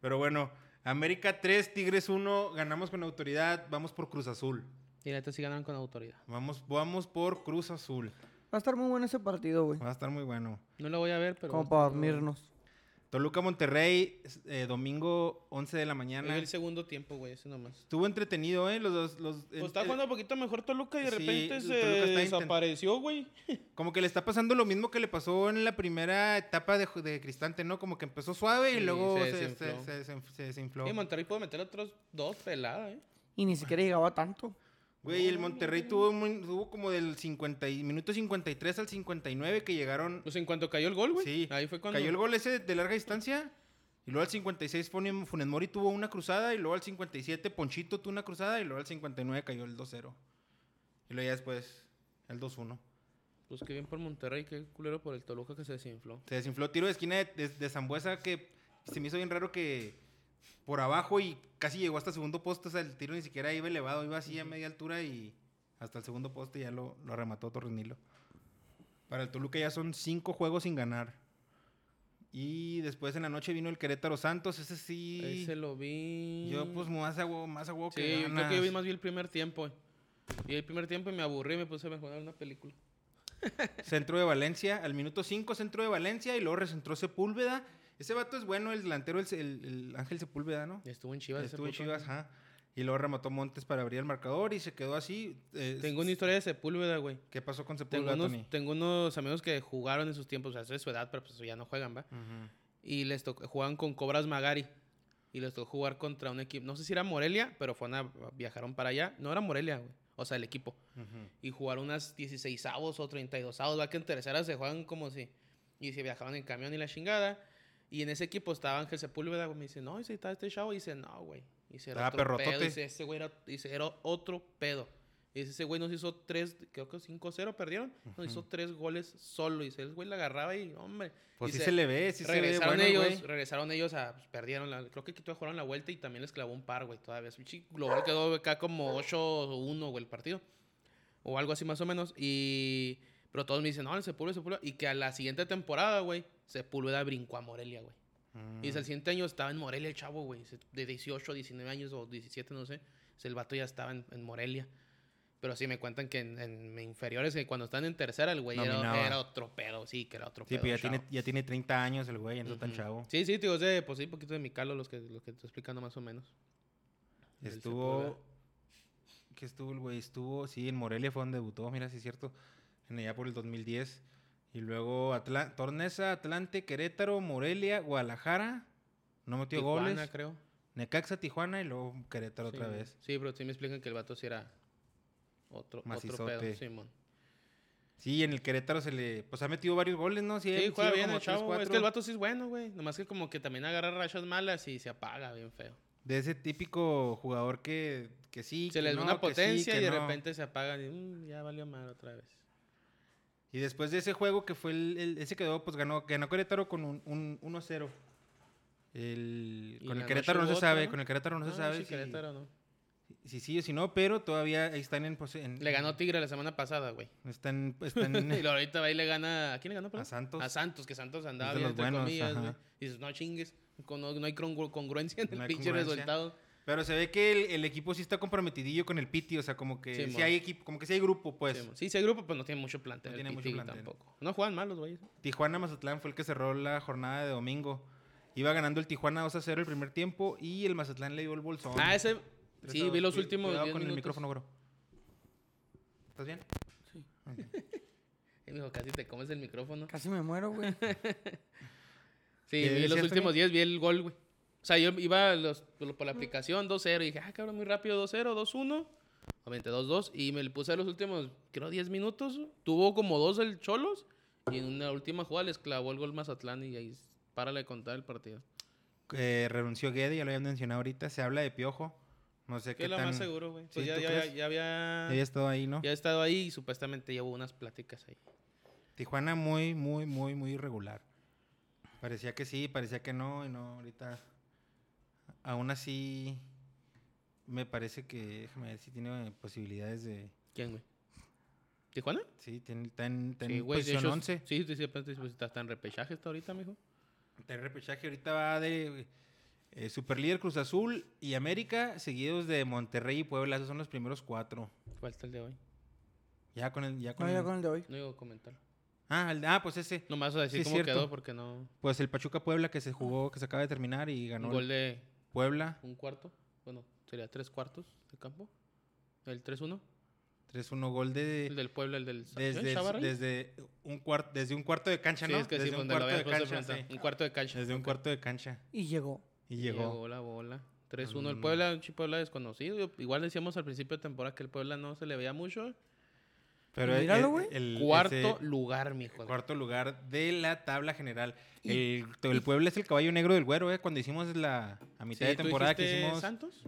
D: Pero bueno, América 3, Tigres 1, ganamos con autoridad, vamos por Cruz Azul.
B: Y la neta sí ganaron con autoridad.
D: Vamos, vamos por Cruz Azul.
A: Va a estar muy bueno ese partido, güey.
D: Va a estar muy bueno.
B: No lo voy a ver, pero.
A: Como para dormirnos.
D: Toluca Monterrey, s- eh, domingo 11 de la mañana.
B: En el segundo tiempo, güey, ese nomás.
D: Estuvo entretenido, ¿eh? Los dos. Los,
B: Pues
D: el-
B: está
D: el-
B: jugando un poquito mejor Toluca y de
D: Sí,
B: repente
D: el
B: se
D: Toluca está intent-
B: desapareció, güey.
D: Como que le está pasando lo mismo que le pasó en la primera etapa de, ju- de Cristante, ¿no? Como que empezó suave y
B: Sí,
D: luego
B: se
D: se, se-
B: desinfló.
D: se desin- se desinfló.
B: Y Monterrey puede meter otros dos peladas, ¿eh?
A: Y ni siquiera llegaba tanto.
D: Güey, el Monterrey tuvo, muy- tuvo como del 50 y- minuto 53 al 59 que llegaron.
B: Pues en cuanto cayó el gol, güey.
D: Sí,
B: Ahí fue cuando.
D: Cayó el gol ese de larga distancia. Y luego al 56 Funes Funes Mori tuvo una cruzada. Y luego al 57 Ponchito tuvo una cruzada. Y luego al 59 cayó el 2-0. Y luego ya después el 2-1.
B: Pues qué bien por Monterrey, qué culero por el Toluca que se desinfló.
D: Se desinfló tiro de esquina de, de, de Zambuesa que se me hizo bien raro que por abajo y casi llegó hasta el segundo poste. O sea, el tiro ni siquiera iba elevado, iba así a media altura y hasta el segundo poste ya lo, lo remató Torrenilo. Para el Toluca ya son cinco juegos sin ganar. Y después en la noche vino el Querétaro Santos, ese sí.
B: Ahí se lo vi.
D: Yo pues más a huevo, más a huevo
B: Sí,
D: que
B: yo creo que yo vi
D: ganas.
B: más bien el primer tiempo. eh. Y el primer tiempo y me aburrí y me puse a mejorar una película.
D: Centro de Valencia, al minuto 5 centro de Valencia y luego recentró Sepúlveda. Ese vato es bueno, el delantero, el, el- el Ángel Sepúlveda, ¿no?
B: Y Estuvo en Chivas. ese
D: Estuvo en
B: puto.
D: Chivas, ajá. Y luego remató Montes para abrir el marcador y se quedó así. eh,
B: Tengo una historia de Sepúlveda, güey.
D: ¿Qué pasó con
B: Tengo
D: Sepúlveda, Tony?
B: unos, tengo unos amigos que jugaron en sus tiempos, o sea, soy de su edad, pero pues ya no juegan, ¿va?
D: Ujú.
B: Y les tocó, jugaban con Cobras Magari. Y les tocó jugar contra un equipo, no sé si era Morelia, pero fueron a- viajaron para allá. No era Morelia, güey. O sea, el equipo.
D: Ujú.
B: y jugar unas 16 avos o 32 avos, va que en tercera se juegan como si, y se viajaban en camión y la chingada. Y en ese equipo estaba Ángel Sepúlveda, güey, me dice, no, dice, está este chavo, y dice, no, güey. Y dice, era
D: Estaba
B: otro pedo,
D: perrotote.
B: dice, ese güey era, dice, era otro pedo. Y dice, ese güey nos hizo tres, creo que 5-0 perdieron, nos hizo tres goles solo, y dice, el güey la agarraba y, hombre.
D: Pues sí
B: dice,
D: se le ve, sí se ve
B: regresaron
D: bueno,
B: ellos,
D: ellos.
B: regresaron ellos a, pues, perdieron la, creo que quitó jugaron la vuelta y también les clavó un par, güey, todavía. El chi- global quedó acá como 8-1, güey, el partido. O algo así más o menos. Y, pero todos me dicen, no, el Sepúlveda, Sepúlveda. Y que a la siguiente temporada, güey, Sepúlveda brincó a Morelia, güey. Y
D: Mm.
B: dice, al siguiente año estaba en Morelia el chavo, güey. se- De 18, 19 años o 17, no sé. Dice, El vato ya estaba en, en Morelia. Pero sí me cuentan que en, en inferiores, que cuando están en tercera, el güey
D: Dominaba.
B: era, era otro pedo. Sí, que era otro
D: Sí,
B: pedo.
D: pues
B: el
D: ya tiene,
B: chavo.
D: ya tiene 30 años el güey, ya no está tan
B: Ujú.
D: chavo.
B: Sí, sí, digo, sé, pues sí, poquito de mi calo, los que, los que te estoy explicando más o menos. Del
D: Estuvo.
B: Sepúlveda.
D: ¿Qué estuvo el güey? Estuvo, sí, en Morelia fue donde debutó, mira, sí es cierto. En allá por el 2010. Y luego Atla- Tornesa, Atlante, Querétaro, Morelia, Guadalajara. No metió
B: Tijuana,
D: goles.
B: creo.
D: Necaxa, Tijuana y luego Querétaro
B: Sí,
D: otra
B: güey.
D: vez.
B: Sí, pero sí me explican que el vato sí era otro, otro
D: Macizote.
B: pedo, Simón.
D: Sí, en el Querétaro se le. Pues ha metido varios goles, ¿no? Sí,
B: Sí,
D: él
B: juega bien
D: lleva como
B: el
D: tres,
B: chavo, güey. Es
D: cuatro.
B: que el vato sí es bueno, güey. Nomás que como que también agarra rachas malas y se apaga bien feo.
D: De ese típico jugador que, que sí.
B: Se
D: que
B: le da
D: no,
B: una
D: que sí,
B: potencia
D: que
B: y de
D: no.
B: repente se apaga y "Mm, ya valió mal otra vez.
D: Y después de ese juego que fue el. el- ese quedó, pues ganó, ganó Querétaro con un, un 1-0.
B: Y
D: El, con
B: en
D: el
B: la
D: Querétaro no
B: noche
D: se
B: hubo
D: sabe,
B: otro, ¿no?
D: con el Querétaro no, se
B: Ah,
D: sabe
B: sí,
D: si,
B: Querétaro, ¿no?
D: si sí o si no, pero todavía están en. pose- en-
B: Le ganó Tigre la semana pasada, güey.
D: Están, están
B: Y luego ahorita va y le gana. ¿A quién le ganó? perdón?
D: a Santos.
B: A Santos, que Santos andaba
D: Es de
B: bien,
D: los
B: entre
D: buenos,
B: comillas,
D: ajá.
B: güey. Y dices, no chingues, con- no, no hay congru- congruencia en
D: No
B: el
D: hay
B: pinche
D: congruencia.
B: resultado.
D: Pero se ve que el, el equipo sí está comprometidillo con el Piti, o sea, como que
B: Sí,
D: sí,
B: mon.
D: hay equipo, como que sí hay grupo, pues.
B: Sí, sí, si hay grupo, pues no tiene mucho plantel.
D: No
B: el
D: tiene mucho
B: Pitigui
D: plantel.
B: tampoco. No juegan mal los güeyes.
D: Tijuana Mazatlán fue el que cerró la jornada de domingo. Iba ganando el Tijuana 2 a 0 el primer tiempo y el Mazatlán le dio el bolsón.
B: Ah, ese.
D: Tres
B: Sí,
D: a dos.
B: vi los
D: Cu-
B: últimos
D: Cuidado
B: 10
D: con el
B: minutos.
D: micrófono, bro. ¿Estás bien?
A: Sí.
D: Ok.
B: Y me dijo, casi te comes el micrófono.
A: Casi me muero, güey.
B: Sí, vi
D: ¿Qué
B: los
D: decías
B: últimos
D: también?
B: 10, vi el gol, güey. O sea, yo iba a los- por la aplicación 2-0 y dije, ah, cabrón, muy rápido, 2-0, 2-1. Obviamente 2-2. Y me le puse a los últimos, creo, 10 minutos. Tuvo como dos el Cholos. Y en una última jugada les clavó el gol Mazatlán y ahí párale de contar el partido.
D: Eh, renunció Guede, ya lo habían mencionado ahorita. Se habla de Piojo. No sé
B: Que
D: qué
B: es lo
D: tan-
B: más seguro, güey. Pues
D: Sí,
B: ya,
D: ¿tú
B: ya-
D: crees?
B: ya había,
D: Había estado ahí, ¿no?
B: ya había estado ahí y supuestamente ya hubo unas pláticas ahí.
D: Tijuana muy, muy, muy, muy irregular. Parecía que sí, parecía que no, y no, ahorita. Aún así, me parece que, déjame ver si tiene posibilidades de.
B: ¿Quién, güey? ¿Tijuana?
D: Sí, tiene, está en, está en
B: Sí, güey. de
D: posición
B: hecho,
D: 11.
B: Sí, sí, sí, pues, está está en repechaje hasta ahorita, mijo.
D: Está en repechaje, ahorita va de eh, Superlíder Cruz Azul y América, seguidos de Monterrey y Puebla. Esos son los primeros cuatro.
B: Falta el de hoy.
D: Ya con el. Ya con
B: Ah,
A: No, ya
D: el-
A: con el de hoy.
B: No iba a comentarlo.
D: Ah, el- ah, pues ese.
B: Nomás a decir
D: Sí, es
B: cómo
D: cierto.
B: quedó porque no.
D: Pues el Pachuca Puebla que se jugó, que se acaba de terminar y ganó
B: Un gol de
D: el Puebla.
B: un cuarto. Bueno, sería tres cuartos de campo. El 3-1.
D: 3-1 gol de.
B: El del pueblo, el del ¿eh?
D: desde,
B: Chavarri.
D: desde un cuarto desde un cuarto de cancha,
B: Sí,
D: ¿no?
B: es que sí,
D: desde un
B: donde lo
D: cuarto de
B: habías puesto
D: cancha,
B: frente.
D: sí.
B: Un cuarto de cancha.
D: Desde un
B: ok.
D: cuarto de cancha
A: Y llegó.
D: y llegó.
B: la bola. 3-1 el
D: Mm.
B: Puebla, un chi- Puebla desconocido. Yo- Igual decíamos al principio de temporada que el Puebla no se le veía mucho.
D: Pero el-
A: Míralo,
D: el-
A: güey.
D: el-
B: Cuarto
D: ese-
B: lugar, mijo.
D: cuarto lugar de la tabla general. El, el Puebla es el caballo negro del güero, ¿eh? Cuando hicimos la a
B: Sí,
D: mitad de
B: ¿tú
D: temporada que
B: dijiste
D: hicimos
B: Santos?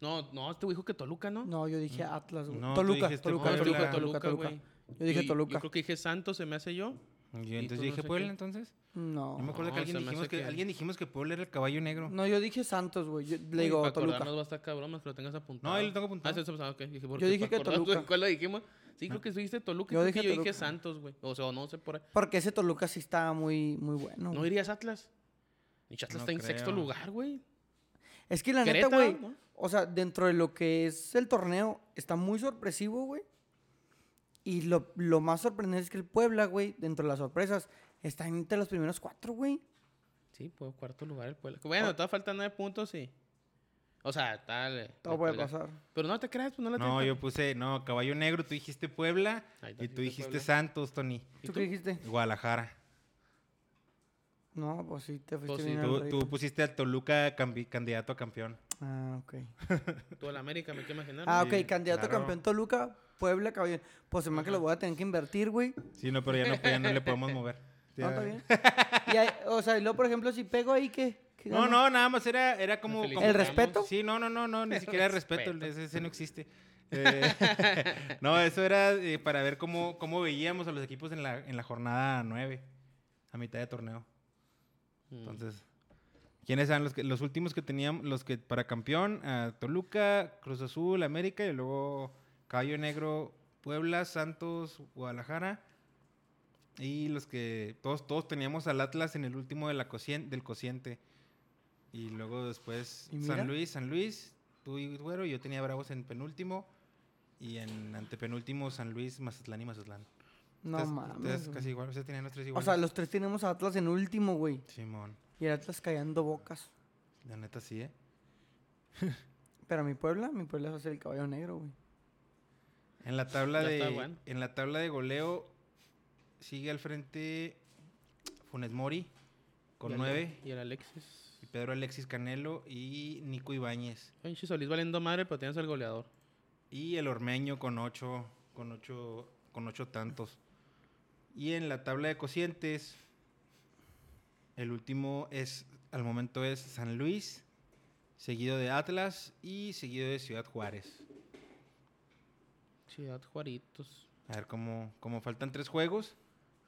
B: No, no, te dijo que Toluca, ¿no? este
A: No, yo dije
B: Mm.
A: Atlas, güey.
D: No, tú
A: Toluca,
D: dijiste
A: Toluca,
D: Puebla.
A: Toluca,
D: Toluca,
A: Toluca, Toluca.
B: güey.
A: Yo dije
B: Y-
A: Toluca.
B: Yo creo que dije Santos, se me hace yo.
D: y entonces
B: tú
D: yo
B: no
D: dije
B: sé
D: Puebla
B: qué.
D: entonces.
A: No.
D: No me acuerdo
B: No,
D: que alguien
B: se me
D: dijimos
B: hace
D: que,
B: que-
D: alguien dijimos que Puebla era el caballo negro.
A: No, yo dije Santos, güey. Yo le digo
B: para
A: Toluca.
B: acordarnos va a estar cabrón, más que lo tengas apuntado.
D: No, ahí lo tengo
B: Ah,
D: apuntado.
B: sí, sí, sí, ah, ok. Dije, porque
A: Yo dije
B: para
A: que
B: acordarnos de
A: Toluca. Ah.
B: ¿Cuál lo dijimos? Sí, creo que tú dijiste Toluca. y
A: Yo
B: creo que
A: dije
B: Yo dije
A: Toluca.
B: Santos, güey. O sea, o no sé por ahí.
A: Porque ese Toluca sí estaba muy, muy bueno.
B: ¿No
A: güey.
B: irías a Atlas? Y Atlas
D: No
B: está en sexto
D: creo.
B: lugar, güey.
A: Es que la neta,
B: Querétaro,
A: güey.
B: ¿no?
A: O sea, dentro de lo que es el torneo, está muy sorpresivo, güey. Y lo, lo más sorprendente es que el Puebla, güey, dentro de las sorpresas, está entre los primeros cuatro, güey.
D: Ah,
B: Sí, pues cuarto lugar el Puebla.
A: Oh.
B: Bueno, te faltan nueve puntos, sí. O sea, tal. eh.
A: Todo puede pasar.
B: Pero no te creas, pues no la
D: No,
B: tienes
D: yo puse, no, caballo negro, tú dijiste Puebla
B: Ahí está,
D: y tú
B: dijiste
D: dijiste
B: Puebla.
D: Santos, Tony.
B: tan- ¿Y
A: ¿Tú
B: tú?
A: qué dijiste?
D: Guadalajara.
A: No, pues sí, te fuiste
B: Pues sí,
A: bien al
D: Tú,
A: ladito.
D: tú pusiste al Toluca cambi- candidato a campeón.
A: Ah, ok.
B: Tú a la América, me quiero imaginar.
A: Ah,
B: ¿no?
A: ok, candidato a
D: claro.
A: campeón Toluca, Puebla, caballero. Pues se me hace que lo voy a tener que invertir, güey.
D: Sí, no, pero ya no, ya no le podemos mover.
A: No, está bien. Y ahí- o sea, y luego, por ejemplo, si pego ahí, ¿qué? ¿Qué
D: No,
A: gano?
D: no, nada más era, era como,
B: Nos
D: como-
A: ¿El respeto?
D: Sí, no, no, no, no, ni
B: El
D: siquiera el respeto,
B: respeto.
D: ese, ese no existe. Eh, no, eso era eh, para ver cómo, cómo veíamos a los equipos en la, en la jornada 9, a mitad de torneo.
B: Mm.
D: Entonces, ¿quiénes eran los, que, los últimos que teníamos, los que para campeón? Ah, Toluca, Cruz Azul, América y luego Caballo Negro, Puebla, Santos, Guadalajara. Y los que todos, todos teníamos al Atlas en el último de la cocien- del cociente. Y luego después
A: ¿Y mira?
D: San Luis, San Luis, tú y Güero, yo tenía Bravos en penúltimo. Y en antepenúltimo San Luis, Mazatlán y Mazatlán.
A: No
D: Ustedes-
A: mames.
D: ustedes
A: güey.
D: casi igual, ustedes tenían los tres
A: O
D: iguales.
A: sea, los tres tenemos a Atlas en último, güey.
D: Simón,
A: Y el Atlas callando bocas.
D: la neta sí, ¿eh?
A: Pero mi Puebla, mi Puebla va a ser el caballo negro, güey.
D: En la tabla
B: Ya
D: de
B: está bueno.
D: en la tabla de goleo sigue al frente Funes Mori
B: Y
D: con
B: el-
D: nueve
B: Y el Alexis.
D: y Pedro Alexis Canelo y Nico Ibáñez
B: Pinche Solís valiendo madre, pero tienes al goleador.
D: y el Ormeño con ocho con ocho con ocho tantos. Y en la tabla de cocientes el último es al momento es San Luis, seguido de Atlas y seguido de Ciudad Juárez.
B: Ciudad Juaritos.
D: A ver cómo, como faltan tres juegos.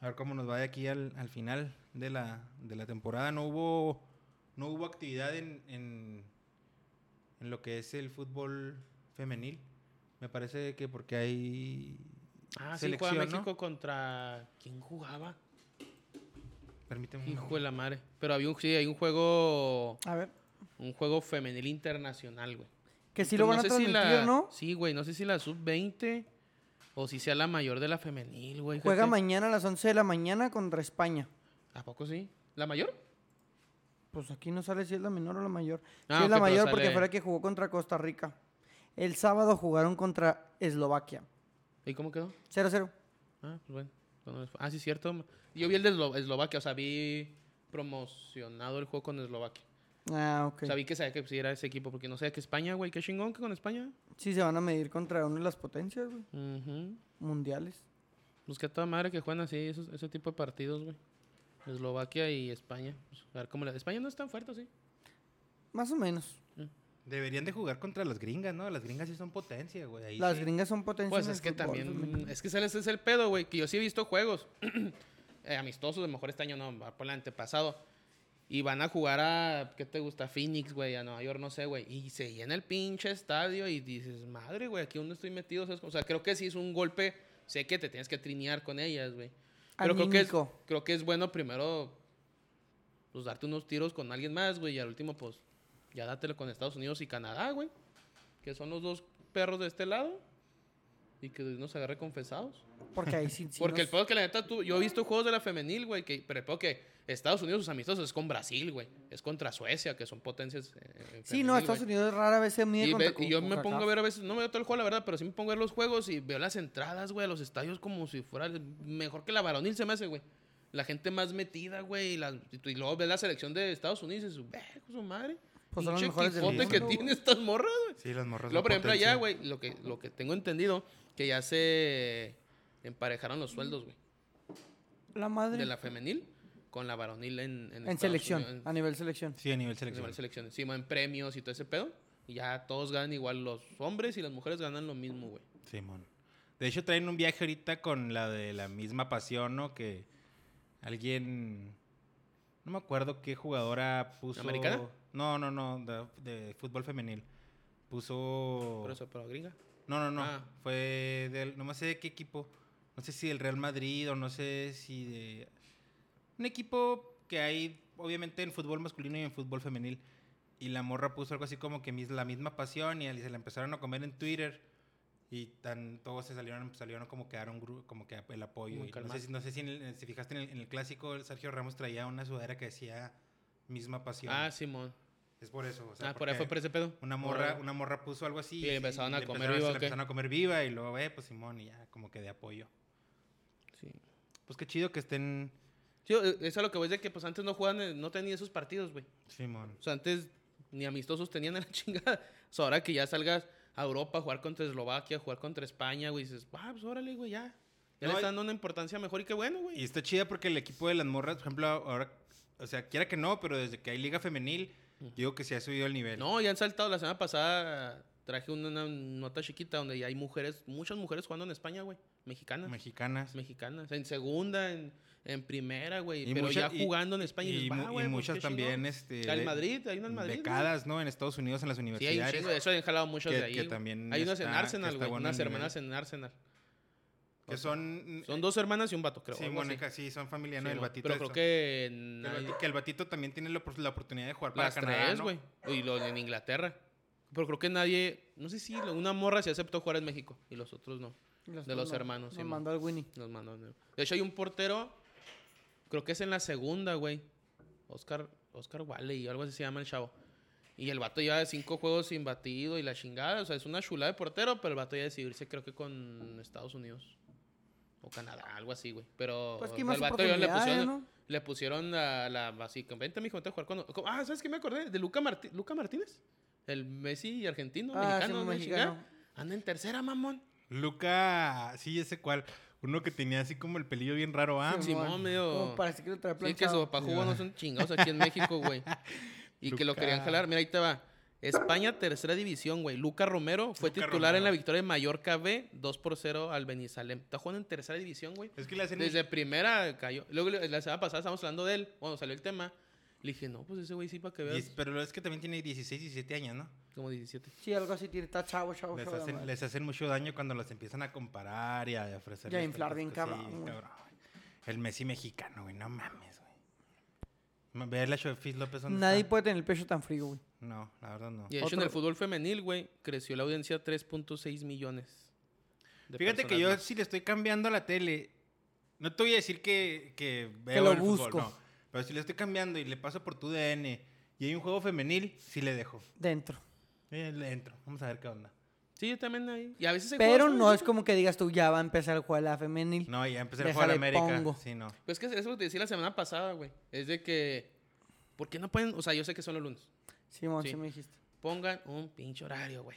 D: A ver cómo nos va de aquí al, al final de la, de la temporada. No hubo, no hubo actividad en, en, en lo que es el fútbol femenil. Me parece que porque hay
B: Ah, sí, juega
D: Selección, ¿no?
B: México contra. ¿Quién jugaba?
D: Permíteme. un
B: Hijo
D: momento.
B: de la madre. Pero había un, sí, hay un juego.
A: A ver.
B: Un juego femenil internacional, güey.
A: Que sí lo van a
B: Entonces,
A: transmitir,
B: Pues no sé si la-
A: ¿no?
B: Sí, güey. No sé si la sub-20 o si sea la mayor de la femenil, güey.
A: Juega
B: fíjate.
A: mañana a las 11 de la mañana contra España.
B: ¿A poco sí? ¿La mayor?
A: Pues aquí no sale si es la menor o la mayor.
B: Ah,
A: si es la
B: ok, pero
A: mayor porque
B: sale-
A: fue la que jugó contra Costa Rica. El sábado jugaron contra Eslovaquia.
B: ¿Y cómo quedó?
A: 0-0.
B: Ah, pues bueno. Entonces, Ah, sí, cierto. Yo vi el de Eslo- Eslovaquia, o sea, vi promocionado el juego con Eslovaquia.
A: Ah, ok.
B: O sea, vi que sabía que pues, sí era ese equipo, porque no sé que España, güey, qué chingón que con España.
A: Sí, se van a medir contra una de las potencias, güey.
B: Ujú.
A: Mundiales.
B: Pues que a toda madre que juegan así esos- ese tipo de partidos, güey. Eslovaquia y España. Pues, a ver cómo le- España no es tan fuerte, sí.
A: Más o menos.
D: Deberían de jugar contra las gringas, ¿no? Las gringas sí son potencia, güey. ahí
A: Las
D: sí.
A: gringas son potencias.
B: Pues
A: en
B: es
A: el
B: que
A: fútbol femenino.
B: también. mm, Es que ese es el pedo, güey. Que yo sí he visto juegos eh, amistosos. A lo mejor este año no, va por el antepasado. Y van a jugar a. ¿Qué te gusta? Phoenix, güey. A Nueva York, no sé, güey. Y se llena el pinche estadio y dices, madre, güey, aquí donde estoy metido. ¿sabes? O sea, creo que sí es un golpe. Sé que te tienes que trinear con ellas, güey. Pero creo que, es,
A: Anímico.
B: creo que es bueno primero. Pues darte unos tiros con alguien más, güey. Y al último, pues. Ya dátelo con Estados Unidos y Canadá, güey. Que son los dos perros de este lado. Y que nos agarre confesados.
A: Porque ahí sí. sí
B: Porque el
A: nos-
B: pedo que la neta tú. Yo he visto juegos de la femenil, güey. Que, pero el pedo que Estados Unidos, sus amistosos es con Brasil, güey. Es contra Suecia, que son potencias. eh, eh,
A: Sí, no,
B: femenil,
A: Estados
B: güey.
A: Unidos rara vez se mide
B: Y,
A: contra
B: ve- y yo
A: Cu-
B: me
A: Concacaf.
B: pongo a ver a veces, no me veo todo el juego, la verdad, pero sí me pongo a ver los juegos y veo las entradas, güey, a los estadios como si fuera el- mejor que la varonil se me hace, güey. La gente más metida, güey, y, las- y tú- y luego ves la selección de Estados Unidos y dices, "Verga, su madre.
A: Pues son las
B: pinche
A: mejores del
B: equipote que
A: mundo, güey.
B: tiene estas morras, güey.
D: Sí, las morras.
B: Luego,
D: son
B: por ejemplo, allá,
D: Pues potencia.
B: güey, lo que, lo que tengo entendido, que ya se emparejaron los sueldos, güey,
A: La madre.
B: de la femenil con la varonil en... En,
A: En
B: Estados
A: selección,
B: Unidos, en-
A: a nivel selección.
D: Sí, a nivel
B: en
D: selección.
B: varias selecciones. Sí, en premios y todo ese pedo. Y ya todos ganan igual. Los hombres y las mujeres ganan lo mismo, güey.
D: Simón. De hecho, traen un viaje ahorita con la de la misma pasión, ¿no? Que alguien. No me acuerdo qué jugadora puso.
B: ¿Americana?
D: No, no, no. De, de fútbol femenil. Puso.
B: Por eso, pero gringa.
D: No, no, no.
B: Ah.
D: Fue del. No me sé de qué equipo. No sé si del Real Madrid o no sé si de. Un equipo que hay, obviamente, en fútbol masculino y en fútbol femenil. Y la morra puso algo así como que mis- la misma pasión y al- se la empezaron a comer en Twitter. Y tan, todos se salieron, salieron como que daron gru- como que el apoyo.
B: Muy
D: Y no, sé,
B: calmado.
D: si- no sé si en el- si fijaste en el, en el clásico, el Sergio Ramos traía una sudadera que decía misma pasión.
B: Ah, Simón.
D: Es por eso. o sea,
B: ah, por ahí
D: porque-
B: fue por ese pedo.
D: una morra, una morra puso algo así.
B: Y le empezaron a
D: le
B: comer
D: empezaron-
B: viva,
D: se
B: ¿o
D: la
B: qué?
D: empezaron a comer viva y luego, eh, pues Simón, y ya, como que de apoyo.
B: Sí.
D: Pues qué chido que estén
B: Sí, eh, es a lo que voy de que pues antes no jugaban, eh, no tenían esos partidos, güey.
D: Simón.
B: O sea, antes ni amistosos tenían a la chingada. O sea, ahora que ya salgas a Europa a jugar contra Eslovaquia, a jugar contra España, güey, dices, ah, pues órale, güey, ya. Ya
D: No,
B: le
D: y-
B: están dando una importancia mejor y qué bueno,
D: Y
B: güey.
D: está chida porque el equipo de las morras, por ejemplo, ahora, o sea, quiera que no, pero desde que hay liga femenil, digo que se ha subido el nivel.
B: Mm. No, ya han saltado. La semana pasada traje una, una nota chiquita donde ya hay mujeres, muchas mujeres jugando en España, güey. Mexicanas.
D: Mexicanas.
B: mexicanas. En segunda, en, en primera, güey.
D: Y
B: Pero ya
D: mucha- y-
B: jugando en España.
D: y
B: dices, "Va,
D: mu- y
B: güey, pues,
D: muchas
B: qué
D: también,
B: chingón".
D: este,
B: Al
D: de-
B: Madrid, hay una en Madrid. güey.
D: Becadas, ¿no? En Estados Unidos, en las
B: Sí, hay un
D: universidades.
B: chingo de eso. Han jalado muchas
D: que-
B: de ahí.
D: que
B: güey.
D: también
B: hay unas en
D: está- que
B: Arsenal,
D: está
B: güey.
D: bueno el
B: unas
D: nivel.
B: hermanas en Arsenal.
D: que son.
B: Son dos hermanas y un vato, creo.
D: Sí,
B: algo así.
D: Mónica, sí, son familia, ¿no?
B: Sí,
D: el
B: mo-
D: batito.
B: Pero
D: es-
B: creo que en-
D: que el bati- que el batito también tiene la, opor- la oportunidad de jugar para
B: las
D: Canadá,
B: tres,
D: ¿no?
B: güey. Y lo en Inglaterra. Pero creo que nadie. No sé si lo- una morra se aceptó jugar en México y los otros no. de los hermanos,
A: Nos
B: Simón.
A: mandó al Winnie.
B: Nos mandó. De hecho, hay un portero, creo que es en la segunda, güey. Oscar, Oscar Valley, algo así se llama el chavo. Y el vato lleva cinco juegos sin batido y la chingada. O sea, es una chulada de portero, pero el vato ya decidió irse, creo que con Estados Unidos. O Canadá, algo así, güey. Pero
A: Pues
B: o
A: que
B: sea,
A: más
B: el vato ya le
A: oportunidades,
B: pusieron,
A: ¿eh, ¿no?
B: le pusieron a la... Así, que, vente, mijo, vente a jugar con... con- Ah, ¿sabes qué me acordé? De Luca, Marti- Luca Martínez. El Messi argentino,
A: Ah,
B: mexicano,
A: sí,
B: ¿no?
A: mexicano.
B: Chingada. Anda en tercera, mamón.
D: Luca, sí, ese cual. Uno que tenía así como el pelillo bien raro, ¿ah?
B: Sí. Simón, medio-
A: Como parece que lo trae
B: Sí, que su
A: planchado.
B: papá jugó no son chingados aquí en México, güey. Y que lo querían
D: Luca.
B: jalar. Mira, ahí te va. España, tercera división, güey. Luca Romero fue
D: Luca
B: titular en la
D: Romero.
B: victoria de Mallorca B, 2 por 0 al Benizalem. Está jugando en tercera división, güey.
D: Es que le hacen.
B: Desde primera cayó. Luego, la semana pasada estábamos hablando de él. Cuando salió el tema, le dije, no, pues ese güey sí, para que
D: diez-
B: veas.
D: Pero es que también tiene 16, 17 años, ¿no?
B: Como 17.
A: Sí, algo así tiene. Está chavo, chavo,
D: Les
A: chavo. la
D: hacen,
A: madre.
D: les hacen mucho daño cuando los empiezan a comparar y a ofrecer.
A: Y a inflar bien cabrón, güey.
D: El Messi mexicano, güey. No mames, güey. Ma- Ve la Chofis López. ¿dónde
A: Nadie
D: está?
A: puede tener el pecho tan frío, güey.
D: No, la verdad no.
B: Y de hecho, en
A: Otro-
B: el fútbol femenil, güey, creció la audiencia a 3.6 millones. de
D: Fíjate que
B: personas
D: yo
B: más.
D: si le estoy cambiando la tele, no te voy a decir que, que veo
A: lo
D: el fútbol,
A: busco.
D: no. Pero si le estoy cambiando y le paso por tu DN y hay un juego femenil, sí le dejo.
A: Dentro.
D: Eh, le entro. Vamos a ver qué onda.
B: Sí, yo también ahí. Y a veces hay
A: Pero
B: juegos,
A: no
B: güey,
A: es como que digas tú, ya va a empezar el juego de la femenil.
D: No, ya empecé a jugar a
A: Déjale,
D: América.
A: pongo.
D: Sí, no.
B: Pues es que eso te decía la semana pasada, güey. Es de que. ¿Por qué no pueden.? O sea, yo sé que son los lunes.
A: Simón,
B: Sí.
A: sí. me dijiste.
B: Pongan un pinche horario, güey.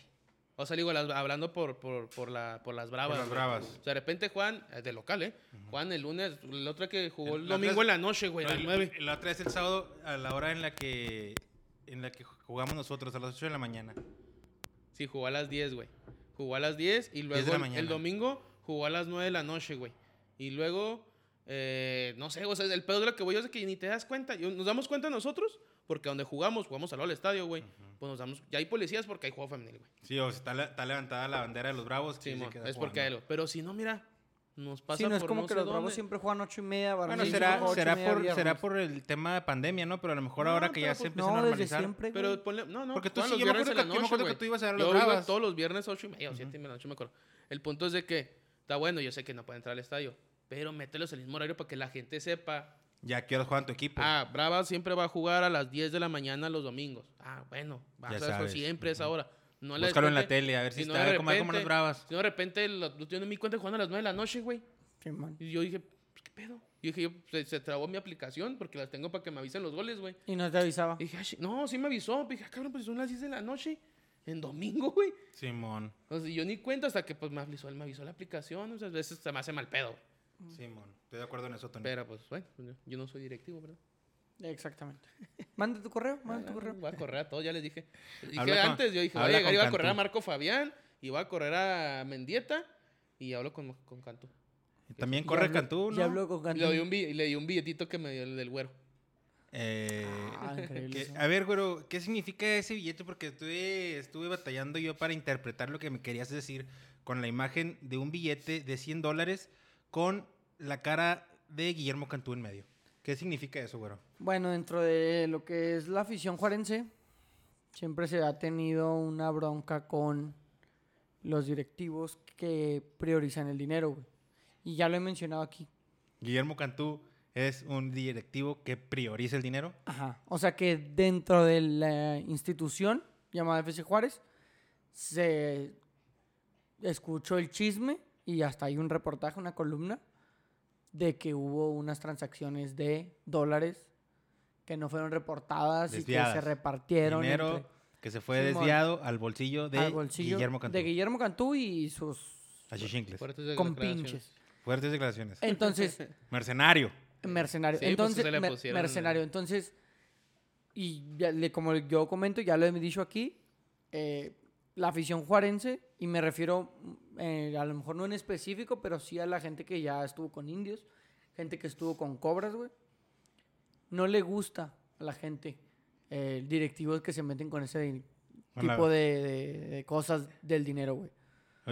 B: O sea, digo, las- hablando por, por, por, la, por las bravas.
D: Por las
B: güey.
D: bravas.
B: O sea, de repente Juan, de local, ¿eh? Juan el lunes, el otro que jugó el,
D: El- la
B: domingo
D: otra-
B: en la noche, güey, a las
D: No,
B: Pues, nueve.
D: La otra es el sábado a la hora en la que en la que jugamos nosotros, a las 8 de la mañana.
B: Sí, jugó a las 10, güey. Jugó a las 10 y
D: de la
B: luego
D: mañana.
B: el domingo jugó a las 9 de la noche, güey. Y luego, eh, no sé, o sea, el pedo de lo que voy yo es que ni te das cuenta. Yo- Nos damos cuenta nosotros, porque donde jugamos, jugamos al lado del estadio, güey. Pues nos damos. Ya hay policías porque hay juego femenil, güey.
D: Sí, o sea, está, le- está levantada la bandera de los bravos.
B: Sí,
D: que
B: mo,
D: se queda
B: es porque hay
D: jugando.
B: algo. Pero si no, mira, nos pasa
A: Sí, no es
B: por
A: como
B: no
A: que
B: sé
A: los bravos
B: dónde.
A: siempre juegan ocho y media.
D: Bueno,
A: varonil,
D: será,
A: juega ocho y
D: será,
A: media,
D: por, será
A: viernes.
D: por el tema de pandemia, ¿no? Pero a lo mejor
B: No,
D: ahora que
B: pero
D: ya se
B: pues
D: empieza a
A: No, desde
D: normalizar.
A: siempre, Este, güey.
B: Pero ponle, no, no.
D: Porque tú
B: juegan
D: sí,
B: los
D: yo me acuerdo
B: viernes en
D: que-
B: la
D: yo me acuerdo
B: noche,
D: que tú ibas a ver a
B: güey.
D: los
B: Yo iba
D: Bravas.
B: todos los viernes 8 y media o 7 y media de la noche, me acuerdo. El punto es de que, está bueno, yo sé que no pueden entrar al estadio, pero mételos el mismo horario para que la gente sepa.
D: Ya quiero jugar en tu equipo.
B: Ah, Brava siempre va a jugar a las 10 de la mañana los domingos. Ah, bueno, va
D: Ya
B: a ser
D: sabes.
B: siempre es ahora. No le
D: Búscalo en la
B: repente-
D: tele, a ver si
B: si no
D: está, a
B: de
D: ver cómo, a ver cómo las
B: repente-
D: bravas.
B: Si no, de repente lo, lo tengo en mi cuenta jugando a las 9 de la noche, güey.
A: Simón.
B: Y yo dije, pues, ¿qué pedo? Yo dije, yo, se, se trabó mi aplicación porque las tengo para que me avisen los goles, güey.
A: Y no te avisaba.
B: Y dije, "Ah, shi-". no, sí me avisó. Dije, "Ah, cabrón, pues son las 10 de la noche. En domingo, güey.
D: Simón,
B: O sea, yo ni cuento hasta que pues me avisó, me avisó la aplicación. O sea, a veces se me hace mal pedo, güey.
A: Mm.
D: Simón. Estoy de acuerdo en eso, Tony.
B: Pero pues, bueno, pues, yo- yo no soy directivo, ¿verdad? Ah,
A: Exactamente. Manda tu correo, manda tu correo.
B: Voy a correr a todos, ya les dije. Les Dije
D: Habla con-
B: antes, yo dije, voy a
D: habla
B: llegar y
D: con
B: voy a correr a
D: Cantú.
B: Marco Fabián, y voy a correr a Mendieta, y hablo con, con Cantú.
D: También
A: Ya
D: corre
A: habló-
D: Cantú, ¿no?
A: Ya habló con
B: Y
A: Cantú.
B: le, doy un, bi- y le di un billetito que me dio el del güero.
D: Eh,
A: Ah, increíble.
D: que-
A: eso.
D: a ver, güero, ¿qué significa ese billete? Porque estuve, estuve batallando yo para interpretar lo que me querías decir con la imagen de un billete de 100 dólares con la cara de Guillermo Cantú en medio. ¿Qué significa eso, güero?
A: Bueno, dentro de lo que es la afición juarense, siempre se ha tenido una bronca con los directivos que priorizan el dinero, güey. Y ya lo he mencionado aquí.
D: Guillermo Cantú es un directivo que prioriza el dinero.
A: Ajá. O sea que dentro de la institución llamada FC Juárez, se escuchó el chisme y hasta hay un reportaje, una columna, de que hubo unas transacciones de dólares que no fueron reportadas y que
D: Desviadas.
A: se repartieron
D: dinero
A: entre-
D: que se fue
A: Simón.
D: desviado al bolsillo de
A: al bolsillo
D: Guillermo Cantú.
A: de Guillermo Cantú y sus
D: Achichincles.
B: Fuertes de-
A: compinches.
B: declaraciones.
D: Fuertes declaraciones.
A: Entonces,
D: Mercenario.
A: mercenario.
B: Sí, pues,
A: Entonces,
B: se le
A: mer-
B: pusieron-
A: mercenario. Entonces, y ya le- como yo comento, ya lo he dicho aquí, eh, la afición juarense, y me refiero eh, a lo mejor no en específico, pero sí a la gente que ya estuvo con indios, gente que estuvo con cobras, güey. No le gusta a la gente eh, directivos que se meten con ese di-
D: Con la-
A: tipo de, de- de cosas del dinero, güey.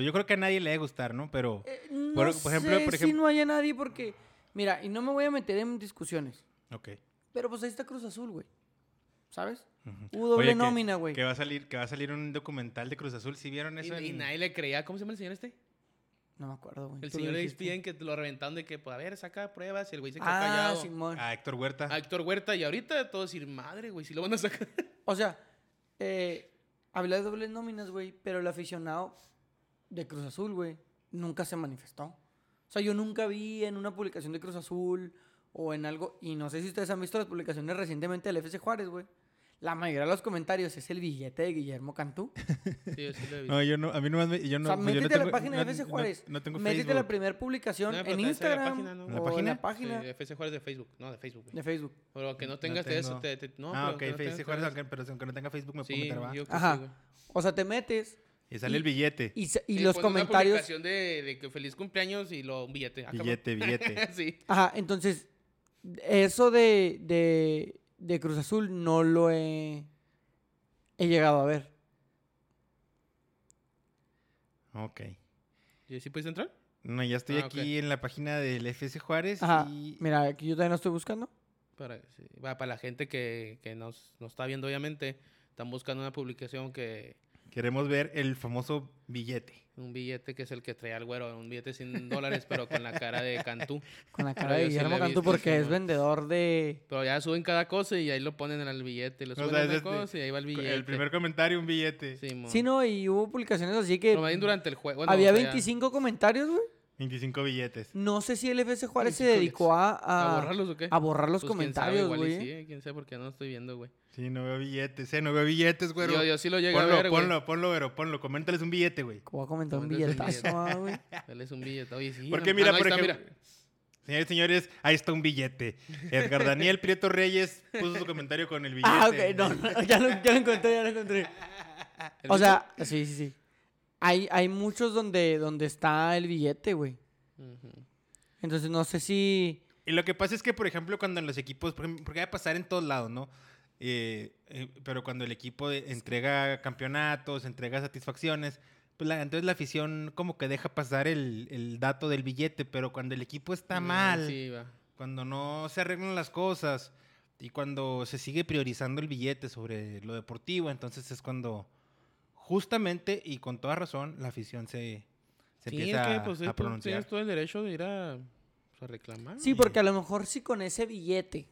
D: Yo creo que a nadie le debe gustar, ¿no? Pero...
A: Eh, no
D: Por- por ejemplo,
A: sé
D: por
A: si
D: ejem-
A: no haya nadie porque, mira, y no me voy a meter en discusiones,
D: Ok.
A: pero pues ahí está Cruz Azul, güey. ¿Sabes?
D: Ujú.
A: Hubo doble
D: Oye, que-
A: nómina, güey.
D: Que va a salir, que va a salir un documental de Cruz Azul. ¿Sí vieron eso?
B: Y, y
D: en-
B: nadie le creía. ¿Cómo se llama el señor este?
A: No me acuerdo, güey.
B: El
A: Tú lo
B: señor de
A: dijiste.
B: ESPN que lo reventaron de que, pues, a ver, saca pruebas, y el güey se quedó
A: Ah,
B: callado.
A: Simón.
D: A Héctor Huerta.
B: A Héctor Huerta, y ahorita todo decir, madre, güey, si lo van a sacar.
A: O sea, eh, hablé de dobles nóminas, güey, pero el aficionado de Cruz Azul, güey, nunca se manifestó. O sea, yo nunca vi en una publicación de Cruz Azul o en algo, y no sé si ustedes han visto las publicaciones recientemente del FC Juárez, güey. La mayoría de los comentarios es el billete de Guillermo Cantú.
B: Sí, yo sí lo he visto.
D: No, yo no, a mí nomás me- yo no,
A: o sea,
D: pues yo no
A: métete a la
D: tengo-
A: página de
D: no-
A: FC
D: no-
A: Juárez.
D: No, tengo
A: métete a la
D: Facebook.
A: primera publicación
B: No, pero
A: en
B: también está en la
A: Instagram
B: página, ¿no?
A: o
D: ¿En la
A: en
D: página?
A: la página
B: Sí, FC Juárez de Facebook. No, de Facebook, güey.
A: de Facebook.
B: Pero que no tengas
D: tengo.
B: eso. Te, te- no,
D: ah,
B: pero
D: ok.
B: que no
D: Facebook
B: tengas
D: Juárez,
B: eso.
D: aunque, pero aunque no tenga Facebook me puedo
B: Sí,
D: meter, ¿va?
B: yo creo que sí, güey.
A: Ajá. O sea, te metes
D: Y sale
A: y-
D: el billete.
A: y, se- y
B: Sí,
A: los
B: pone Pues, Una
A: comentarios.
B: publicación de, de que feliz cumpleaños y lo, un billete. Ah, cabrón.
D: billete, billete.
B: sí.
A: Ajá, entonces, eso de, de, de Cruz Azul no lo he, he llegado a ver.
D: ok.
B: ¿Y sí puedes entrar?
D: No, ya estoy
B: Ah, ok.
D: aquí en la página del FC Juárez
A: Ajá,
D: y
A: mira, aquí yo también lo estoy buscando.
B: Para, sí. Va, para la gente que, que nos, nos está viendo, obviamente, están buscando una publicación que,
D: Queremos ver el famoso billete.
B: Un billete que es el que trae al güero, un billete de 100 dólares, pero con la cara de Cantú.
A: Con la
B: Pero
A: cara de
B: yo sí lo he
A: Guillermo Cantú
B: visto,
A: porque es
B: Simón.
A: vendedor de...
B: Pero ya suben cada cosa y ahí lo ponen en el billete. Lo
D: O sea,
B: suben
D: es
B: en la
D: este-
B: cosa y ahí va el billete.
D: El primer comentario, un billete.
B: Simón.
A: Sí, no, y hubo publicaciones así que...
B: Pero más bien durante el juego. bueno,
A: había
B: o sea,
A: 25 comentarios, güey.
D: 25 billetes.
A: No sé si el FC Juárez se
B: 25
A: dedicó a...
B: ¿A
A: a-
B: borrarlos o qué?
A: ah, a borrar los
B: Pues, quién sabe,
A: comentarios,
B: igual y
A: güey.
B: Sí, eh, quién sabe porque no lo estoy viendo, güey.
D: Sí, no veo billetes, eh, no veo billetes, güero.
B: Yo, yo sí lo llegué
D: ponlo,
B: a ver, güey.
D: ponlo, ponlo, güero, ponlo. Coméntales un billete, güey.
A: Voy a comentar un
B: Coméntate un
A: billetazo, ah, güey.
B: Dale un billete. Oye, sí.
D: Porque
B: no-
D: mira,
B: ah, no, ahí
D: por
B: está,
D: ejemplo. Señores, señores, ahí está un billete. Edgar Daniel Prieto Reyes puso su comentario con el billete.
A: Ah, ok, no, no, ya, lo, ya lo encontré, ya lo encontré.
B: ¿El
A: O sea, sí, sí, sí. Hay, hay muchos donde, donde está el billete, güey.
B: mismo. Ujú.
A: Entonces no sé si...
D: Y lo que pasa es que, por ejemplo, cuando en los equipos, por ejemplo, porque va a pasar en todos lados, ¿no? Eh, eh, pero cuando el equipo de- entrega campeonatos, entrega satisfacciones, pues la, entonces la afición como que deja pasar el, el dato del billete, pero cuando el equipo está
B: Ah,
D: mal,
B: Sí, va.
D: cuando no se arreglan las cosas y cuando se sigue priorizando el billete sobre lo deportivo, entonces es cuando justamente y con toda razón la afición se, se
B: Sí,
D: empieza
B: es que pues,
D: a-
B: eh,
D: a
B: tú
D: pronunciar.
B: tienes todo el derecho de ir a, pues, a reclamar.
A: Sí,
D: Sí.
A: porque a lo mejor sí con ese billete.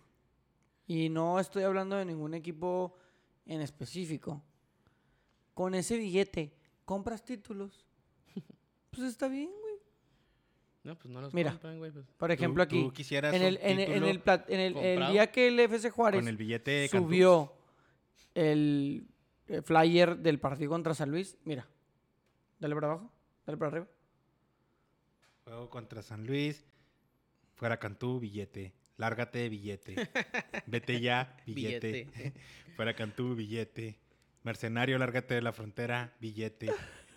A: Y no estoy hablando de ningún equipo en específico. Con ese billete compras títulos. Pues está bien, güey.
B: No, pues no los
A: Mira,
B: compran, güey. pues.
A: Por
D: Tú-
A: ejemplo,
D: tú
A: aquí.
D: quisieras
A: En
D: un
A: el, en el- en
D: título
A: el plat- en el- el
B: comprado.
A: día que el FC Juárez
D: con el billete de Eh, Cantú.
A: subió el eh, flyer del partido contra San Luis, mira. Dale para abajo, dale para arriba.
D: Juego contra San Luis. Fuera Cantú, billete. Lárgate, billete. Vete ya, billete. Fuera Cantú, billete. Mercenario, lárgate de la frontera, billete.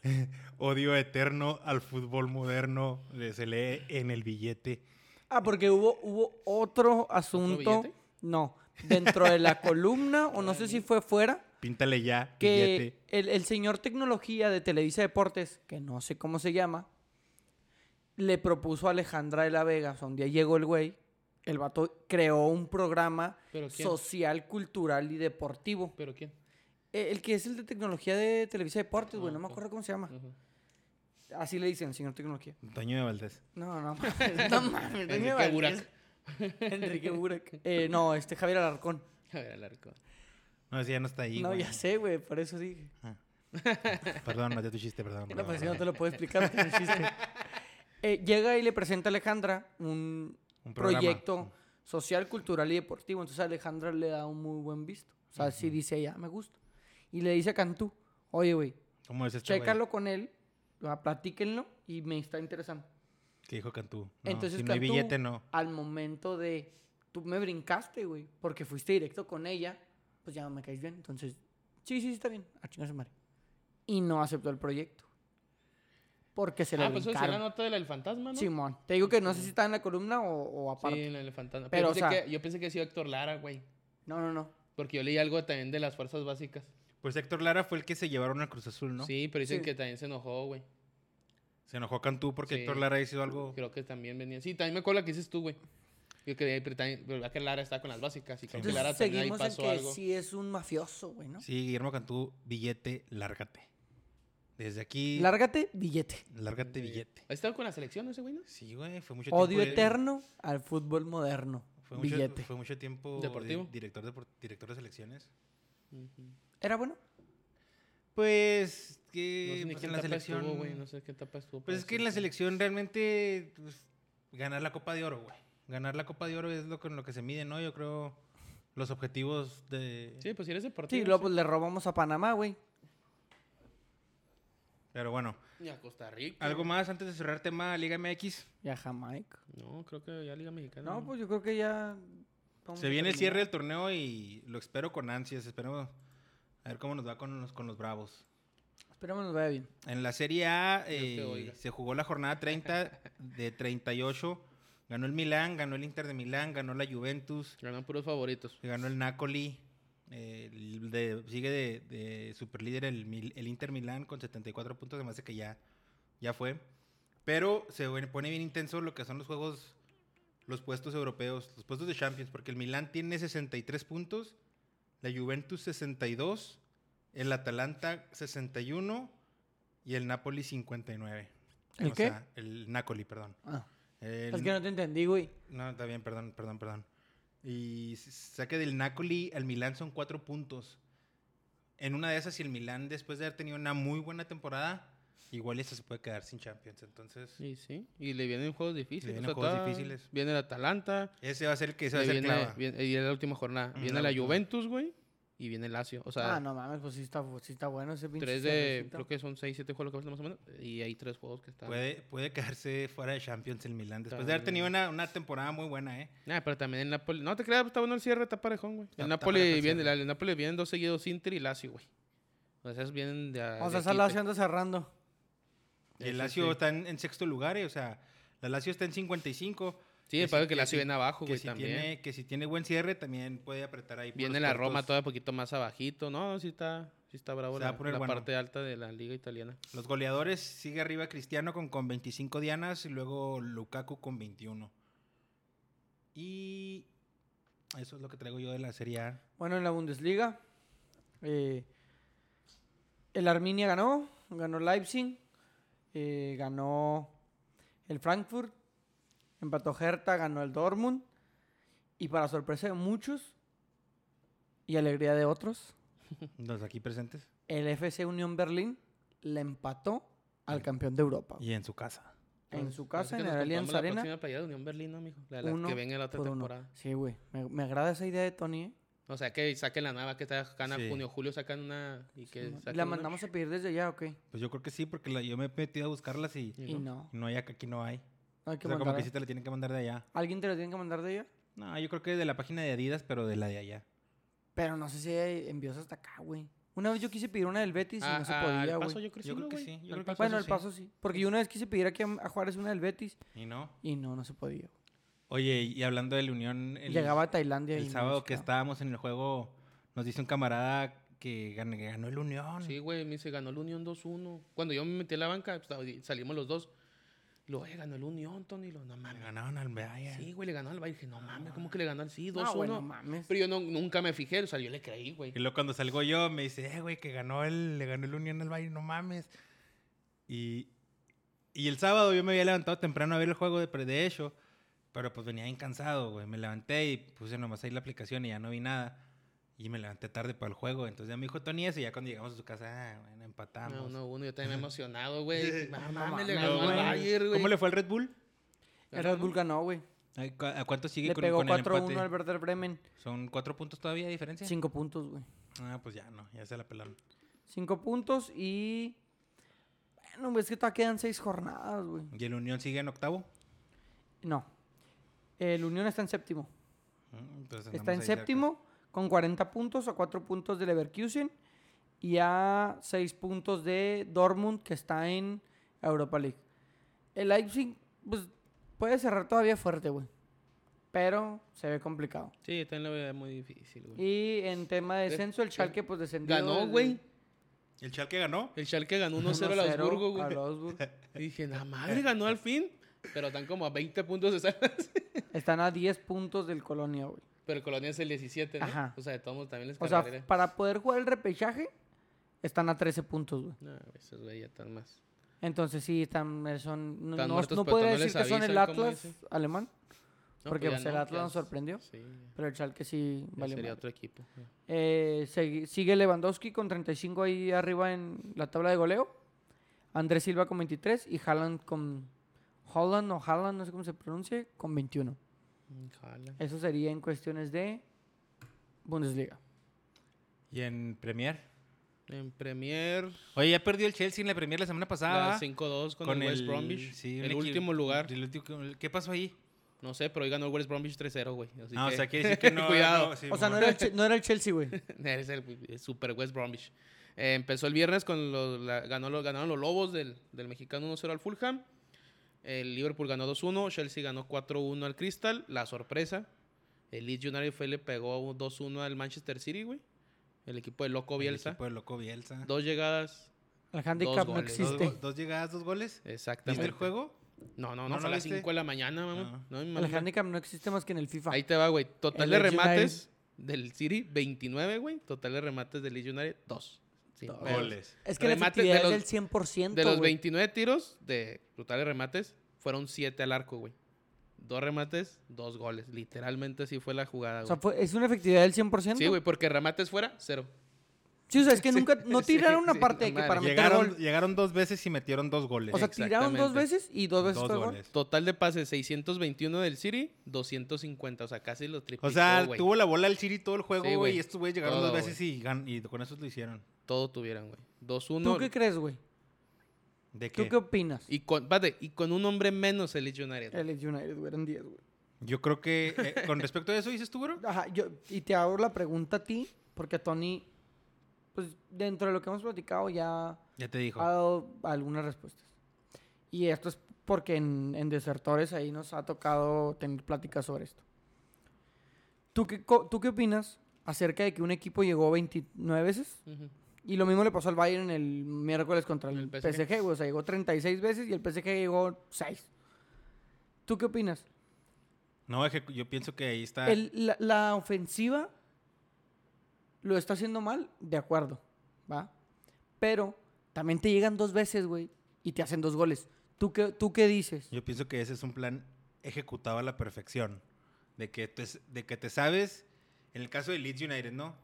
D: Odio eterno al fútbol moderno. eh, Se lee en el billete.
A: Ah, porque hubo, hubo otro asunto.
B: billete?
A: no, dentro de la columna, o no sé si fue fuera,
D: Píntale ya,
A: que
D: billete.
A: el, el señor tecnología de Televisa Deportes, que no sé cómo se llama, le propuso a Alejandra de la Vega. O sea, un día llegó el güey, el vato creó un programa
B: ¿Pero quién?
A: social, cultural y deportivo.
B: ¿Pero quién?
A: Eh, El que es el de tecnología de Televisa Deportes, güey,
B: Ah,
A: no me
B: ok.
A: acuerdo cómo se llama.
B: Ujú.
A: Así le dicen, señor tecnología.
D: Toño de Valdés.
A: No, no, mames, no mames.
B: Enrique
A: Valdés.
B: Burak.
A: Enrique Burak. Eh, no, este Javier Alarcón.
B: A ver, al arco.
D: No, ese ya no está ahí.
A: no,
D: güey.
A: ya sé, güey, por eso dije.
D: Perdón, maté tu chiste, perdón.
A: No,
D: perdón,
A: pues, si no
D: perdón.
A: te lo puedo explicar porque no existe. Eh, llega y le presenta a Alejandra un,
D: Un programa.
A: proyecto social, cultural y deportivo. Entonces Alejandra le da un muy buen visto. O sea, sí dice ella, me gusta. Y le dice a Cantú, oye, güey,
D: ¿Cómo es este güey?
A: chécalo con él, va, platíquenlo y me está interesante.
D: Que dijo Cantú. No,
A: Entonces,
D: si no hay
A: Cantú-
D: billete, no.
A: Al momento de, tú me brincaste, güey, porque fuiste directo con ella, pues ya me caes bien. Entonces, sí, sí, está bien, a chingarse madre. Y no aceptó el proyecto. Porque se le
B: Ah, pues eso es la
A: brincaron.
B: nota del fantasma, ¿no?
A: Simón, te digo que no sé si está en la columna o, o aparte.
B: Sí, en el fantasma.
A: Pero,
B: Pero,
A: o
B: yo, pensé
A: sea-
B: que, yo pensé que sí, Héctor Lara, güey.
A: No, no, no.
B: Porque yo leí algo también de las fuerzas básicas.
D: Pues Héctor Lara fue el que se llevaron al Cruz Azul, ¿no?
B: Sí, pero dicen
A: Sí.
B: que también se enojó, güey.
D: Se enojó Cantú porque
B: Sí.
D: Héctor Lara hizo algo.
B: Creo que también venía. Sí, también me acuerdo la que dices tú, güey. Yo creía, pero también, pero que Lara está con las básicas. Y creo que
A: Entonces
B: Lara también ahí
A: seguimos en
B: pasó
A: que
B: algo.
A: sí es un mafioso, güey, ¿no?
D: Sí, Guillermo Cantú, billete, lárgate. Desde aquí,
A: Lárgate, billete.
D: lárgate, billete.
B: ¿Has estado con la selección ese, güey, no?
D: Sí, güey, fue mucho
A: Odio
D: tiempo. de-
A: eterno al fútbol moderno.
D: Fue mucho,
A: billete.
D: Fue mucho tiempo de
B: Deportivo.
D: director, de, director de selecciones.
B: Ujú.
A: ¿Era bueno?
D: Pues,
B: No
D: que
B: sé ni
D: pues,
B: qué
D: en la
B: etapa
D: selección.
B: estuvo, güey. No sé qué etapa estuvo.
D: Pues
B: para
D: es que en la
B: decirte.
D: selección realmente pues, ganar la Copa de Oro, güey. Ganar la Copa de Oro es lo con lo que se mide, ¿no? Yo creo los objetivos de.
B: Sí, pues si eres deportivo.
A: Sí, luego pues le robamos a Panamá, güey.
D: Pero bueno,
B: Y a Costa Rica.
D: pues, algo más antes de cerrar tema Liga MX.
A: Y a Jamaica.
B: No, creo que ya Liga Mexicana.
A: No, pues yo creo que ya. vamos
D: Se
A: a
D: viene el
A: terminar.
D: cierre del torneo y lo espero con ansias. Esperemos a ver cómo nos va con los, con los Bravos.
A: Esperemos nos vaya bien.
D: En la Serie A
B: te
D: eh,
B: oiga.
D: se jugó la jornada 30 de 38. Ganó el Milán, ganó el Inter de Milán, ganó la Juventus,
B: Ganan puros favoritos.
D: ganó el Napoli. eh, el de- sigue de, de superlíder el, Mil- el Inter Milán con 74 puntos, además de que ya, ya fue. Pero se pone- pone bien intenso lo que son los juegos, los puestos europeos, los puestos de Champions, porque el Milán tiene 63 puntos, la Juventus 62 el Atalanta 61 y el Napoli 59.
A: ¿El qué?
D: el Napoli, perdón.
A: Ah,
D: El-
A: Es que no te entendí, güey.
D: no, está bien, perdón, perdón, perdón. Y s- saque del Nácoli al Milán son cuatro puntos. En una de esas, si el Milán, después de haber tenido una muy buena temporada, igual eso se puede quedar sin Champions. Entonces,
B: Sí, sí. Y le vienen juegos difíciles.
D: vienen juegos
B: todavía
D: difíciles.
B: Viene el Atalanta.
D: ese va a ser el que se va a
B: le
D: hacer
B: viene,
D: clava.
B: viene- y es la última jornada.
D: Mm,
B: viene
D: la
B: la
D: última.
B: Juventus, güey. Y viene el Lazio. O sea,
A: ah, no mames, pues sí está, sí está bueno ese pinche.
B: tres de...
A: cierrecito.
B: Creo que son seis, siete juegos que pasan más o menos. Y hay tres juegos que están...
D: Puede, puede quedarse fuera de Champions el Milán. Después
B: Está
D: de haber tenido
B: bien.
D: una, una temporada muy buena, ¿eh?
B: Nah, pero también el Napoli. No te creas, está bueno el cierre, está parejón, güey.
D: Está-
B: El
D: está parejo
B: Napoli
D: el
B: viene,
D: cierre.
B: el Napoli vienen dos seguidos Inter y Lazio, güey. O sea, esos vienen de. a-
A: O
B: de
A: sea,
B: aquí,
A: esa la
B: pues.
A: anda cerrando.
D: Y el
B: Eso
D: Lazio
B: sí.
D: está en, en sexto lugar, ¿eh? O sea, la Lazio está en 55.
B: Sí, el
D: si-
B: padre que Lazio
D: si-
B: viene abajo,
D: que
B: güey,
D: si
B: también.
D: Tiene, que si tiene buen cierre, también puede apretar ahí. por
B: Viene
D: los
B: la
D: puestos-
B: Roma todavía poquito más abajito. No, sí está, sí está bravo
D: Se va
B: la,
D: a poner
B: la
D: bueno.
B: parte alta de la liga italiana.
D: Los goleadores sigue arriba Cristiano con, con 25 dianas y luego Lukaku con 21. Y eso es lo que traigo yo de la Serie A.
A: Bueno, en la Bundesliga, eh, el Arminia ganó, ganó Leipzig, eh, ganó el Frankfurt, empató Hertha, ganó el Dortmund, y para sorpresa de muchos y alegría de otros,
D: Los aquí presentes.
A: el FC Unión Berlín le empató al campeón de Europa. güey.
D: Y en su casa.
A: En
B: Entonces,
A: su
B: ahora sí
A: casa,
B: que
A: en
B: nos
A: el
B: compramos
A: Allianz
B: la
A: Arena,
B: próxima playera de Unión Berlín, ¿no, mijo? La, la
A: uno
B: que venga la otra
A: por uno.
B: temporada.
A: Sí, güey, me, me agrada esa idea de Tony, ¿eh?
B: O sea, que saquen la nava que sacan a
D: Sí.
B: junio, julio, sacan una. Y que
A: Simón.
B: saquen
A: La
B: una.
A: mandamos a pedir desde allá, ok.
D: Pues yo creo que sí, porque la- yo me he metido a buscarlas y
B: Y
A: Y no,
D: no hay acá, aquí no hay.
A: no hay que
D: o sea, como que
A: mandar.
D: sí te la tienen que mandar de allá.
A: ¿Alguien te lo tiene que mandar de allá?
D: No, yo creo que de la página de Adidas, pero de la de allá.
A: Pero no sé si hay envíos hasta acá, güey. Una vez yo quise pedir una del Betis y
B: Ah,
A: no se
B: ah,
A: podía,
B: al paso
A: güey.
B: yo creo,
D: Yo creo que sí, yo creo que
A: Bueno,
D: Paso
A: al
D: sí.
A: paso sí. Porque yo una vez quise pedir aquí a, a Juárez una del Betis
D: Y no.
A: y no, no se podía. güey.
D: Oye, y hablando de la Unión. El,
A: Llegaba a Tailandia y
D: El
A: no
D: sábado
A: se
D: que
A: acaba.
D: estábamos en el juego, nos dice un camarada que gan- que ganó, el Unión.
B: Sí, güey, me dice, ganó el Unión 2-1. Cuando yo me metí a la banca, pues, sal- salimos los dos. Y Luego, eh, ganó el Unión, Tony. Y Lo, no
D: Le
B: mames.
D: ganaron al Medalla.
B: Sí, güey, le ganó al Bayern. Dije, no mames, ¿cómo que le ganó al sí? 2-1.
A: No, güey, no mames.
B: Pero yo no- nunca me fijé, o sea, yo le creí, güey.
D: Y luego cuando salgo yo me dice, eh, güey, que ganó el, le ganó el Unión al Bayern, no mames. Y, y el sábado yo me había levantado temprano a ver el juego de, pre- de hecho, pero pues venía bien cansado, güey. Me levanté y puse nomás ahí la aplicación y ya no vi nada. Y me levanté tarde para el juego. Entonces ya me dijo Tony eso y ya cuando llegamos a su casa, ah, bueno, empatamos.
B: No, no, uno, yo también emocionado, güey. Dije, No mames,
A: mames,
B: le ganó al
A: güey.
B: Bayern, güey.
D: ¿Cómo le fue al Red Bull?
A: El Red Bull ganó, güey.
D: Ay, cu- ¿A cuánto sigue
A: Le
D: con,
A: pegó
D: con el
A: 4-1
D: empate?
A: al Werder Bremen.
D: ¿Son cuatro puntos todavía de diferencia?
A: Cinco puntos, güey.
D: Ah, pues ya no, ya se la pelaron.
A: Cinco puntos y... Bueno, güey, es que todavía quedan seis jornadas, güey.
D: ¿Y el Unión sigue en octavo?
A: No. El Unión está en séptimo.
D: Mm, entonces
A: Está en
D: andamos ahí cerca.
A: séptimo con 40 puntos, a 4 puntos del Leverkusen y a 6 puntos de Dortmund que está en Europa League. El Leipzig pues, puede cerrar todavía fuerte, güey. Pero se ve complicado.
B: Sí, también lo veía muy difícil, güey.
A: Y en tema
D: Eh,
A: de descenso, el Schalke pues descendió.
B: Ganó,
A: desde-
B: güey.
D: ¿El Schalke ganó?
B: El Schalke ganó 1-0 al
A: 1-0
B: Augsburgo,
A: al
B: güey.
A: Augsburgo.
B: Y Dije, la madre ganó al fin. Eh, Pero están como a 20 puntos de estar.
A: Están a 10 puntos del Colonia, güey.
B: Pero Colonia es el 17, ¿no?
A: Ajá.
B: O sea, de todos modos también les
A: O sea,
B: cargaría.
A: para poder jugar el repechaje, están a 13 puntos, güey.
B: No, güey, esos güey ya están más.
A: Entonces sí, están, eh, son, no,
B: Están
A: no-
B: muertos,
A: no
B: pero
A: podría
B: no les
A: decir que son el
B: avisan, ¿cómo
A: Atlas
B: dice?
A: alemán,
B: No,
A: porque
B: ya
A: pues, el
B: no,
A: Atlas
B: ya
A: nos
B: es-
A: sorprendió,
B: Sí, ya
A: pero el Schalke sí vale
B: sería
A: madre.
B: otro equipo. ya.
A: Eh, segui- sigue Lewandowski con 35 ahí arriba en la tabla de goleo, Andrés Silva con 23 y Haaland con... Holland o Haaland, no sé cómo se pronuncia, con 21.
B: Mm, Jala.
A: Eso sería en cuestiones de Bundesliga.
D: ¿Y en Premier?
B: En Premier,
D: Oye, ya perdió el Chelsea en la Premier la semana pasada.
B: la
D: ¿va?
B: 5-2 con, el West Bromwich.
D: sí, un
B: el
D: equi-
B: último lugar.
D: el último- ¿Qué pasó ahí?
B: No sé, pero hoy ganó el West Bromwich 3-0, güey. Así
D: Ah, o
B: que-
D: sea, quiere decir que no.
B: Cuidado.
D: no, sí,
A: o sea, no
D: mamá.
A: era, el Che- no era el Chelsea, güey.
B: Eres el el Super West Bromwich. Eh, empezó el viernes con los, la- ganó los, ganaron los Lobos del, del mexicano 1-0 al Fulham. El Liverpool ganó 2-1. Chelsea ganó 4-1 al Crystal. La sorpresa. El Leeds United fue, le pegó un 2-1 al Manchester City, güey. El equipo de Loco
D: El
B: Bielsa.
D: equipo de Loco Bielsa.
B: Dos llegadas.
A: El handicap no
B: goles, dos
D: Dos,
A: existe.
D: go- dos llegadas, dos goles.
B: Exactamente.
D: ¿Viste el juego?
B: No, no, no,
D: ¿No
B: fue a
D: lo
B: las
D: viste?
B: 5 de la mañana, mamá.
D: Ah.
B: No, mi mamá.
A: El handicap no existe más que en el FIFA.
B: Ahí te va, güey. Total
A: El
B: de
A: Leeds
B: remates del City, 29, güey. Total de remates del Leeds United, 2. Sin
A: Todo.
B: pedos.
E: Goles.
A: Es que
B: Remates de
A: la
B: los-
A: efectividad es del 100%.
B: De los
A: güey.
B: 29 tiros de brutales remates, fueron 7 al arco, güey. Dos remates, dos goles. Literalmente así fue la jugada,
A: O
B: güey.
A: sea, fue- es una efectividad del 100%.
B: sí, güey, porque remates fuera, cero.
A: Sí, o sea, es que nunca, no
B: sí,
A: tiraron una
B: sí,
A: parte
B: no
A: de que
B: mames.
A: para meter
D: Llegaron,
A: gol.
D: llegaron dos veces y metieron dos goles.
A: O sea, tiraron dos
B: Exactamente.
A: veces y dos veces
D: dos
A: fue gol.
D: goles.
B: Total de pases, 621 del City, 250. O sea, casi lo triplicó,
D: O sea,
B: güey.
D: tuvo la bola al Chiri todo el juego,
B: Sí,
D: güey.
B: güey.
D: y estos güeyes llegaron
B: Todo,
D: dos veces y, gan- y con eso lo hicieron.
B: Todo tuvieron, güey. 2-1.
A: ¿Tú qué crees, güey?
D: ¿De qué?
A: ¿Tú qué opinas?
B: Y con, espérate, y con un hombre menos el Leeds United.
A: El Leeds United, güey, eran 10, güey.
D: Yo creo que eh, con respecto a eso dices tú, bro.
A: Ajá, yo, y te hago la pregunta a ti, porque Tony, pues dentro de lo que hemos platicado ya
D: Ya te dijo.
A: ha dado algunas respuestas. Y esto es porque en, en Desertores ahí nos ha tocado tener pláticas sobre esto. ¿Tú qué, co- ¿Tú qué opinas acerca de que un equipo llegó 29 veces?
B: Ujú.
A: Y lo mismo le pasó al Bayern el miércoles contra el,
B: El PSG.
A: PSG, güey. O sea, llegó 36 veces y el PSG llegó 6. ¿Tú qué opinas?
D: No, ejecu- yo pienso que ahí está.
A: El- la, la ofensiva lo está haciendo mal, de acuerdo, ¿va? Pero también te llegan dos veces, güey, y te hacen dos goles. ¿Tú qué, tú qué dices?
D: Yo pienso que ese es un plan ejecutado a la perfección. De que, te, de que te sabes, en el caso de Leeds United, ¿no?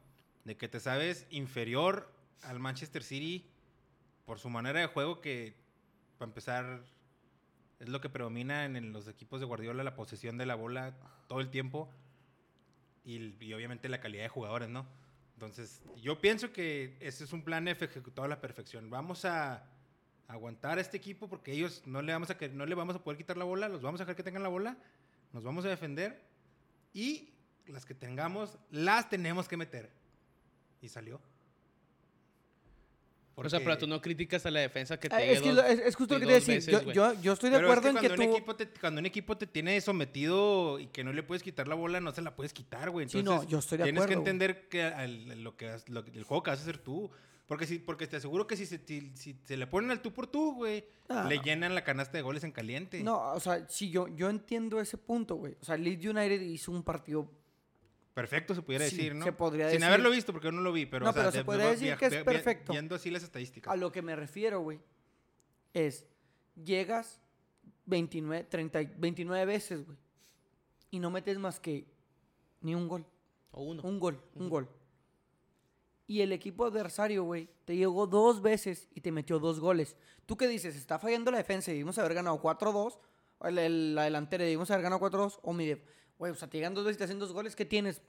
D: De que te sabes inferior al Manchester City por su manera de juego que, para empezar, es lo que predomina en el- los equipos de Guardiola, la posesión de la bola todo el tiempo y, y obviamente la calidad de jugadores, ¿no? Entonces, yo pienso que ese es un plan efe- ejecutado a la perfección. Vamos a aguantar a este equipo porque ellos no le vamos a quer- no le vamos a poder quitar la bola, los vamos a dejar que tengan la bola, nos vamos a defender y las que tengamos las tenemos que meter. Y salió.
B: O sea, pero tú no criticas a la defensa que te
A: Ah, es,
B: llegue
A: que
B: dos-
A: lo- es, es justo lo
B: de
A: que te iba a
B: dos
A: decir.
B: veces,
A: yo,
B: güey.
A: yo- yo estoy de
D: Pero
A: acuerdo
D: es que
A: en
D: cuando
A: que
D: un
A: tú...
D: equipo te, cuando un equipo te tiene sometido y que no le puedes quitar la bola, no se la puedes quitar, güey.
A: Sí,
D: Entonces,
A: no, yo estoy de
D: tienes que
A: acuerdo, güey.
D: entender que al- lo que has- lo- el juego que vas a hacer tú. Porque si, porque te aseguro que si se, ti- si se le ponen al tú por tú, güey,
A: Ah,
D: le
A: no.
D: llenan la canasta de goles en caliente.
A: No, o sea, sí, yo, yo entiendo ese punto, güey. O sea, Leeds United hizo un partido...
D: Perfecto, se pudiera
A: Sí,
D: decir, ¿no?
A: se podría
D: Sin
A: decir.
D: haberlo visto, porque yo no lo vi, pero.
A: No,
D: o sea,
A: pero se
D: de-
A: podría
D: va-
A: decir
D: via-
A: que es
D: via-
A: perfecto.
D: Viendo así las
A: A
D: estadísticas.
A: lo que me refiero, güey, es... Llegas 29, 30 y- 29 veces, güey. Y no metes más que ni un gol.
B: O uno.
A: Un gol, un
B: Ujú.
A: gol. Y el equipo adversario, güey, te llegó dos veces y te metió dos goles. ¿Tú qué dices? ¿Está fallando la defensa y debimos haber ganado 4-2? O el- el- la delantera y debimos haber ganado 4-2? O mi def- Güey, o sea, te llegan dos veces y te hacen dos goles. ¿Qué tienes?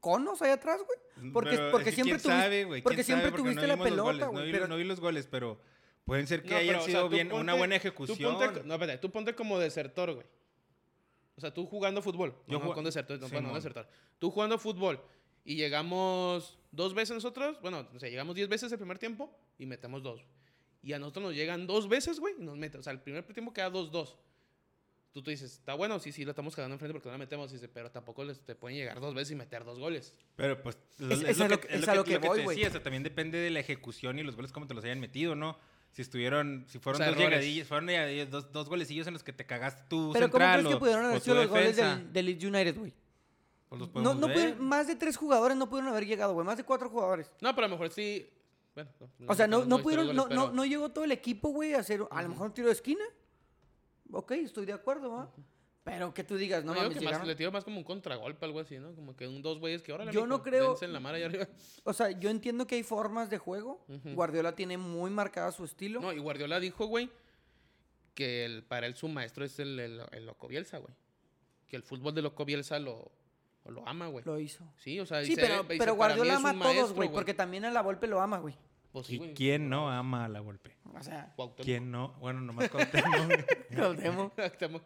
A: ¿Conos ahí atrás, güey? Porque,
D: Pero
A: porque
D: es que
A: siempre
D: quién
A: tuviste,
D: sabe, güey,
A: porque
D: quién
A: siempre
D: sabe, porque no
A: tuviste la
D: vimos los
A: pelota,
D: goles,
A: güey.
D: No, vi-
A: pero-
D: no vi los goles, pero pueden ser que
B: No,
D: hayan
B: pero, o sea,
D: sido
B: tú
D: bien,
B: ponte-
D: una buena
B: Tú ponte,
D: ejecución.
B: no, espérate, tú ponte como desertor, güey. O sea, tú jugando fútbol.
D: Yo
B: Yo
D: ju-
B: no, con desertor, no, bueno, no
D: Simón.
B: desertor. Tú jugando fútbol y llegamos dos veces nosotros, bueno, o sea, llegamos diez veces el primer tiempo y metemos dos. Y a nosotros nos llegan dos veces, güey, y nos meten. O sea, el primer tiempo queda 2-2. Tú te dices, está bueno, sí, sí, lo estamos quedando enfrente porque no la metemos. Dice, pero tampoco les, te pueden llegar dos veces y meter dos goles.
D: Pero pues lo-
A: Es- es a lo que- es a lo que
D: te
A: voy,
D: decía,
A: güey.
D: o sea, también depende de la ejecución y los goles como te los hayan metido, ¿no? Si estuvieron, si fueron
B: O sea,
D: dos
B: errores.
D: llegadillas, fueron llegadillas, dos, dos golecillos en los que te cagaste tú
A: Pero ¿cómo
D: central
A: crees que
D: o-
A: pudieron
D: o
A: haber
D: tu
A: sido los goles
D: defensa?
A: del, del Leeds United, güey?
D: Pues los
A: No,
D: podemos
A: no
D: ver.
A: pudieron- más de tres jugadores no pudieron haber llegado, güey. Más de cuatro jugadores.
B: No, pero a lo mejejor sí. Bueno,
A: O sea, no,
B: metemos
A: no
B: tres
A: pudieron,
B: goles,
A: no, no,
B: pero-
A: no llegó todo el equipo, güey, a hacer a lo mejor un tiro de esquina. Ok, estoy de acuerdo, ¿va? Pero que tú digas, no
B: No, digo
A: mames,
B: que más-
A: llegaron-
B: le tiro más como un contragolpe, algo así, ¿no? Como que un dos güeyes que ahora
A: Yo no creo-
B: en la mar allá arriba.
A: O sea, yo entiendo que hay formas de juego.
B: Ujú.
A: Guardiola tiene muy marcada su estilo.
B: No, y Guardiola dijo, güey, que el, para él su maestro es el, el, el Loco Bielsa, güey. Que el fútbol de Loco Bielsa lo, lo ama, güey.
A: Lo hizo.
B: Sí, o sea,
A: Sí,
B: dice,
A: pero,
B: eh, dice,
A: pero
B: "Para mí
A: Guardiola
B: es un
A: ama a todos,
B: maestro,
A: güey, porque también a la Volpe lo ama, güey.
B: Pues sí,
D: ¿Y
B: güey.
D: quién no ama a la golpe?
A: O sea,
B: Cuauhtémoc.
D: ¿Quién no? Bueno, nomás Cuauhtémoc. güey.
A: Cuauhtémoc.
B: Cuauhtémoc.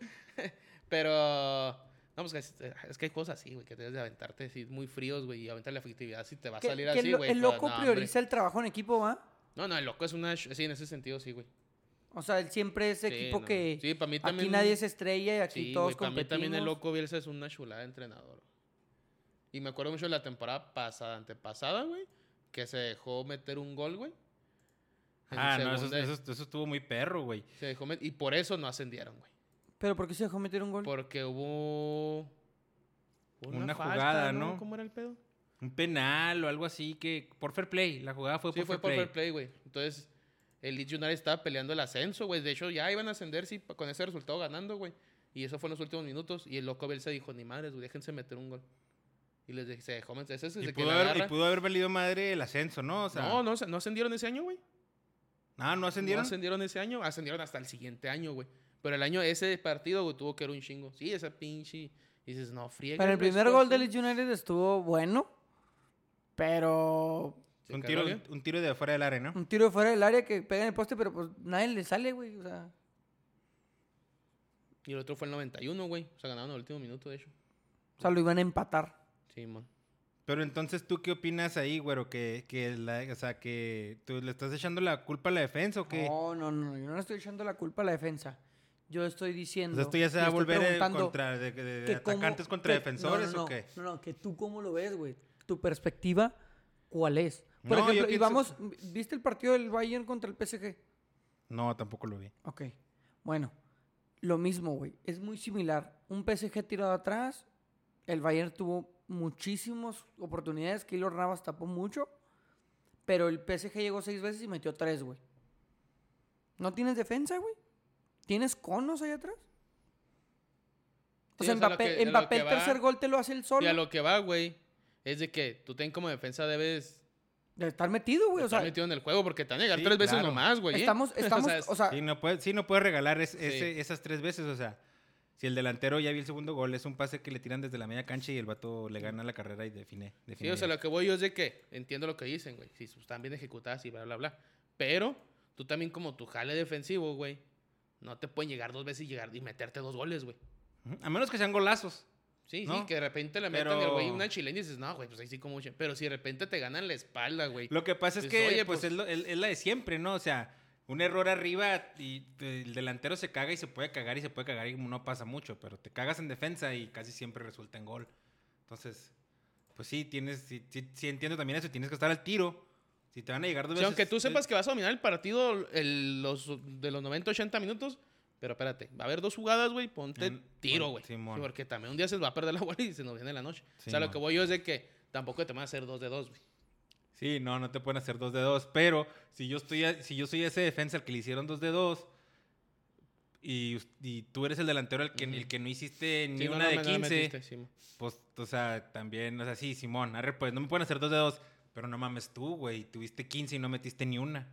B: Pero... No, pues es, es que hay cosas así, güey, que debes de aventarte así, muy fríos, güey, y aventar la efectividad si te va a
A: Que-
B: salir
A: que
B: así,
A: lo-
B: güey.
A: el
B: pues,
A: loco
B: no, hombre.
A: prioriza el trabajo en equipo, ¿va?
B: No, no, el loco es una... sh- Sí, en ese sentido, sí, güey.
A: O sea, él siempre es
B: Sí,
A: este equipo
B: no, no.
A: que
B: Sí, para mí
A: aquí
B: también-
A: nadie es estrella y aquí
B: Sí,
A: todos
B: güey, para mí
A: competimos.
B: también el loco Bielsa es una chulada de entrenador. Y me acuerdo mucho de la temporada pasada, antepasada, güey, que se dejó meter un gol, güey. En
D: Ah, no, eso,
B: segunda-
D: eso- eso estuvo muy perro, güey.
B: se dejó met- y por eso no ascendieron, güey.
A: Pero ¿por qué se dejó meter un gol?
B: Porque hubo
D: Una jugada, ¿no?
B: ¿Cómo era el pedo?
E: Un penal o algo así que. Por fair play. La jugada fue
B: Sí,
E: por
B: fue
E: fair
B: por
E: play.
B: fair play, güey. Entonces, el Leeds United estaba peleando el ascenso, güey. De hecho, ya iban a ascender sí, pa- con ese resultado ganando, güey. Y eso fue en los últimos minutos. Y el loco Bielsa dijo, ni madres, güey, déjense meter un gol. Y les dije, se dejó meter. Ese es
D: Y
B: desde que
D: pudo,
B: la
D: haber, y
B: agarra.
D: pudo haber valido madre el ascenso, ¿no? O sea,
B: No, no, se- no ascendieron ese año, güey.
D: Ah, ¿no ascendieron?
B: No ascendieron ese año, ascendieron hasta el siguiente año, güey. Pero el año ese partido, güey, tuvo que era un chingo. Sí, esa pinche. Y dices, no, friega.
A: Pero el primer gol del Leeds United estuvo bueno, pero
D: un, tiro, un tiro de afuera del área, ¿no?
A: un tiro de fuera del área que pega en el poste, pero pues nadie le sale, güey. O sea,
B: Y el otro fue el 91, güey. O sea, ganaron el último minuto, de hecho.
A: o sea, lo iban a empatar.
B: Sí, man.
D: Pero entonces, ¿tú qué opinas ahí, güero? Que, que la, o sea, que tú le estás echando la culpa a la defensa o qué?
A: No, no, no, yo no le estoy echando la culpa a la defensa. Yo estoy
D: o
A: diciendo.
D: sea, Pues esto ya
A: y
D: se va a
A: estoy
D: volver eh,
A: preguntando
D: contra, de, de- de
A: que cómo-
D: atacantes contra
A: que-
D: defensores
A: no, no,
D: o
A: no,
D: qué.
A: No, no, que tú cómo lo ves, güey. Tu perspectiva, ¿cuál es? Por
D: No, yo
A: ejemplo, y
D: pienso-
A: vamos, ¿viste el partido del Bayern contra el PSG?
D: No, tampoco lo vi.
A: Ok. Bueno, lo mismo, güey. Es muy similar. Un PSG tirado atrás. El Bayern tuvo muchísimas oportunidades. Keylor Navas tapó mucho. Pero el PSG llegó seis veces y metió tres, güey. ¿No tienes defensa, güey? ¿Tienes conos ahí atrás? O
B: Sí,
A: sea,
B: o sea, lo
A: Mbappé,
B: que- lo
A: Mbappé
B: que
A: el
B: va-
A: tercer gol te lo hace el
B: Y
A: solo.
B: a lo que va, güey, es de que tú ten como defensa debes
A: De estar metido, güey. O
B: estar
A: sea,
B: metido en el juego porque te van a llegar
D: Sí,
B: tres veces
D: claro.
B: nomás, güey. ¿eh?
A: estamos,
B: O sea,
A: estamos,
B: es-
A: o sea,
D: Sí, no puedes sí, no puede regalar es- ese-
B: Sí.
D: esas tres veces, o sea. Si el delantero ya vio el segundo gol, es un pase que le tiran desde la media cancha y el vato le gana la carrera y define.
B: Sí,
D: define
B: o sea,
D: bien.
B: lo que voy yo es de que entiendo lo que dicen, güey. Si están bien ejecutadas y bla, bla, bla. Pero tú también, como tu jale defensivo, güey, no te pueden llegar dos veces y llegar y meterte dos goles, güey.
D: Ujú. A menos que sean golazos.
B: Sí, sí,
D: ¿No?
B: que de repente le metan al
D: Pero-
B: güey una chilena y dices, no, güey, pues ahí sí como... mucho". Pero si de repente te ganan la espalda, güey.
D: Lo que pasa es
B: Dices,
D: que
B: "Oye,
D: pues,
B: pues".
D: es, lo- es- es la de siempre, ¿no? O sea, un error arriba y te- el delantero se caga y se puede cagar y se puede cagar y no pasa mucho, pero te cagas en defensa y casi siempre resulta en gol. Entonces, pues sí, tienes, sí, sí- sí entiendo también eso, tienes que estar al tiro. Si te van a llegar dos
B: O sea,
D: veces.
B: aunque tú sepas que vas a dominar el partido el- los, de los 90, 80 minutos, pero espérate, va a haber dos jugadas, güey, ponte
D: En-
B: tiro,
D: Mm, pon-
B: güey. Sí,
D: Simón.
B: porque también un día se va a perder la bola y se nos viene la noche. o sea, lo
D: Simón.
B: que voy yo es de que tampoco te van a hacer dos de dos, güey.
D: Sí, no, no te pueden hacer dos de dos. Pero si yo estoy, a- si yo soy ese defensa al que le hicieron dos de dos y, us- y tú eres el delantero al que,
B: Ujú.
D: el que no hiciste ni
B: Sí, no,
D: una
B: no
D: de
B: me- no
D: 15.
B: me metiste, Simón.
D: Pues, o sea, también, o sea, sí, Simón, arre, pues, no me pueden hacer dos de dos, pero no mames tú, güey, tuviste 15 y no metiste ni una.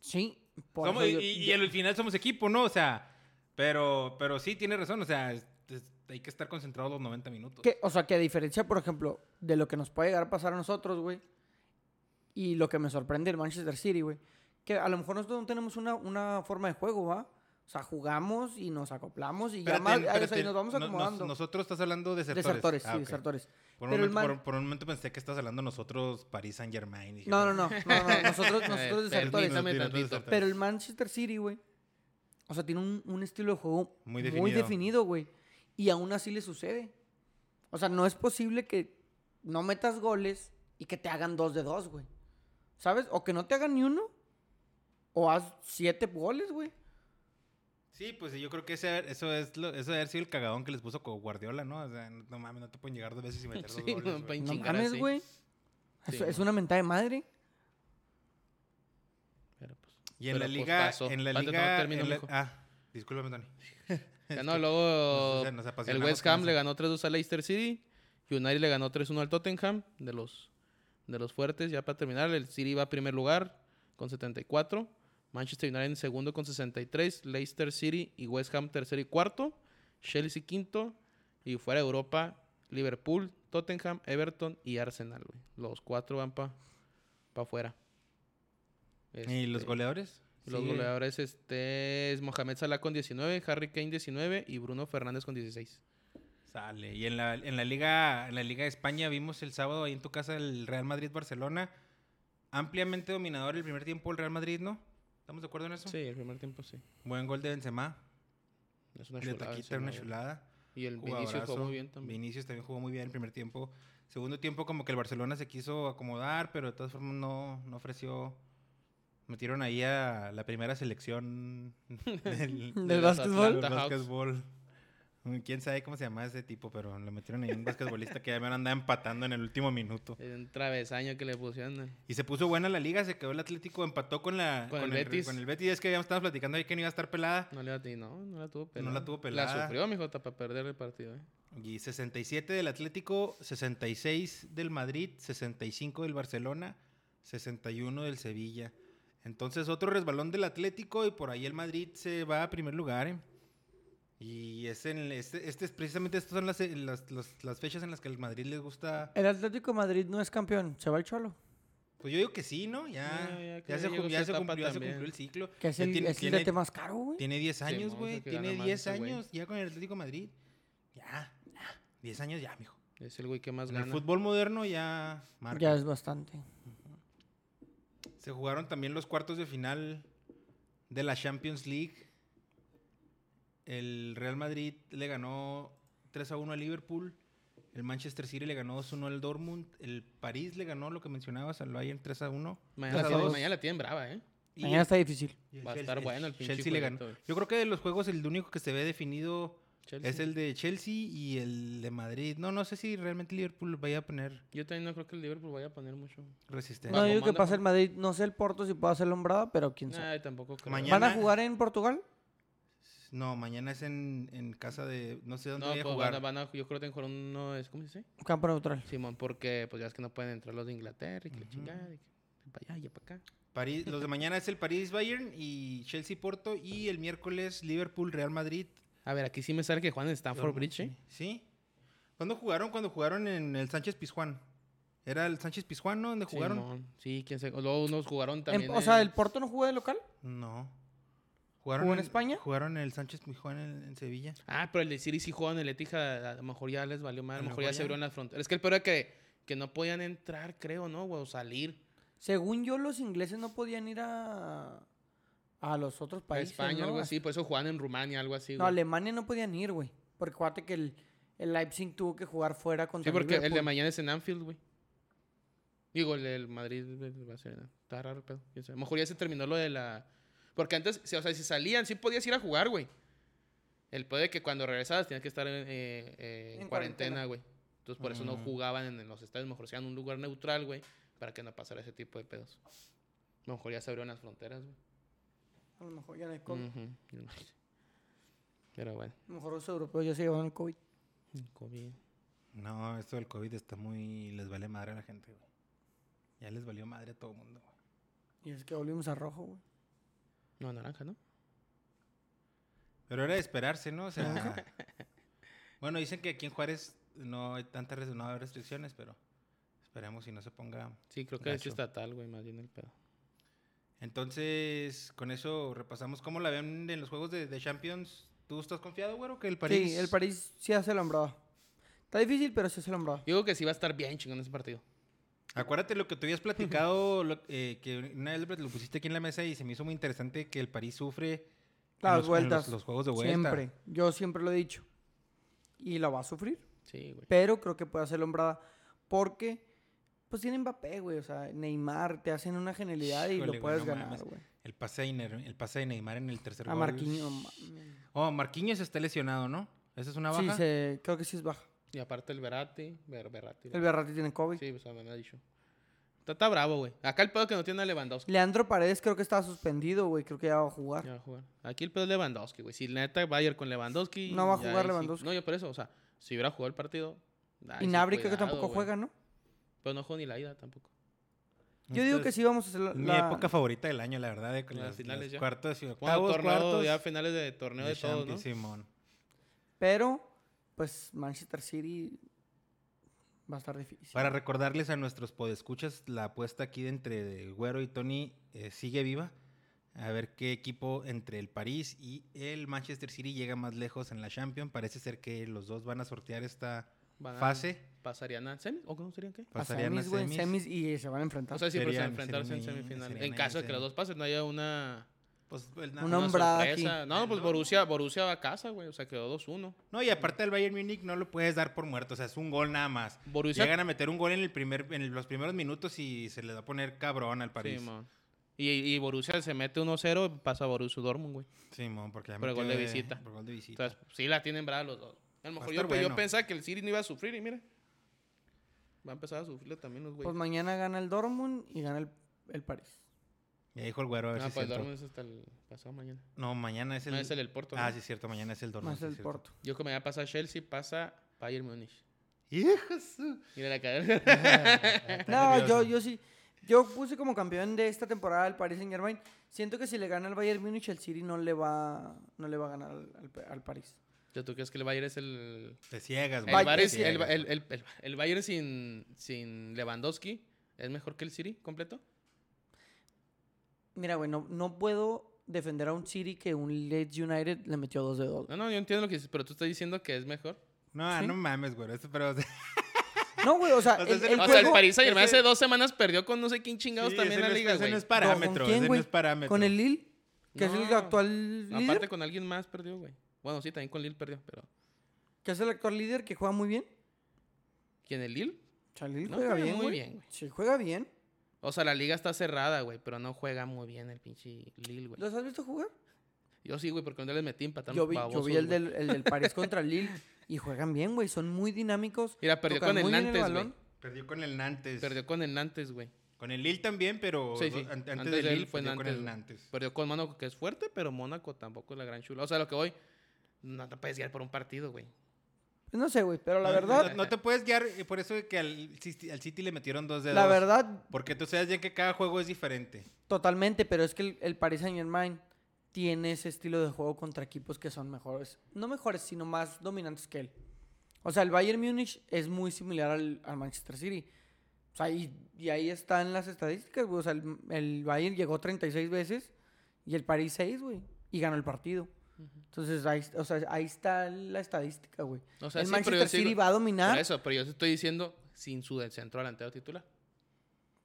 A: sí. por
D: Somos-
A: eso yo-
D: y, y
A: yo-
D: al final somos equipo, ¿no? O sea, pero, pero sí, tiene razón, o sea, es- es- hay que estar concentrados los 90 minutos.
A: Que, o sea, que a diferencia, por ejemplo, de lo que nos puede llegar a pasar a nosotros, güey, y lo que me sorprende el Manchester City, güey, que a lo mejor nosotros no tenemos una, una forma de juego, ¿va? O sea, jugamos y nos acoplamos y ya
D: Espérate,
A: más, ah, o sea, y
D: espérate,
A: nos vamos
D: no- nos-
A: acomodando.
D: nosotros estás hablando de sectores.
A: desertores,
D: Ah,
A: sí,
D: ok.
A: desertores.
D: Por un,
A: Pero el
D: momento,
A: man-
D: por, por un momento pensé que estás hablando nosotros París Saint Germain. Dije,
A: No, no, no, no, no, nosotros,
B: Eh,
A: nosotros desertores.
B: permítame
D: Nosotros
B: tantito.
D: desertores.
A: Pero el Manchester City, güey, o sea, tiene un, un estilo de juego
D: Muy definido.
A: definido, güey. Y aún así le sucede. O sea, no es posible que no metas goles y que te hagan dos de dos, güey. ¿Sabes? O que no te hagan ni uno. O haz siete goles, güey.
D: Sí, pues yo creo que ese, eso es lo, eso debe haber sido el cagadón que les puso con Guardiola, ¿no? O sea, no, no mames, no te pueden llegar dos veces y meter dos
B: Sí,
D: goles.
B: no,
D: güey.
B: pa'
A: No
B: chingar
A: mames,
B: así.
A: güey.
B: Sí,
A: Eso es
B: no.
A: una mentada de madre.
B: Pero, pues,
D: Y en
B: Pero,
D: la
B: pues,
D: liga,
B: pasó.
D: en la
B: Espérate,
D: liga,
B: no, termino,
D: en la-
B: mijo.
D: ah, discúlpame, Tony.
B: Ya no, luego
D: nos- nos
B: el
D: apasionamos
B: West
D: con
B: Ham
D: eso.
B: le ganó 3-2 al Leicester City. United le ganó 3-1 al Tottenham, de los, de los fuertes. Ya para terminar, el City va a primer lugar con 74. Manchester United en segundo con 63. Leicester City y West Ham tercero y cuarto. Chelsea quinto. Y fuera de Europa, Liverpool, Tottenham, Everton y Arsenal, güey. Los cuatro van para pa afuera.
D: ¿Y los
B: Este,
D: goleadores?
B: los
D: Sí.
B: goleadores este es Mohamed Salah con 19, Harry Kane 19 y Bruno Fernández con 16.
D: Sale. Y en la, en la liga, en la liga de España vimos el sábado ahí en tu casa el Real Madrid Barcelona ampliamente dominador el primer tiempo el Real Madrid, ¿no? ¿Estamos de acuerdo en eso?
B: Sí, el primer tiempo sí.
D: Buen gol de Benzema,
B: Es una
D: de
B: chulada.
D: taquita,
B: ese
D: una
B: gol.
D: chulada.
B: Y el Vinicius
D: Jugadorazo.
B: jugó muy bien también.
D: Vinicius también jugó muy bien el primer tiempo. Segundo tiempo como que el Barcelona se quiso acomodar, pero de todas formas no, no ofreció. Metieron ahí a la primera selección del,
A: Del
B: las
A: básquetbol.
D: del
B: Atlanta Hawks.
D: básquetbol Quién sabe cómo se llamaba ese tipo, pero lo metieron ahí un basquetbolista que ya me andaba empatando en el último minuto.
B: Era Un travesaño que le pusieron. eh.
D: Y se puso buena la liga, se quedó el Atlético, empató con la
B: Con el Betis.
D: con el Betis, es que habíamos estado platicando ahí que no iba a estar pelada.
B: No, le, y no, no la tuvo pelada.
D: la tuvo pelada.
B: La sufrió, mijo, hasta para perder el partido. eh.
D: Y 67 del Atlético, 66 del Madrid, 65 del Barcelona, 61 del Sevilla. Entonces otro resbalón del Atlético y por ahí el Madrid se va a primer lugar. ¿eh? Y es en, este, este es precisamente estas son las, eh, las- las- las fechas en las que al Madrid les gusta.
A: El Atlético de Madrid no es campeón, se va el Cholo.
D: Pues yo digo que sí, ¿no? Ya,
B: No, ya
D: ya
B: que
D: se,
B: ya llegó
D: cum- ya
B: esa
D: se
B: etapa
D: cumplió, ya se
B: también.
D: cumplió el ciclo.
A: Que es
D: Ya
A: el,
D: tiene-
A: es el
D: tiene-
A: DT más caro, güey.
D: Tiene 10 años,
B: Simón,
D: güey.
B: creo que
D: tiene
B: gana más
D: 10
B: ese güey.
D: años ya con el Atlético de Madrid. Ya. ya, 10 años ya, mijo.
B: Es el güey que más
D: En Pues el
B: gana.
D: fútbol moderno ya marca.
A: Ya es bastante.
D: Se jugaron también los cuartos de final de la Champions League. El Real Madrid le ganó 3 a 1 al Liverpool. El Manchester City le ganó 2 1 al Dortmund. El París le ganó lo que mencionabas al Bayern 3 a 1.
B: Mañana, la
A: Tres a
B: tiene-
A: dos.
B: mañana la tienen brava, ¿eh?
D: Y
A: Mañana
D: el-
A: está difícil.
D: y el
B: va a
D: Chelsea-
B: estar bueno el pinche
D: Chelsea le ganó.
B: jueguito, güey.
D: Yo creo que de los juegos el único que se ve definido
B: Chelsea.
D: es el de Chelsea y el de Madrid. No, no sé si realmente Liverpool vaya a poner
B: Yo también no creo que el Liverpool vaya a poner mucho.
D: resistencia.
A: No,
B: Vamos,
A: yo digo que
B: manda-
A: pasa el Madrid. No sé el Porto si puede hacer lombrada, pero quién sabe.
B: Nah, tampoco creo.
D: Mañana-
A: ¿Van a jugar en Portugal?
D: No, mañana es en, en casa de... No sé dónde
B: No,
D: voy a
B: pues
D: jugar.
B: van a, van a- yo creo que tienen que jugar uno, es- ¿cómo se dice?
A: Campo neutral.
B: Simón, porque pues ya es que no pueden entrar los de Inglaterra y que la
D: Ujú.
B: chingada, y que para allá y para acá.
D: París- los de mañana es el París Bayern y Chelsea Porto y el miércoles Liverpool Real Madrid.
B: A ver, aquí sí me sale que juegan en Stanford Bridge, ¿eh?
D: ¿Sí? ¿Cuándo jugaron? Cuando jugaron en el Sánchez Pizjuán. Era el Sánchez Pizjuán, ¿no? ¿Dónde jugaron?
B: Simón, sí, quién sé. Luego unos jugaron
A: En-
B: también.
A: Em, o sea,
B: en-
A: ¿el Porto no jugó de local?
D: No. Jugaron
A: ¿Jugó en España?
D: Jugaron en el Sánchez Pizjuán en, en Sevilla.
B: Ah, pero el de Siri sí jugaban en el Etija, a lo mejor ya les valió más, a lo mejor ya se
D: ya.
B: abrieron las fronteras. Es que el peor era que, que no podían entrar, creo, ¿no? O salir.
A: Según yo, los ingleses no podían ir a, a los otros
B: Para
A: países.
B: España,
A: ¿no?
B: algo así. Por eso jugaban en Rumania, algo así.
A: No,
B: güey.
A: Alemania no podían ir, güey. Porque acuérdate que el, el Leipzig tuvo que jugar fuera contra
B: Sí, porque el de
A: Liverpool.
B: mañana es en Anfield, güey. Digo, el del Madrid el Barcelona. Está raro el pedo. quién sabe. A lo mejor ya se terminó lo de la. Porque antes, si- o sea, si salían, sí podías ir a jugar, güey. El pedo de que cuando regresabas tenías que estar en, eh, eh, en
A: En cuarentena.
B: cuarentena, güey. Entonces por eso no
D: Mm.
B: jugaban en, en los estadios, mejor se iban a un lugar neutral, güey, para que no pasara ese tipo de pedos. A lo mejor ya se abrieron las fronteras, güey.
A: A lo mejor ya no hay
B: Mm.
A: COVID.
B: Ujú. Pero bueno,
A: A lo mejor los europeos ya se llevaron el COVID.
B: COVID.
D: No, esto del COVID está muy... Les vale madre a la gente, güey. Ya les valió madre a todo el mundo, güey.
A: Y es que volvimos a rojo, güey.
B: No, naranja, ¿no?
D: Pero era de esperarse, ¿no? O sea... bueno, dicen que aquí en Juárez no hay tantas res- no hay restricciones, pero... Esperemos si no se ponga...
B: Sí, creo que
D: Gacho.
B: es estatal, güey, más bien el pedo.
D: Entonces, con eso repasamos cómo la ven en los juegos de, de Champions. ¿Tú estás confiado, güero, que el París?
A: Sí, el París sí hace lombrada. Está difícil, pero sí hace lombrada.
B: Yo Digo que sí va a estar bien chingón ese partido.
D: Acuérdate lo que tú habías platicado, lo- eh, que una vez lo pusiste aquí en la mesa y se me hizo muy interesante que el París sufre en
A: Las
D: los- en
A: vueltas.
D: los, los juegos de vuelta.
A: Siempre. Yo siempre lo he dicho. Y la va a sufrir.
B: Sí, güey.
A: Pero creo que puede hacer lombrada. Porque, pues tiene Mbappé, güey. O sea, Neymar, te hacen una genialidad y
D: Híjole, güey,
A: lo puedes
D: no
A: ganar,
D: mames.
A: güey.
D: El pase, de Neymar, el pase de Neymar en el tercer
A: A
D: gol.
A: Marquinhos. mames.
D: Oh, Marquinhos está lesionado, ¿no? Esa es una baja.
A: Sí, se- creo que sí es baja.
B: Y aparte el Berati, Ber- Berratti.
A: El Berratti tiene COVID.
B: Sí, o sea, me lo ha dicho. Está, está bravo, güey. Acá el pedo que no tiene a Lewandowski.
A: Leandro Paredes creo que estaba suspendido, güey. Creo que ya va a jugar.
B: Ya va a jugar. Aquí el pedo es Lewandowski, güey. Si neta Bayern con Lewandowski.
A: No va a
B: ya
A: jugar
B: ahí sí-
A: Lewandowski.
B: No, yo por eso, o sea, si hubiera jugado el partido.
A: y Nabri creo que tampoco juega,
B: juegan
A: ¿no?
B: Pero no juega ni la ida tampoco.
A: Yo digo
D: Esto
A: que
D: es
A: sí vamos a hacer la...
D: Mi
A: la-
D: época favorita del año, la verdad, de con
B: Las
D: las,
B: finales
D: las
B: ya.
D: cuartos y
B: Bueno,
D: octavos,
B: torneo,
D: cuartos.
B: ya finales de torneo de,
D: de
B: todos, ¿no?
D: Champions, Simón.
A: Pero, pues Manchester City va a estar difícil.
D: Para recordarles a nuestros podescuchas, la apuesta aquí de entre Güero y Tony eh, sigue viva. A ver qué equipo entre el París y el Manchester City llega más lejos en la Champions. Parece ser que los dos van a sortear esta
B: Van a-
D: fase.
B: ¿Pasarían a semis? ¿O cómo serían qué?
A: A
D: Pasarían a
A: semis, güey,
D: semis.
A: semis y se van a enfrentar.
B: O sea, siempre se
D: Serían-
B: enfrentarse en
D: serían ahí-
B: semifinales.
D: serían
B: En
D: ahí
B: caso
D: en
B: de que los dos
D: semis.
B: pasen, no haya una.
D: Pues, pues, na-
A: Una
D: no,
B: una
A: hombrada
B: sorpresa.
A: aquí.
B: No, pues Borussia, Borussia va a casa, güey. O sea, quedó 2-1.
D: no, y aparte del Bayern Múnich no lo puedes dar por muerto. O sea, es un gol nada más.
B: Borussia
D: Llegan a meter un gol en, el primer, en los primeros minutos y se les va a poner cabrón al París.
B: Sí, mon. Y, y Borussia se mete 1-0, pasa Borussia Dortmund, güey.
D: Simón, porque ya
B: Por el gol
D: metió
B: de visita.
D: Por gol de visita.
B: Entonces, sí la tienen brava los dos. A lo
D: Va a
B: mejor yo,
D: estar
B: pues, yo
D: bueno.
B: pensaba que el City no iba a sufrir y mira. Va a empezar a sufrirle también los
A: Pues
B: güeyes.
A: mañana gana el Dortmund y gana el, el París.
D: ya dijo el güero, a ver
B: Ah,
D: si
B: pues
D: es cierto.
B: Dortmund es hasta el pasado mañana.
D: No, mañana es el...
B: No, es el del Porto.
D: Ah,
B: ¿no?
D: sí es cierto, mañana es el Dortmund.
A: Más
D: sí es
A: el
D: cierto.
A: Porto.
B: Yo que mañana pasa Chelsea, pasa Bayern Múnich.
D: ¡Hijo de su-
B: Mira la cara.
A: No, yo,
D: nervioso.
A: yo sí. Yo puse como campeón de esta temporada al Paris Saint Germain. Siento que si le gana al Bayern Múnich, el City no le va, no le va a ganar al, al- al París.
B: Yo, ¿Tú crees que el Bayern es el...
D: Te ciegas,
B: El
A: Bayern
B: Bayern,
A: sí,
B: sin- el,
D: Te
B: el-
D: ciegas.
B: el- el- el Bayern sin, sin Lewandowski es mejor que el City completo.
A: Mira, güey, no, no puedo defender a un City que un Leeds United le metió dos de dos.
B: No, no, yo entiendo lo que dices, pero tú estás diciendo que es mejor.
D: No,
A: ¿Sí?
D: no mames, güey. Esto, pero...
A: No, güey, o sea,
D: O sea,
A: el,
D: es el-
A: el
B: o sea, el
A: juego
B: París Saint Germain
D: ese-
B: hace dos semanas perdió con no sé quién chingados
D: Sí,
B: también
D: ese
B: la
D: no es-
B: liga,
D: ese
B: güey.
D: no es
A: ¿Con
D: parámetro,
A: quién,
D: ese no
A: güey?
D: es parámetro.
A: con el Lille, que es el
B: No.
A: actual líder,
B: Aparte con alguien más perdió, güey. Bueno, sí, también con Lille perdió, pero
A: que es el actual líder que juega muy bien.
B: ¿quién el Lille?
A: O sea, el Lille
B: No
A: juega,
B: juega
A: bien,
B: muy
A: güey.
B: bien, güey.
A: Sí, juega bien.
B: O sea, la liga está cerrada, güey, pero no juega muy bien el pinche Lille, güey.
A: ¿Los has visto jugar?
B: Yo sí, güey, porque no les metí empatando
A: Yo vi, yo vi el, del, el del París contra el Lille y juegan bien, güey. Son muy dinámicos.
B: Mira, perdió
A: tocan
B: con el
A: muy bien
B: Nantes, güey.
A: balón.
D: Perdió con el Nantes.
B: Perdió con el Nantes, güey.
D: Con el Lille también, pero
B: Sí, sí.
D: an- antes,
B: Antes
D: del
B: de él
D: Lille
B: fue
D: perdió con el
B: Nantes,
D: Nantes.
B: Perdió con Mónaco, que es fuerte, pero Mónaco tampoco es la gran chula. O sea, lo que voy, no te puedes guiar por un partido, güey.
A: Pues No sé, güey, pero la
D: No-
A: verdad,
D: No, no te puedes guiar, eh, por eso que al, City- al City le metieron dos de
A: la
D: dos.
A: verdad,
D: Porque tú sabes bien que cada juego es diferente.
A: totalmente. Pero es que el, el Paris Saint Germain tiene ese estilo de juego contra equipos que son mejores. No mejores, sino más dominantes que él. O sea, el Bayern Múnich es muy similar al, al Manchester City. O sea, y, y ahí están las estadísticas, güey. O sea, el, el Bayern llegó 36 veces y el París 6, güey. Y ganó el partido. Entonces, ahí, o sea, ahí está la estadística, güey.
B: O sea,
A: el
B: sí, pero yo
A: Manchester
B: sigo-
A: City va a dominar.
B: Por eso, pero yo te estoy diciendo sin su centro delantero titular.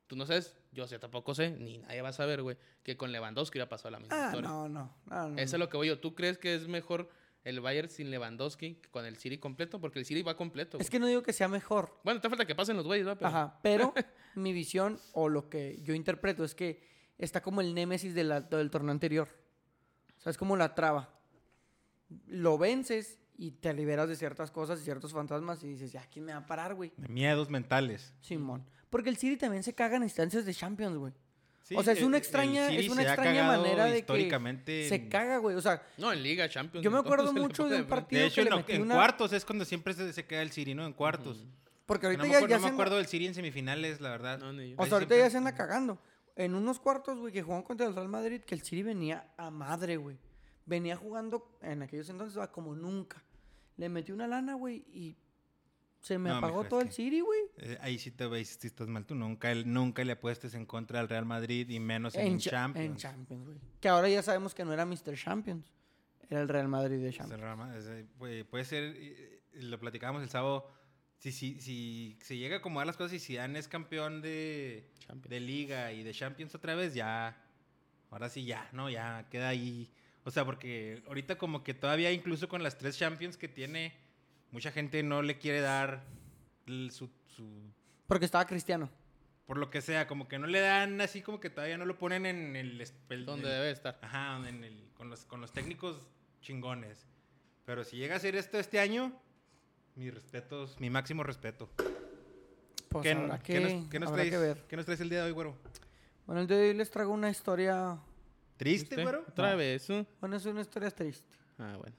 B: Tú no sabes, yo sé, tampoco sé, ni nadie va a saber, güey, que con Lewandowski hubiera pasado la misma
A: Ah,
B: historia.
A: no, no. no, no,
B: Eso es
A: no.
B: lo que voy yo. ¿Tú crees que es mejor el Bayern sin Lewandowski que con el City completo? Porque el City va completo,
A: Es
B: güey.
A: que no digo que sea mejor.
B: Bueno, te falta que pasen los güeyes, ¿no? Pero-
A: Ajá, pero mi visión o lo que yo interpreto es que está como el némesis de la- del torneo anterior. O sea, es como la traba. Lo vences y te liberas de ciertas cosas y ciertos fantasmas y dices, ya, ¿quién me va a parar, güey?
D: Miedos mentales.
A: Simón. Porque el City también se caga en instancias de Champions, güey.
D: Sí, eh,
A: O sea, es
D: el-
A: una
D: el
A: extraña-
D: City
A: es una
D: se ha
A: extraña
D: cagado
A: manera de que
D: históricamente
A: Se
D: en-
A: caga, güey. O sea,
B: No, en Liga, Champions.
A: Yo me acuerdo
B: entonces, le
A: mucho
B: pone
A: de un
B: frente.
A: partido
D: De hecho,
A: que le
D: en,
A: metí
D: en
A: una-
D: cuartos es cuando siempre se, se queda el City, ¿no? En cuartos.
A: porque ahorita
D: no me
A: ya,
D: acuerdo,
A: ya
D: no me
A: se anda-
D: acuerdo del City en semifinales, la verdad.
B: No, ni yo.
A: o
D: Ahí
A: sea, ahorita
D: siempre-
A: ya se anda cagando. En unos cuartos, güey, que jugaban contra el Real Madrid, que el City venía a madre, güey. Venía jugando en aquellos entonces a como nunca. Le metí una lana, güey, y se me
D: No,
A: apagó
D: mijo, es
A: todo el
D: que-
A: City, güey.
D: Eh, ahí sí te veis si estás mal. Tú nunca, nunca le apuestes en contra al Real Madrid y menos en,
A: En, cha-
D: Champions.
A: en Champions, güey. Que ahora ya sabemos que no era Mr. Champions. Era el Real Madrid de
D: O sea, el
A: Champions.
D: Real Madrid, o sea, puede- puede ser, eh, eh, lo platicábamos el sábado, si, si, si se llega a acomodar las cosas y Zidane es campeón de,
B: Champions.
D: de Liga y de Champions otra vez, ya, ahora sí ya, ¿no? Ya queda ahí. O sea, porque ahorita como que todavía incluso con las tres Champions que tiene, mucha gente no le quiere dar el- su- su
A: Porque estaba Cristiano.
D: por lo que sea, como que no le dan así, como que todavía no lo ponen en el... es- el-
B: Donde
D: el-
B: debe estar.
D: Ajá, en el, con, los, con los técnicos chingones. Pero si llega a ser esto este año, mis respetos, mi máximo respeto.
A: Pues
D: ¿Qué,
A: habrá
D: qué
A: que,
D: nos, qué nos
A: habrá
D: traes,
A: que ver.
D: qué nos traes el día de hoy, güero?
A: Bueno, el día de hoy les traigo una historia...
D: ¿Triste,
B: ¿Viste?
D: güero?
B: Otra
D: No.
B: vez. ¿eh?
A: Bueno, es una historia triste.
B: Ah, bueno.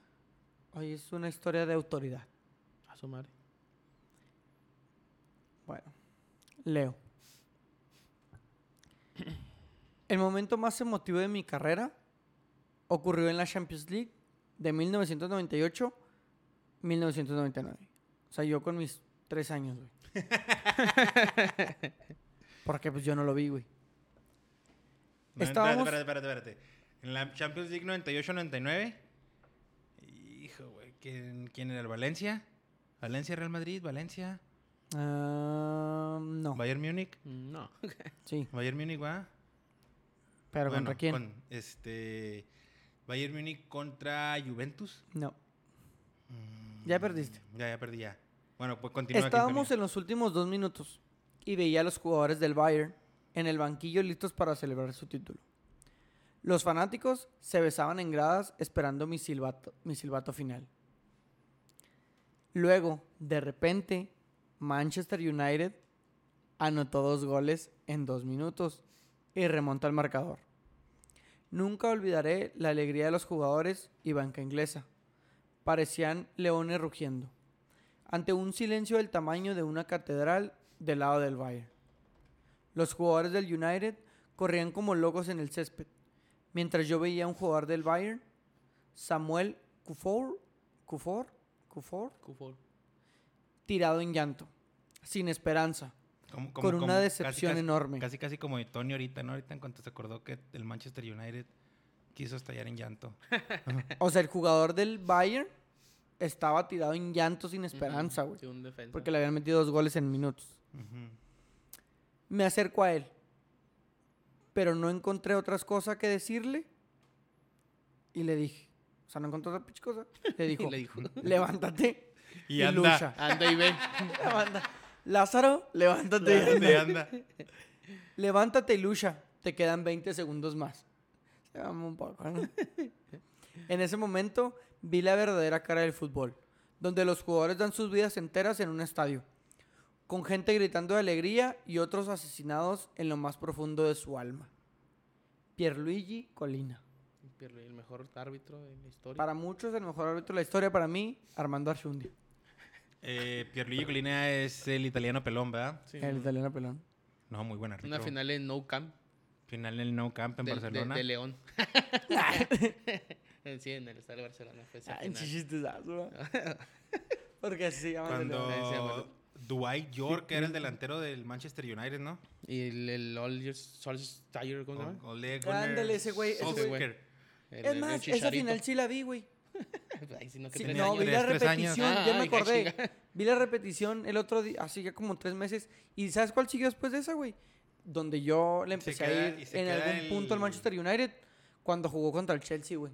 A: Hoy es una historia de autoridad.
B: A su madre.
A: Bueno, leo. El momento más emotivo de mi carrera ocurrió en la Champions League de 1998-1999. O sea, yo con mis tres años, güey. Porque pues yo no lo vi, güey.
D: No,
A: Estábamos-
D: Espérate, espérate, espérate, espérate. En la Champions League 98-99. Hijo, güey. ¿quién, ¿Quién era el Valencia? Valencia, Real Madrid, Valencia.
A: Ah, no,
D: Bayern Múnich.
B: Mm, No.
A: sí.
D: Bayern Múnich va.
A: ¿Pero
D: Bueno,
A: contra quién?
D: con, este. Bayern Múnich contra Juventus. Mm,
A: No. Ya perdiste.
D: Ya, ya perdí ya. Bueno, pues continúa. aquí,
A: Estábamos
D: Antonio.
A: en los últimos dos minutos y veía a los jugadores del Bayern en el banquillo listos para celebrar su título. Los fanáticos se besaban en gradas esperando mi silbato, mi silbato final. Luego, de repente, Manchester United anotó dos goles en dos minutos y remontó al marcador. Nunca olvidaré la alegría de los jugadores y banca inglesa. Parecían leones rugiendo, ante un silencio del tamaño de una catedral del lado del Bayern. Los jugadores del United corrían como locos en el césped, mientras yo veía a un jugador del Bayern, Samuel Kufour, Kufour, Kufour,
B: Kufor.
A: tirado en llanto, sin esperanza, Con una decepción enorme.
D: Casi, casi como de Tony ahorita, ¿no? Ahorita en cuanto se acordó que el Manchester United quiso estallar en llanto.
A: O sea, el jugador del Bayern estaba tirado en llanto sin esperanza, güey.
B: Sí, un defensa.
A: Porque le habían metido dos goles en minutos.
D: Ujú.
A: Me acerco a él. Pero no encontré otras cosas que decirle. Y le dije. O sea, no encontré otra pinche cosa. Le dijo,
B: le dijo.
A: levántate y,
D: Y anda.
A: lucha.
B: Anda y ve.
A: Levanta- Lázaro, levántate. y
D: ¿Dónde
A: anda.
D: anda?
A: Levántate y lucha. Te quedan 20 segundos más. Se mamó un poco, ¿no? En ese momento vi la verdadera cara del fútbol, donde los jugadores dan sus vidas enteras en un estadio, con gente gritando de alegría y otros asesinados en lo más profundo de su alma. Pierluigi Colina.
B: Pierre, El mejor árbitro de la historia.
A: Para muchos el mejor árbitro de la historia, para mí, Armando Archundi,
D: Eh, Pierluigi Colina es el italiano pelón, ¿verdad?
B: Sí,
A: el italiano pelón.
D: No, muy buena.
B: Una final en No Camp.
D: Final en el No Camp en
B: del- de,
D: Barcelona.
B: de León. En sí, en el estadio de Barcelona. fue esa
A: Ah, en
B: final.
A: chichistizazo, ¿verdad? Porque así se llama el de León.
D: Cuando
B: León.
D: Dwight York que era el delantero del Manchester United, ¿no?
B: Y el, el All Solskjaer, ¿cómo se llama?
D: Ole
A: Ándale, ese güey, ese
B: güey.
D: Solskjaer.
B: El-
A: Es
B: el
A: más, esa
B: Chicharito.
A: final sí la vi, güey.
B: Ay, sí, no, que
A: Sí,
B: tres
A: no,
B: años. Ah,
A: vi la
D: tres años.
A: repetición, ya me
B: Ay, qué
A: acordé.
B: chinga.
A: Vi la repetición el otro día, así ya como tres meses. ¿Y sabes cuál siguió después de esa, güey? Donde yo le
D: Se
A: empecé
D: queda-
A: a
D: y
A: ir
D: se
A: en
D: queda
A: algún
D: el-
A: punto al Manchester United cuando jugó contra el Chelsea, güey.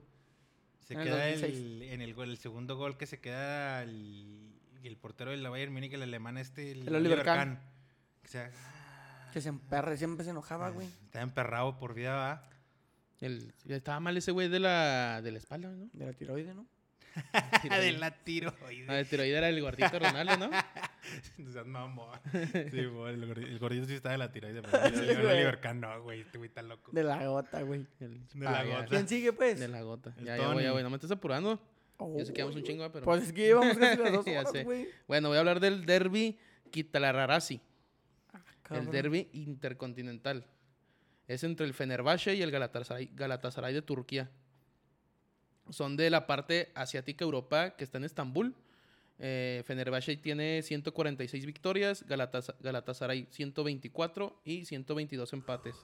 D: Se
A: En el
D: queda
A: 2006.
D: el- en el, gol- el segundo gol que se queda el, el portero del Bayern Múnich, el alemán este, el,
A: El Oliver Kahn.
D: O sea,
A: Que se emperre, siempre se enojaba, Ah, güey.
D: está emperrado por vida, ¿va?
B: El- estaba mal ese güey de la, de la espalda, ¿no?
A: De la tiroide, ¿no?
D: de la tiroides.
B: No, Ah, de tiroide era el gordito Ronaldo, ¿no?
D: No seas mamón. Sí, güey, el, gordi- el gordito sí está de la tiroides. Pero el, el
A: güey.
D: Oliver Kahn no, güey. Este güey está loco.
A: De la gota, güey.
B: El-
D: De la
B: Ah, ya.
D: gota.
A: ¿Quién sigue, pues?
B: De la gota.
D: El
B: Ya, ya voy, ya
D: Tony.
B: voy. No me estés apurando.
A: Oh,
B: sé que llevamos un
A: güey.
B: chingo, pero-
A: Pues es que llevamos casi las dos
B: Ya
A: horas,
B: sé.
A: güey.
B: Bueno, voy a hablar del derby Quitarararasi.
A: Cabrón.
B: El derby intercontinental. Es entre el Fenerbahce y el Galatasaray, Galatasaray de Turquía. Son de la parte asiática Europa que está en Estambul. Eh, Fenerbahce tiene 146 victorias, Galatasaray, Galatasaray 124 y 122 empates.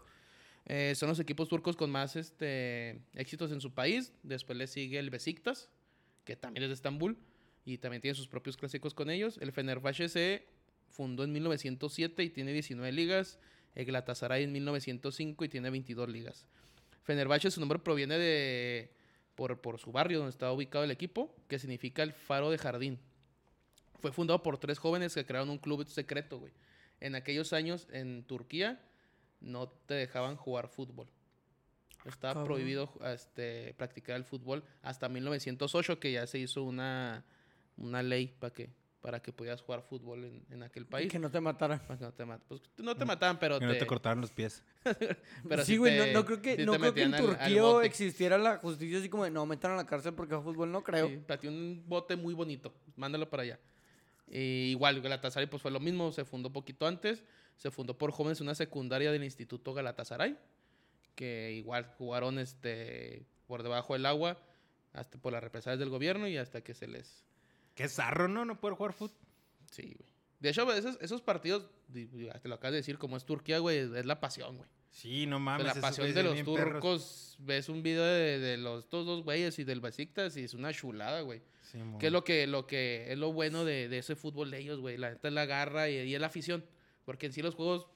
B: Eh, son los equipos turcos con más este, éxitos en su país. Después le sigue el Besiktas, que también es de Estambul y también tiene sus propios clásicos con ellos. El Fenerbahce se fundó en 1907 y tiene 19 ligas. El Galatasaray en 1905 y tiene 22 ligas. Fenerbahce, su nombre proviene de por, por su barrio donde está ubicado el equipo, que significa el faro de jardín. Fue fundado por tres jóvenes que crearon un club secreto, güey. En aquellos años en Turquía no te dejaban jugar fútbol. Estaba
A: cabrón.
B: prohibido ju- este, practicar el fútbol hasta 1908, que ya se hizo una, una ley para que, para que pudieras jugar fútbol en, en aquel país.
A: Que no te mataran.
B: Para que no te mat- pues, no te mataban, pero
D: Que Mm. no te cortaron los pies.
B: pero
A: sí,
B: sí
A: güey,
B: te-
A: no, no creo
B: sí
A: que,
B: te
A: no creo que en
B: metían al- al
A: Turquía
B: bote.
A: existiera la justicia así como de no, metan a la cárcel porque a fútbol no creo.
B: Sí, plateó un bote muy bonito. Mándalo para allá. Eh, igual, Galatasaray pues fue lo mismo. Se fundó poquito antes. Se fundó por jóvenes en una secundaria del Instituto Galatasaray. Que igual jugaron este, por debajo del agua. Hasta por las represalias del gobierno y hasta que se les...
D: Qué zarro, ¿no? No poder jugar fútbol.
B: Sí, güey. De hecho, güey, esos, esos partidos, di- di- te lo acabas de decir, como es Turquía, güey, es- es la pasión, güey.
D: Sí, no
B: De
D: mames.
B: la
D: esos
B: pasión
D: güeyes
B: de
D: son
B: los
D: bien perros.
B: turcos, ves un video de, de los estos dos güeyes y del Besiktas y es una chulada, güey.
D: Sí, mon.
B: Que es lo que, lo que es lo bueno de, de ese fútbol de ellos, güey. La neta es la garra y, y es la afición. Porque en sí los juegos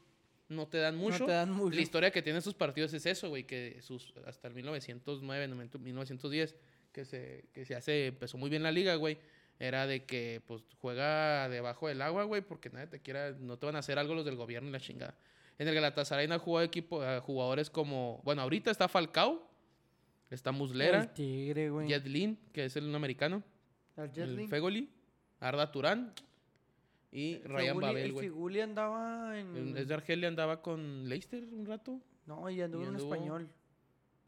B: no te dan mucho.
A: No te dan mucho.
B: La historia que tienen sus partidos es eso, güey, que sus, hasta el 1909, 90, 1910, que se, que se hace, empezó muy bien la liga, güey. Era de que, pues, juega debajo del agua, güey, porque nadie te quiera, no te van a hacer algo los del gobierno y la chingada. En el Galatasaray han jugado equipo, a jugadores como. Bueno, ahorita está Falcao, está
A: El
B: Muslera,
A: tigre, güey.
B: Jedlin, que es el americano,
A: el
B: el
A: Jetlin.
B: Fegoli, Arda Turán y Ryan
A: Feguli-
B: Babel,
A: El
B: güey.
A: Figuli andaba en...
B: Es de Argelia, andaba con Leicester un rato.
A: No, y anduvo
B: y
A: en
B: anduvo-
A: español.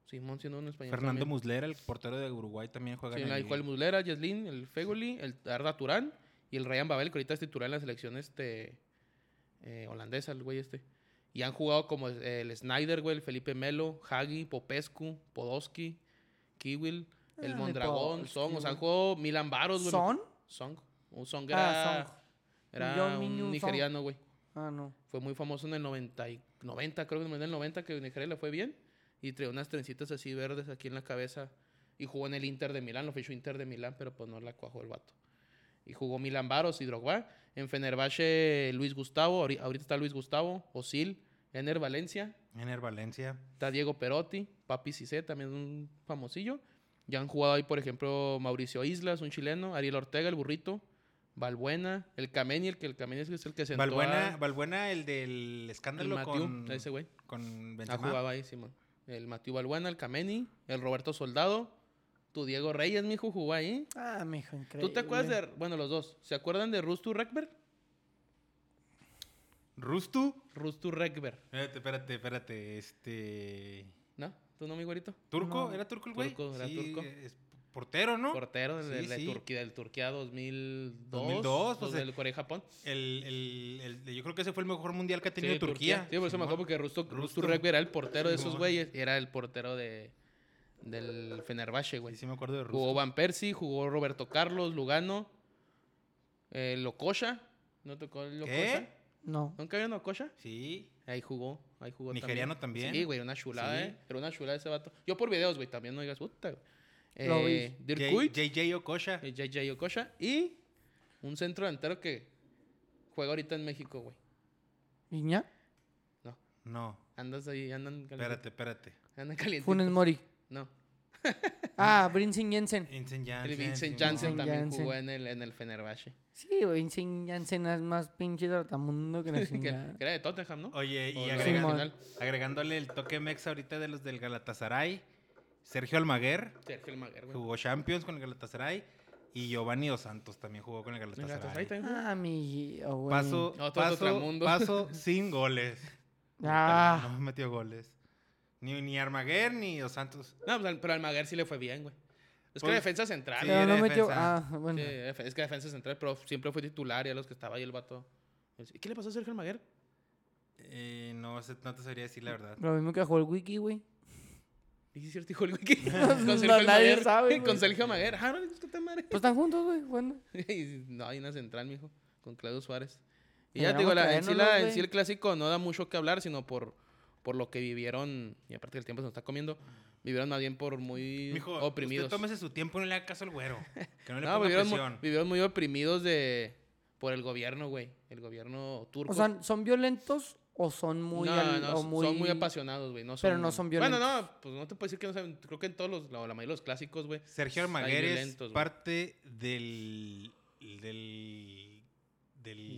B: Simón siendo un español.
D: Fernando
B: también.
D: Muslera, el portero de Uruguay, también juega
B: Sí,
D: en
B: la
D: el-
B: dijo el Muslera, Yeslin, el Fegoli, el Arda Turán y el Ryan Babel, que ahorita es titular en la selección este, eh, holandesa, el güey este. Y han jugado como eh, el Snyder, güey, el Felipe Melo, Hagi, Popescu, Podolski, Kiwil, el
A: Ah,
B: Mondragón,
A: Podolski,
B: Song. O sea, han
A: güey.
B: jugado Milan Baros, güey.
A: ¿Son?
B: Song. Un Song
A: Ah,
B: era,
A: Song.
B: era
A: Yo,
B: un
A: Minyu, Song.
B: nigeriano, güey.
A: Ah, no.
B: Fue muy famoso en el 90, y- 90 creo que en el 90 que Nigeria le fue bien. Y traía unas trencitas así verdes aquí en la cabeza. Y jugó en el Inter de Milán, lo fichó Inter de Milán, pero pues no la cuajó el vato. Y jugó Milan Baros y Drogba. En Fenerbahce, Luis Gustavo. ahori- Ahorita está Luis Gustavo, Osil, Ener Valencia.
D: Ener Valencia.
B: Está Diego Perotti, Papi Cissé, también un famosillo. Ya han jugado ahí, por ejemplo, Mauricio Islas, un chileno. Ariel Ortega, el burrito. Valbuena, el Cameni, el que el Cameni es el que sentó a-
D: Balbuena, Balbuena, el del
B: el
D: escándalo
B: Mathieu,
D: con,
B: ese güey.
D: con
B: Ha
D: Benzema.
B: jugado ahí, Simón. El Matiu Balbuena, el Cameni, el Roberto Soldado, tu Diego Reyes, mijo, jugó ahí.
A: Ah, mijo, increíble.
B: ¿Tú te acuerdas de, bueno, los dos, ¿se acuerdan de Rustu Rekber?
D: Rustu.
B: Rustu Rekber,
D: Espérate, espérate, espérate. Este.
B: ¿no? ¿Tú no, mi güerito?
D: ¿Turco?
A: No.
D: ¿Era turco el güey?
B: Turco, era turco.
D: es portero, ¿no?
B: Portero del,
D: Sí,
B: de
D: sí.
B: Turquía, del Turquía 2002.
D: 2002, pues,
B: dos del
D: eh,
B: Corea y Japón.
D: El, el- el- yo creo que ese fue el mejor mundial que ha tenido
B: Sí,
D: Turquía.
B: Sí, por eso me acuerdo
D: Simón.
B: porque Rustu,
D: Rustu.
B: Rustu Rekber era el portero de esos
D: Simón.
B: güeyes. Era el portero de, del Fenerbahce, güey.
D: Sí, sí me acuerdo de Rustu.
B: Jugó Van Persie, jugó Roberto Carlos, Lugano, eh, Lococha. ¿No tocó el Lococha?
D: ¿Qué?
A: No.
B: ¿Nunca vieron Lococha?
D: Sí.
B: Ahí jugó, ahí jugó
D: Nigeriano también.
B: Sí, güey, una chulada,
D: Sí.
B: ¿eh? Era una chulada ese vato. Yo por videos, güey, también no digas puta, güey.
A: Lo vi.
B: Eh, Dirk
D: J-
B: Kuyt,
D: JJ Okocha.
B: eh, JJ Okocha y un centro delantero que juega ahorita en México, güey.
A: Iñá.
D: No,
B: Andas ahí, andan
D: espérate, espérate.
B: Andan calientitos.
A: Funes Mori.
B: No.
A: Ah, Brinson Jensen.
D: Vincent Janssen.
B: El Vincent
D: sí,
B: Janssen
A: Vincent
B: también
A: Janssen.
B: jugó en el, en el Fenerbahce.
A: Sí, güey, Vincent Jensen es más pinche tartamundo que la
B: Que, que
A: chingada.
B: era de Tottenham, ¿no?
D: Oye,
B: O
D: y
B: no,
D: agrega-
A: Simón.
B: al final,
D: agregándole el toque mex ahorita de los del Galatasaray, Sergio Almaguer
B: Sergio Almaguer, güey.
D: jugó Champions con el Galatasaray y Giovanni Dos Santos también jugó con el
B: Venga,
D: Galatasaray.
B: hasta ahí también.
A: Ah, mi... oh, güey.
D: Paso,
B: Otro
D: paso,
B: Ultramundo.
D: paso sin goles.
A: Ah,
D: No metió goles. Ni, ni Almaguer ni Dos Santos.
B: No, pues, al- pero Almaguer sí le fue bien, güey. Es que
D: Pues,
B: era defensa central.
D: sí,
B: güey.
A: pero
D: era
A: no metió... Ah,
D: defensa.
A: bueno.
B: Sí, def- es que defensa central, pero siempre fue titular y a los que estaba ahí el vato. ¿Y ¿Qué le pasó a Sergio Almaguer?
D: Eh, no, sé- no te sabría decir la verdad.
A: Lo mismo que jugó el Wiki, güey.
B: Y sí, es cierto, hijo el wiki. Con
A: No,
B: Sergio
A: nadie
B: Almaguer.
A: sabe, güey.
B: Con Sergio Almaguer. Ah, no, es que te madre.
A: Pues están juntos, güey, jugando.
B: Y no, hay una central, mijo. Con Claudio Suárez. Y ya
A: Deberíamos
B: te digo, la, en, sí la-
A: traérnoslos,
B: en sí
A: güey.
B: el clásico no da mucho que hablar, sino por, por lo que vivieron. Y aparte que el tiempo se nos está comiendo. Vivieron más bien por muy
D: Mijo,
B: oprimidos.
D: usted tómese su tiempo y no le haga caso al güero. Que no le
B: No,
D: ponga
B: vivieron, mu-
D: presión.
B: vivieron muy oprimidos de por el gobierno, güey. El gobierno turco.
A: O sea, ¿son violentos o son muy...
B: no,
A: al-
B: no,
A: o
B: son- son muy apasionados, güey.
A: pero no son violentos.
B: Bueno, no, pues no te puedo decir que no saben. Creo que en todos los, la, la mayoría de los clásicos, güey.
D: Sergio
B: Hay
D: Almaguer es
B: violentos, güey.
D: parte del del del,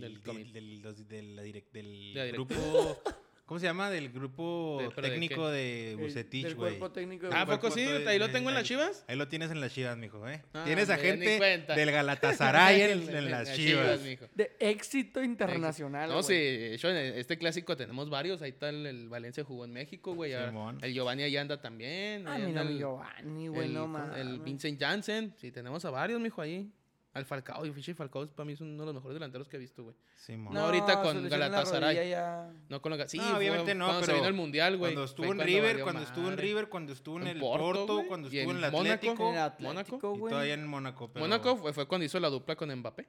B: Del
D: del,
B: comi-
D: del- los- del- la direc- del
B: La direc-
D: grupo ¿Cómo se llama? Del grupo
B: ¿De- pero de
D: técnico de,
A: El-
D: Bucetich,
A: Eh, del
D: güey.
A: cuerpo técnico de
B: Ah, ¿a
A: Bucetich.
B: poco sí? Ahí lo tengo en las chivas.
D: Ahí lo tienes en las Chivas, mijo, ¿eh?
B: Ah,
D: tienes a
B: me di
D: gente
B: cuenta.
D: del Galatasaray en, en las Chivas.
B: mijo.
A: De éxito internacional,
B: No,
A: güey.
B: sí, de hecho, en este clásico tenemos varios. Ahí está el, el Valencia jugó en México, güey. ahora
D: Simón.
B: El Giovanni ahí anda también.
A: Ah,
B: ahí
A: mira,
B: anda
A: mi
B: el-
A: Giovanni, güey,
B: el,
A: no
B: ¿cómo-
A: mames.
B: el Vincent Janssen. Sí, tenemos a varios, mijo, ahí. Al Falcao. Y Fischi Falcao es para mí es uno de los mejores delanteros que he visto, güey.
D: Simón.
B: No, ahorita
A: se
B: con
A: lesionó la
B: Galatasaray.
A: rodilla ya.
B: No con los... Sí,
D: No,
B: fue
D: obviamente no,
B: Cuando se
D: pero
B: vino el Mundial, güey.
D: Cuando
B: fue
D: estuvo en River,
B: valió
D: cuando estuvo en
B: madre.
D: River, cuando estuvo en
B: En
D: el
B: Porto,
D: Porto,
B: güey,
D: cuando
B: y
D: estuvo en
B: en
D: el
B: Mónaco.
D: Atlético
A: En el Atlético,
B: Mónaco.
D: y
A: güey.
D: todavía en Mónaco. pero-
B: Mónaco fue, fue cuando hizo la dupla con Mbappé.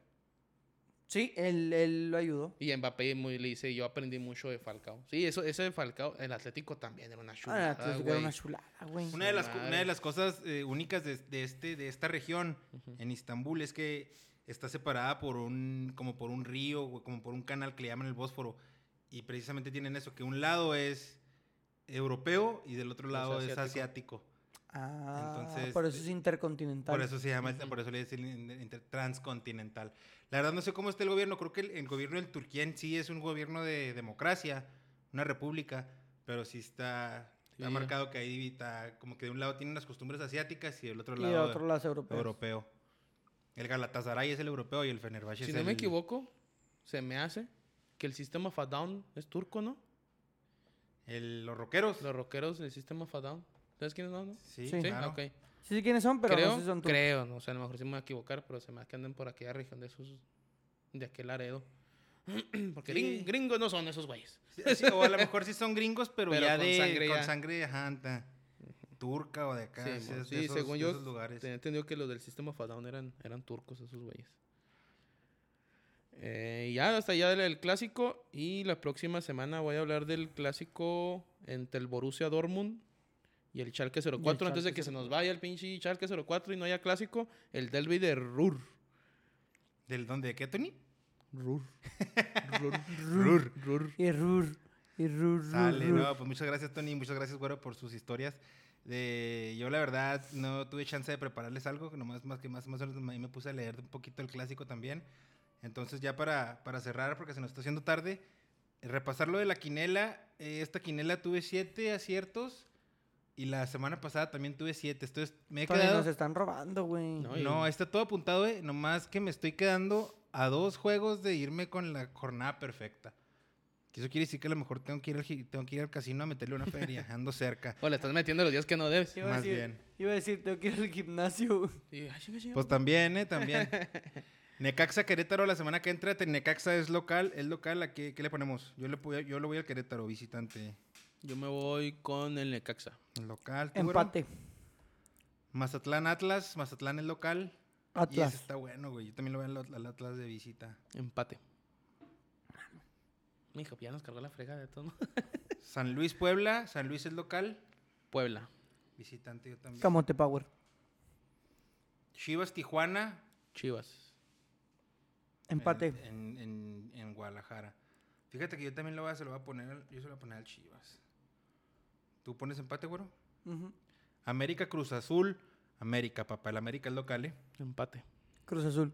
A: Sí, él, él lo ayudó. Ah,
B: Y Mbappé muy, le dice, yo aprendí mucho de Falcao. Sí, eso, ese de Falcao, el Atlético también era una
A: Ah,
B: chulada,
A: el Atlético
B: güey.
A: era una chulada, güey.
D: Una de las,
B: Madre.
D: una de las cosas eh, únicas de, de este, de esta región en Istambul es que está separada por un, como por un río, güey, como por un canal que le llaman el Bósforo. Y precisamente tienen eso, que un lado es europeo y del otro
B: Es
D: lado es
B: asiático.
D: asiático.
A: Ah,
D: Entonces,
A: por eso es
D: eh,
A: intercontinental.
D: Por eso se llama, este, por eso le dicen in- inter- transcontinental. La verdad no sé cómo está el gobierno, creo que el, el gobierno de Turquía en sí es un gobierno de democracia, una república, pero sí está, está
B: Sí.
D: marcado que ahí está, como que de un lado tienen las costumbres asiáticas y del otro
A: Y
D: lado
A: de otro lado es
B: pues.
A: europeo.
D: europeo. El Galatasaray es el europeo y el Fenerbahce
B: Si
D: es
B: no me
D: el-
B: equivoco, se me hace que el sistema of a Down es turco, ¿no?
D: el- los rockeros.
B: Los rockeros del sistema of a Down. ¿Sabes quiénes son? no?
A: Sí.
D: Sí,
B: Sí,
D: claro.
B: ok.
A: Sí sé quiénes son, pero
B: creo,
A: no sé si son turcos.
B: creo, no, o sea, a lo mejor sí me voy a equivocar, pero se me hace que andan por aquella región de esos, de aquel Laredo. Porque gring-
D: Sí.
B: gringos no son esos güeyes.
D: Sí, sí, o a lo mejor sí son gringos, pero,
B: Pero
D: ya
B: con
D: de
B: sangre
D: con
B: ya.
D: sangre ajá, ta- turca o de acá.
B: Sí,
D: es-
B: mo-
D: es de
B: sí,
D: esos-
B: según
D: de
B: yo,
D: esos lugares.
B: Tenía entendido que los del sistema of a Down eran, eran turcos esos güeyes. Eh, y ya, hasta allá del clásico. Y la próxima semana voy a hablar del clásico entre el Borussia Dortmund y el Schalke 04. Antes de
A: Schalke
B: que se nos vaya el pinche Schalke 04 y no haya clásico, el derby de Ruhr.
D: ¿Del dónde? ¿De qué, Tony?
B: Ruhr. Ruhr.
D: Ruhr.
B: Ruhr.
A: Y rur, y rur, rur,
D: Sale,
A: rur.
D: no, pues muchas gracias, Tony. Muchas gracias, Güero, por sus historias. Eh, yo, la verdad, no tuve chance de prepararles algo. que Nomás, más que más, más o menos, ahí me puse a leer un poquito el clásico también. Entonces, ya para, para cerrar, porque se nos está haciendo tarde, repasar lo de la quinela. Eh, esta quinela tuve siete aciertos. Y la semana pasada también tuve siete. Entonces, me he
A: Tony,
D: quedado.
A: nos están robando, güey.
B: No,
D: No, está todo apuntado, eh. Nomás que me estoy quedando a dos juegos de irme con la jornada perfecta. Que eso quiere decir que a lo mejor tengo que ir al, gi- tengo que ir al casino a meterle una feria, ando cerca.
B: O le estás metiendo los días que no debes.
A: Iba a
D: Más
A: decir-
D: bien.
A: Iba a decir, tengo que ir al gimnasio.
B: Y, ay, chinga, chinga.
D: Pues también, eh, también. Necaxa Querétaro la semana que entra, te- Necaxa es local, es local, ¿a qué, qué le ponemos? Yo le, pu- yo le voy al Querétaro, visitante
B: Yo me voy con el Necaxa.
D: local. ¿tú, güero?
A: Empate.
D: Mazatlán Atlas, Mazatlán es local. Y ese
A: Atlas.
D: está bueno, güey. Yo también lo voy al, al Atlas de visita.
B: Empate. Mijo, pues ya nos cargó la frega de todo. ¿no?
D: San Luis Puebla, San Luis es local,
B: Puebla.
D: visitante yo también.
A: Camote Power.
D: Chivas Tijuana.
B: Chivas.
A: Empate.
B: Eh,
D: En, en- en- en Guadalajara. Fíjate que yo también lo voy a, se lo voy a poner, al- yo se lo voy a poner al Chivas. ¿Tú pones empate, güero?
A: Ujú.
D: América Cruz Azul. América, papá. El América es local, ¿eh?
B: Empate.
A: Cruz Azul.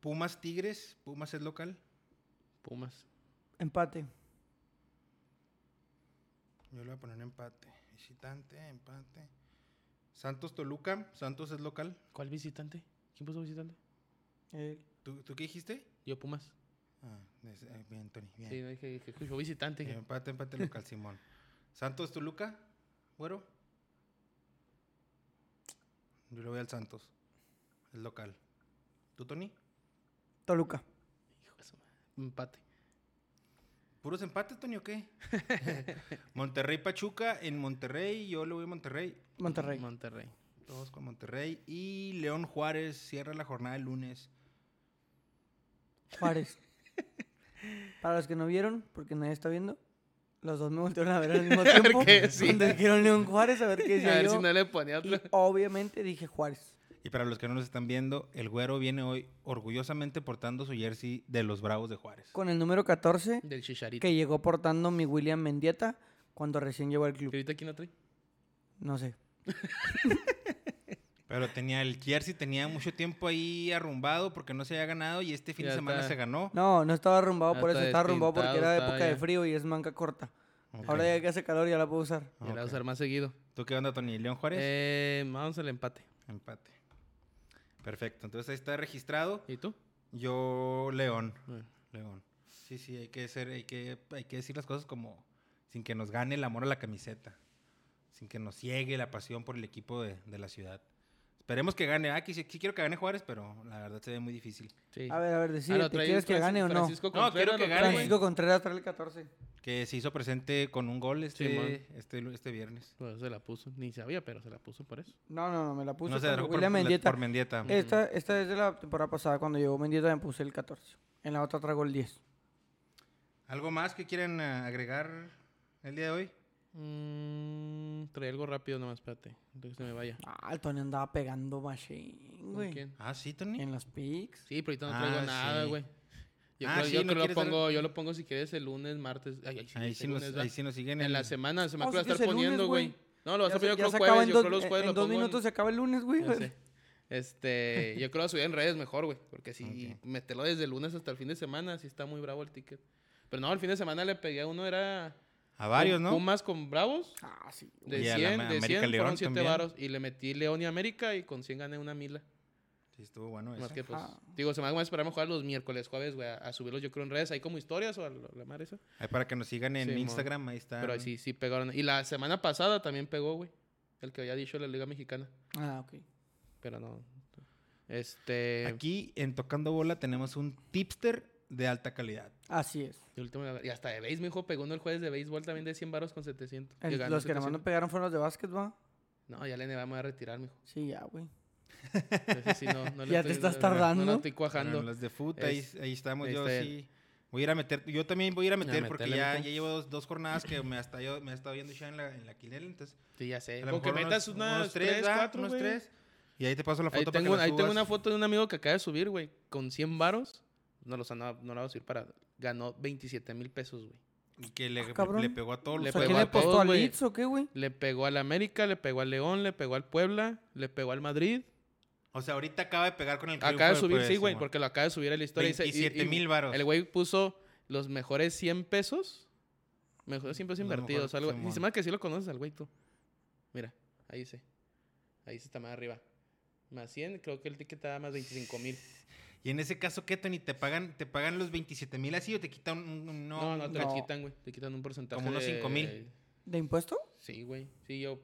D: Pumas Tigres. Pumas es local.
B: Pumas.
A: Empate.
D: Yo le voy a poner empate. Visitante, empate. Santos Toluca. Santos es local.
B: ¿Cuál visitante? ¿Quién puso visitante?
A: Eh,
D: ¿Tú, tú qué dijiste?
B: Yo, Pumas.
D: Ah, es- eh, bien, Tony. Bien.
B: Sí, no, dije, dije, yo visitante.
D: Eh,
B: dije.
D: Empate, empate local, Simón. Santos Toluca, güero. Yo le voy al Santos. El local. ¿Tú, Tony?
A: Toluca.
B: Hijo de su madre. Empate.
D: ¿Puros empates, Tony, o qué? Monterrey Pachuca en Monterrey. Yo le voy a Monterrey.
A: Monterrey.
B: Monterrey.
D: Todos con Monterrey. Y León Juárez cierra la jornada el lunes.
A: Juárez. Para los que no vieron, porque nadie está viendo, los dos me voltearon a ver al mismo tiempo.
B: qué sí.
A: Cuando dijeron León Juárez, a ver qué
B: A
A: decía
B: ver
A: yo.
B: si no le ponía otro.
A: Y obviamente dije Juárez.
D: Y para los que no nos están viendo, el güero viene hoy orgullosamente portando su jersey de los Bravos de Juárez.
A: Con el número 14,
B: Del Chicharito.
A: que llegó portando mi William Mendieta cuando recién llegó al
B: ¿Y
A: club.
B: ahorita quién la trae?
A: No sé.
D: Pero tenía el jersey, tenía mucho tiempo ahí arrumbado porque no se había ganado y este fin
B: Ya
D: de semana
B: está.
D: se ganó.
A: No, no estaba arrumbado
B: Ya
A: por eso,
B: está
A: estaba arrumbado porque
B: despintado,
A: era
B: está
A: época de
B: ya.
A: frío y es manga corta.
D: Ok.
A: Ahora ya que hace calor ya la puedo usar.
B: Ya la va a
D: Ok.
B: usar más seguido.
D: ¿Tú qué onda, Tony? ¿León Juárez?
B: Eh, vamos al empate.
D: Empate. Perfecto, entonces ahí está registrado.
B: ¿Y tú?
D: Yo, León.
B: Bueno.
D: León. Sí, sí, hay que ser, hay que, hay que decir las cosas como sin que nos gane el amor a la camiseta. Sin que nos ciegue la pasión por el equipo de, de la ciudad. Esperemos que gane. Ah, que sí, sí quiero que gane Juárez, pero la verdad se ve muy difícil.
B: Sí. Ah,
A: A ver, a ver, decide,
B: lo
A: ¿te
B: trae
A: quieres que
B: Francis-
A: gane o no?
B: Francisco
D: No, quiero
B: Contreras
D: que
B: lo
D: gane,
B: trae.
A: Francisco Contreras trae el 14.
D: Que se hizo presente con un gol este,
B: Simón.
D: este, lu- este viernes.
B: Bueno, Pues se la puso. Ni sabía, pero se la puso por eso.
A: No, no, no, me la puse.
D: no se
A: cuando
D: dejó por,
A: William
D: la-
A: Mendieta.
D: por Mendieta.
A: Esta, esta es de la temporada pasada, cuando llegó Mendieta me puse el 14. En la otra traigo el 10.
D: ¿Algo más que quieren eh, agregar el día de hoy?
B: Mm, trae algo rápido nomás, espérate. antes que se me vaya.
A: Ah, el Tony andaba pegando machine,
B: ¿Con
A: güey.
B: quién?
D: Ah, sí, Tony.
A: En las picks.
B: Sí, pero ahorita no
D: Ah,
B: traigo nada,
D: sí.
B: güey. Yo,
D: Ah,
B: creo,
D: sí,
B: yo
D: no
B: creo lo
D: quieres dar-
B: pongo, yo lo pongo si quieres el lunes, martes. Ay, ay, sí,
D: ahí,
B: este
D: sí nos,
B: lunes,
D: ahí
B: va.
D: sí nos siguen.
B: en
D: el-
B: la semana, se me
A: Ah,
B: acuerda
A: sí que
B: estar
A: es el lunes,
B: poniendo,
A: güey.
B: güey. No, lo vas a
A: Ya
B: poner
A: se-
B: yo
A: ya
B: creo
A: se
B: los
A: acaba
B: jueves,
A: en
B: yo
A: dos-
B: creo los
A: en-
B: jueves
A: En
B: lo
A: dos
B: pongo.
A: minutos se acaba el lunes, güey.
B: ya sé. Este, yo creo subir en redes mejor, güey, porque si
D: Ok.
B: meterlo desde el lunes hasta el fin de semana, sí está muy bravo el ticket. Pero no, el fin de semana le pegué a uno, era
D: A varios, ¿no?
B: Pumas con Bravos.
A: Ah, sí. güey.
B: De
D: Y a la
B: 100,
D: Ma-
B: de
D: América
B: 100
D: León
B: fueron 7
D: también.
B: varos. Y le metí León y América y con 100 gané una mila.
D: Sí, estuvo bueno
B: Más
D: eso.
B: que pues.
A: Ajá.
B: Digo, se me va a esperar a jugar los miércoles, jueves, güey. A, a subirlos yo creo en redes. Ahí como historias o a lo- la madre esa.
D: Ahí para que nos sigan en
B: Simón.
D: Instagram, ahí está.
B: Pero ahí sí, sí pegaron. Y la semana pasada también pegó, güey. El que había dicho la Liga Mexicana.
A: Ah, ok.
B: Pero no. Este.
D: Aquí en Tocando Bola tenemos un tipster de alta calidad.
A: Así es.
B: el último- y hasta de béis, mi hijo pegó uno el jueves de béisbol también de 100 varos con 700.
A: El-
B: Y ganó
A: los que nomás no
B: 700.
A: pegaron fueron los de básquetbol.
B: No, ya le vamos a retirar, mijo.
A: Sí, ya, güey.
B: Entonces, sí, no, no le
A: Ya te
B: estoy-
A: estás
B: no-
A: tardando.
B: No, no estoy
D: Bueno,
B: cuajando.
D: los de foot, ahí,
B: Es-
D: ahí estamos.
B: ahí
D: yo
B: está él.
D: sí. Voy a ir a meter. Yo también voy a ir a meter porque
B: meterle,
D: ya,
B: mijo.
D: ya llevo dos, dos jornadas que me, hasta yo, me ha estado viendo ya en la, en la quinela, Entonces,
B: Sí, ya sé.
D: a lo
B: Con que
D: mejor
B: metas
D: unos-
B: unas
D: unos
B: 3,
D: ¿va?
B: 4,
D: Unos tres. Y ahí te paso la foto
B: Ahí
D: para que
B: tengo,
D: la
B: ahí tengo
D: subas.
B: una foto de un amigo que acaba de subir, güey, con 100 varos. No los han- no, la voy a subir para. Ganó 27 mil pesos, güey.
D: Y que le,
A: Ah, cabrón.
D: le pegó a todos
A: O
B: Le
D: los
A: sea,
B: pegó
A: ¿quién
B: a
A: le
D: juegos.
B: todos,
A: apostó al
B: güey.
A: Leeds o qué, güey?
B: Le pegó al América, le pegó al León, le pegó al Puebla, le pegó al Madrid.
D: O sea, ahorita acaba de pegar con el que
B: Acaba de
D: fue,
B: subir,
D: pues,
B: sí, güey,
D: Simón.
B: porque lo acaba de subir a la historia. Dice- y- y
D: 27,000 varos.
B: El güey puso los mejores 100 pesos. Mejores 100 pesos
D: Los mejores,
B: invertidos. algo. Y
D: Simón.
B: se me hace que sí lo conoces al güey tú. Mira, ahí dice. Ahí dice, está más arriba. Más 100, creo que el ticket estaba más 25 mil.
D: Y en ese caso, ¿qué, Tony? ¿Te pagan, te pagan los 27 mil así o te quitan un, un- no?
B: No, no, te lo
A: no.
B: quitan, güey. Te quitan un porcentaje.
D: Como unos
B: de-
D: 5,000.
A: ¿De impuesto?
B: Sí, güey. Sí, yo.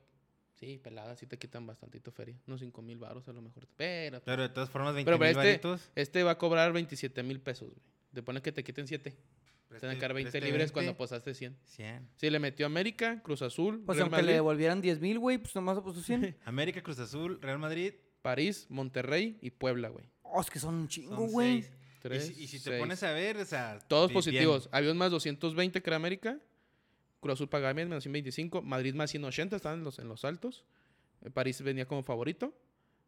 B: Sí, pelada, sí te quitan bastantito feria. Unos 5 mil baros a lo mejor. Pero.
D: Pero de todas formas, 20
B: Pero,
D: mil
B: pero este,
D: varitos.
B: este va a cobrar 27 mil pesos, güey. Te pones que te quiten 7. Te van a quedar 20 libres cuando posaste 100.
D: 100.
B: Sí, le metió América, Cruz Azul,
A: Pues
B: Real
A: aunque le
B: Madrid,
A: devolvieran 10 mil, güey, pues nomás apostó 100.
D: América, Cruz Azul, Real Madrid.
B: París, Monterrey y Puebla, güey.
A: oh, es que son un
D: son
A: chingo, güey.
D: seis. Y
B: Tres,
D: si, y si te
B: seis.
D: pones a ver, o sea.
B: Todos
D: bien.
B: positivos. Había un más 220 que era América. Cruz Azul pagaba bien, menos 125. Madrid más 180, estaban en los, en los altos. Eh, París venía como favorito.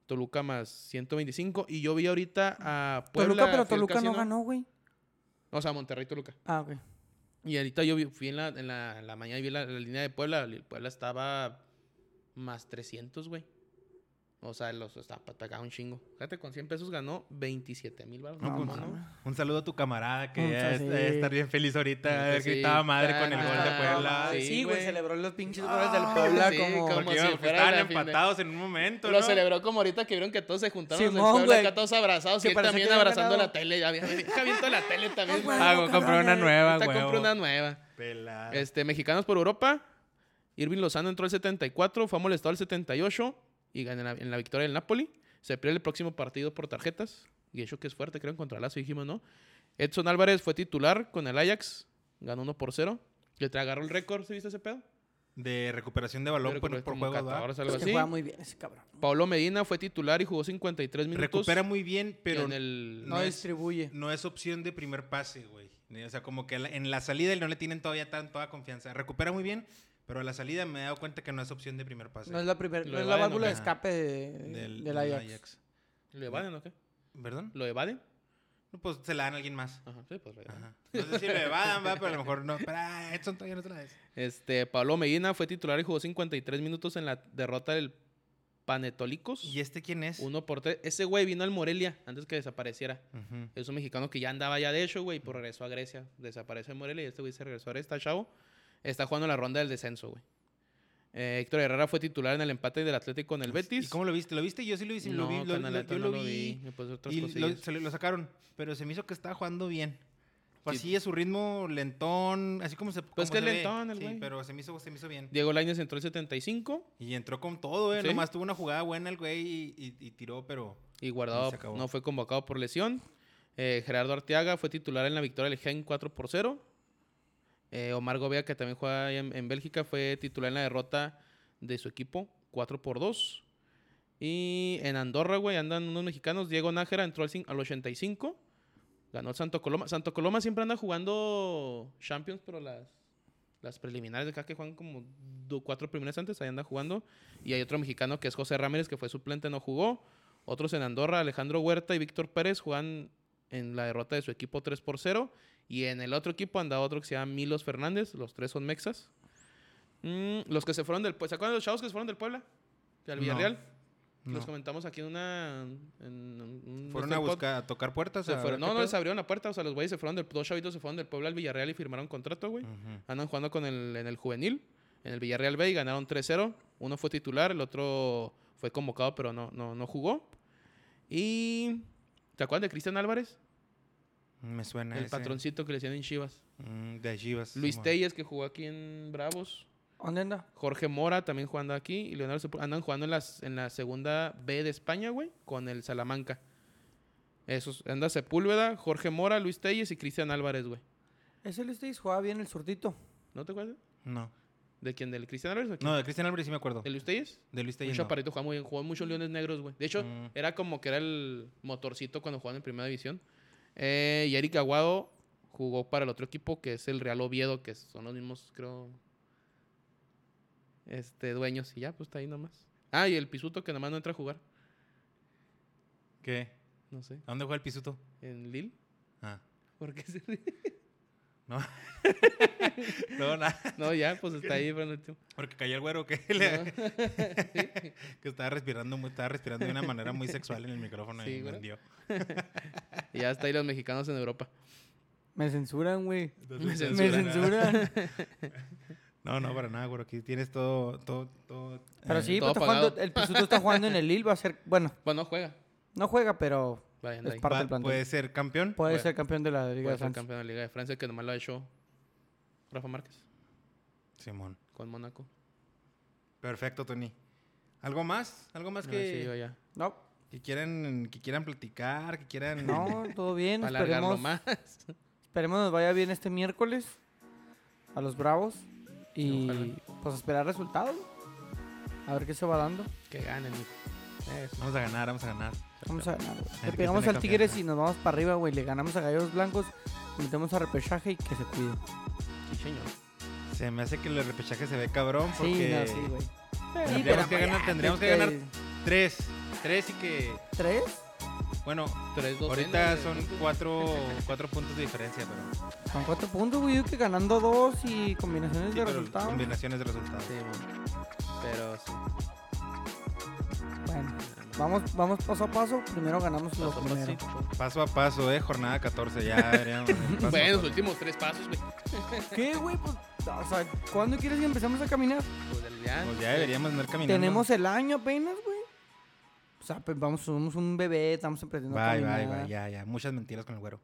B: Toluca más 125. Y yo vi ahorita a Puebla.
A: Toluca, pero
B: fui al
A: Toluca no
B: casino.
A: ganó, güey.
B: O sea, Monterrey, Toluca.
A: Ah, ok.
B: Y ahorita yo vi- fui en la, en la, en la mañana y vi la, la línea de Puebla. El Puebla estaba más 300, güey. O sea, los está pagaba un chingo. Fíjate, con 100 pesos ganó 27 mil baros.
D: No,
A: No,
D: pues,
A: mames.
D: Un saludo a tu camarada que
A: Un
D: ya
A: sal-
D: está-
A: sí.
D: debe estar bien feliz ahorita. de
B: Neta,
D: haber
B: sí.
D: gritado madre
B: Ah,
D: con el
B: no,
D: gol de Puebla.
B: sí,
A: Ah, Sí, güey,
B: güey.
A: celebró los pinches goles del
D: Ah,
A: Puebla
B: sí,
A: como...
B: como-
D: Porque
B: si
D: iban-
B: fuera
D: estaban
B: la fin de-
D: empatados en un momento.
B: Lo
D: ¿no?
B: celebró como ahorita que vieron que todos se juntaron los del
A: Simón,
B: Puebla,
A: güey.
B: acá todos abrazados,
A: Que
B: y él
A: parecía
B: también
A: que había
B: abrazando
A: ganado.
B: la tele, ya había deja viento la tele también.
A: güey.
B: Ah,
A: Ah,
E: Ah, güey, compré una nueva,
B: Ahorita
E: güey.
B: compro una nueva.
D: Pelada.
B: Este, mexicanos por Europa. Irving Lozano entró al 74, fue molestado al 78 y ganó en la, en la victoria del Napoli. Se pierde el próximo partido por tarjetas. Y eso que es fuerte, creo, en contralazo, dijimos, ¿no? Edson Álvarez fue titular con el Ajax, ganó 1 por 0. Le te agarró el récord, ¿sí viste ese pedo?
D: De recuperación de balón
B: Creo
D: por,
B: que
D: por
B: como
D: juego. ¿verdad?
B: 14, algo
A: Es que
B: así.
A: juega muy bien ese cabrón.
B: Pablo Medina fue titular y jugó 53 minutos.
D: Recupera muy bien, pero
B: en el...
A: No,
D: No es-
A: distribuye.
D: no es opción de primer pase, güey. O sea, como que a la- en la salida no le tienen todavía tan toda confianza. Recupera muy bien, pero a la salida me he dado cuenta que no es opción de primer pase.
A: No es la primer,
B: Lo
A: no es la
B: evaden,
A: válvula de
D: ¿no?
A: escape de- del Ajax.
B: ¿Lo evaden o qué?
D: ¿Perdón?
B: ¿Lo evaden?
D: No, Pues se la dan a alguien más.
B: Ajá, sí, pues lo evaden.
D: Ajá. No sé si lo evadan, va, pero a lo mejor no. Pero ah, Edson todavía no te la des.
B: Este, Pablo Medina fue titular y jugó 53 minutos en la derrota del Panetolicos.
D: ¿Y este quién es?
B: Uno por tres. Ese güey vino al Morelia antes que desapareciera.
D: Ujú.
B: Es un mexicano que ya andaba ya de hecho, güey, por regresó a Grecia. Desapareció en Morelia y este güey se regresó ahora está chavo. Está jugando la ronda del descenso, güey. Eh, Héctor Herrera fue titular en el empate del Atlético con el Betis.
D: Pues, ¿Y cómo lo viste? ¿Lo viste? Yo sí lo vi. sí lo
B: No,
D: vi, lo-
B: carnal, la
D: lo-
B: neta
D: yo
B: no
D: lo vi.
B: Me puse otras
D: Y lo,
B: cosillas.
D: se lo- lo sacaron, pero se me hizo que estaba jugando bien. O
B: Sí.
D: así a su ritmo lentón, así como se
B: Pues
D: como
B: que
D: se ve.
B: lentón el güey.
D: Sí, pero se me hizo, se me hizo bien.
B: Diego Lainez entró el 75
D: Y entró con todo, eh.
B: ¿Sí?
D: Nomás tuvo una jugada buena el güey y, y- y tiró, pero.
B: y
D: Ahí
B: guardado
D: se acabó.
B: no fue convocado por lesión. Eh, Gerardo Arteaga fue titular en la victoria del Gen 4 por 0. Eh, Omar Gobea, que también juega ahí en, en Bélgica, fue titular en la derrota de su equipo 4 por 2. Y en Andorra, güey, andan unos mexicanos. Diego Nájera entró al, cin- al 85. Ganó el Santo Coloma. Santo Coloma siempre anda jugando Champions, pero las, las preliminares de acá que juegan como do- cuatro preliminares antes, ahí anda jugando. Y hay otro mexicano que es José Ramírez, que fue suplente, no jugó. Otros en Andorra, Alejandro Huerta y Víctor Pérez juegan en la derrota de su equipo 3 por 0. Y en el otro equipo anda otro que se llama Milos Fernández. Los tres son mexas. Mm, los que se fueron del Puebla. ¿Se acuerdan de los chavos que se fueron del Puebla? ¿Del
D: No.
B: Villarreal? Los
D: No.
B: comentamos aquí en una. en un-
D: Fueron
B: este
D: a
B: pod-
D: buscar, a tocar puertas.
B: se
D: a
B: fueron-
D: ver
B: No,
D: qué
B: no, les
D: pedo.
B: abrieron la puerta. O sea, los güeyes se fueron del. Dos chavitos se fueron del pueblo al Villarreal y firmaron contrato, güey.
D: Ujú.
B: Andan jugando con el, en el juvenil, en el Villarreal B y ganaron 3-0. Uno fue titular, el otro fue convocado, pero no, no, no jugó. Y. ¿Te acuerdas de Cristian Álvarez?
D: Me suena
B: el
D: ese.
B: patroncito que le decían en Chivas.
D: Mm, de Chivas.
B: Luis
D: Simón.
B: Telles, que jugó aquí en Bravos.
A: ¿Dónde anda?
B: Jorge Mora también jugando aquí. Y Leonardo Sepúlveda. andan jugando en, las, en la segunda B de España, güey, con el Salamanca. Esos, anda Sepúlveda, Jorge Mora, Luis Telles y Cristian Álvarez, güey.
A: Ese Luis Telles jugaba bien el surtito.
B: ¿No te acuerdas?
D: No.
B: ¿De quién? ¿Del Cristian Álvarez o quién?
D: No, de Cristian Álvarez sí me acuerdo.
B: ¿De Luis Telles?
D: De Luis
B: Un
D: Telles. no.
B: chaparrito jugaba muy bien, jugó muchos Leones Negros, güey. De hecho,
D: Mm.
B: era como que era el motorcito cuando jugaban en primera división. Eh, y Eric Aguado jugó para el otro equipo que es el Real Oviedo, que son los mismos, creo, este, dueños. Y ya, pues está ahí nomás. Ah, y el Pisuto que nomás no entra a jugar.
D: ¿Qué?
B: No sé,
D: ¿A dónde juega el Pisuto?
B: en Lille.
D: Ah.
B: ¿Por qué se ríe?
D: No, nada.
B: No, ya, pues está ahí. Pero no te-
D: Porque cayó el güero que, le- que estaba respirando muy, estaba respirando de una manera muy sexual en el micrófono
B: Sí,
D: y me
B: güero.
D: hundió.
B: Y ya está ahí los mexicanos en Europa.
A: Me censuran, güey.
D: Entonces,
A: Me
B: Me Censuran.
A: censuran.
D: No, no, para nada, güero. Aquí tienes todo, todo, todo.
A: Pero
D: eh,
A: sí,
B: todo
A: pues, está jugando-
B: apagado.
A: el Pisuto está jugando en el Lille. Va a ser, bueno,
B: Bueno, no juega.
A: no juega, pero
B: Vayan
A: Es
B: ahí.
A: pa- parte
D: va-
A: del plantel.
D: puede ser campeón.
A: puede
B: Bueno,
A: ser campeón de la Liga
B: Puede
A: de
B: ser
A: Francia.
B: campeón de la Liga de Francia, que nomás lo ha hecho Rafa Márquez
D: Simón.
B: con Mónaco.
D: Perfecto, Tony. ¿Algo más? ¿Algo más
B: No,
D: que,
B: sí, yo ya.
A: No,
D: que quieran que quieran platicar, que quieran
A: no, todo bien.
B: Para alargarlo
A: Esperemos,
B: más.
A: esperemos nos vaya bien este miércoles a los Bravos. Y
B: Ojalá.
A: pues esperar resultados. A ver qué se va dando.
B: Que ganen. Eso.
D: Vamos a ganar, vamos a ganar.
A: Vamos a ganar. güey. Le
D: que
A: pegamos
D: tener
A: al Tigres
D: confianza.
A: y nos vamos para arriba, güey. Le ganamos a Gallos Blancos. Metemos a repechaje y que se cuide.
B: Sí, señor.
D: Se me hace que el repechaje se ve cabrón
A: Sí,
D: porque
A: no, sí, güey. Sí,
D: tendríamos,
A: pero
D: que ganar,
A: ya,
D: tendríamos que
A: este,
D: ganar tres, tres y que
A: ¿Tres?
D: bueno,
B: Tres docenas
D: ahorita
B: de-
D: son cuatro, cuatro puntos de diferencia, pero
A: Son cuatro puntos, güey. yo Que ganando dos y combinaciones
D: Sí,
A: de
D: pero
A: resultados.
D: Combinaciones de resultados.
B: Sí, bueno. Pero sí.
A: Bueno, vamos, vamos paso a paso. Primero ganamos lo
B: Paso a
A: primero.
B: pasito.
D: Paso a paso, eh, jornada 14 ya veríamos. paso a
B: Bueno, los
D: paso.
B: últimos tres pasos, güey.
A: ¿Qué, güey? Pues, o sea, ¿cuándo quieres que empecemos a caminar?
B: Pues del ya.
D: Pues ya deberíamos andar caminando.
A: Tenemos el año apenas, güey. O sea, pues vamos, somos un bebé, estamos aprendiendo a
D: Bye, bye,
A: caminar.
D: bye, ya, ya. Muchas mentiras con el güero.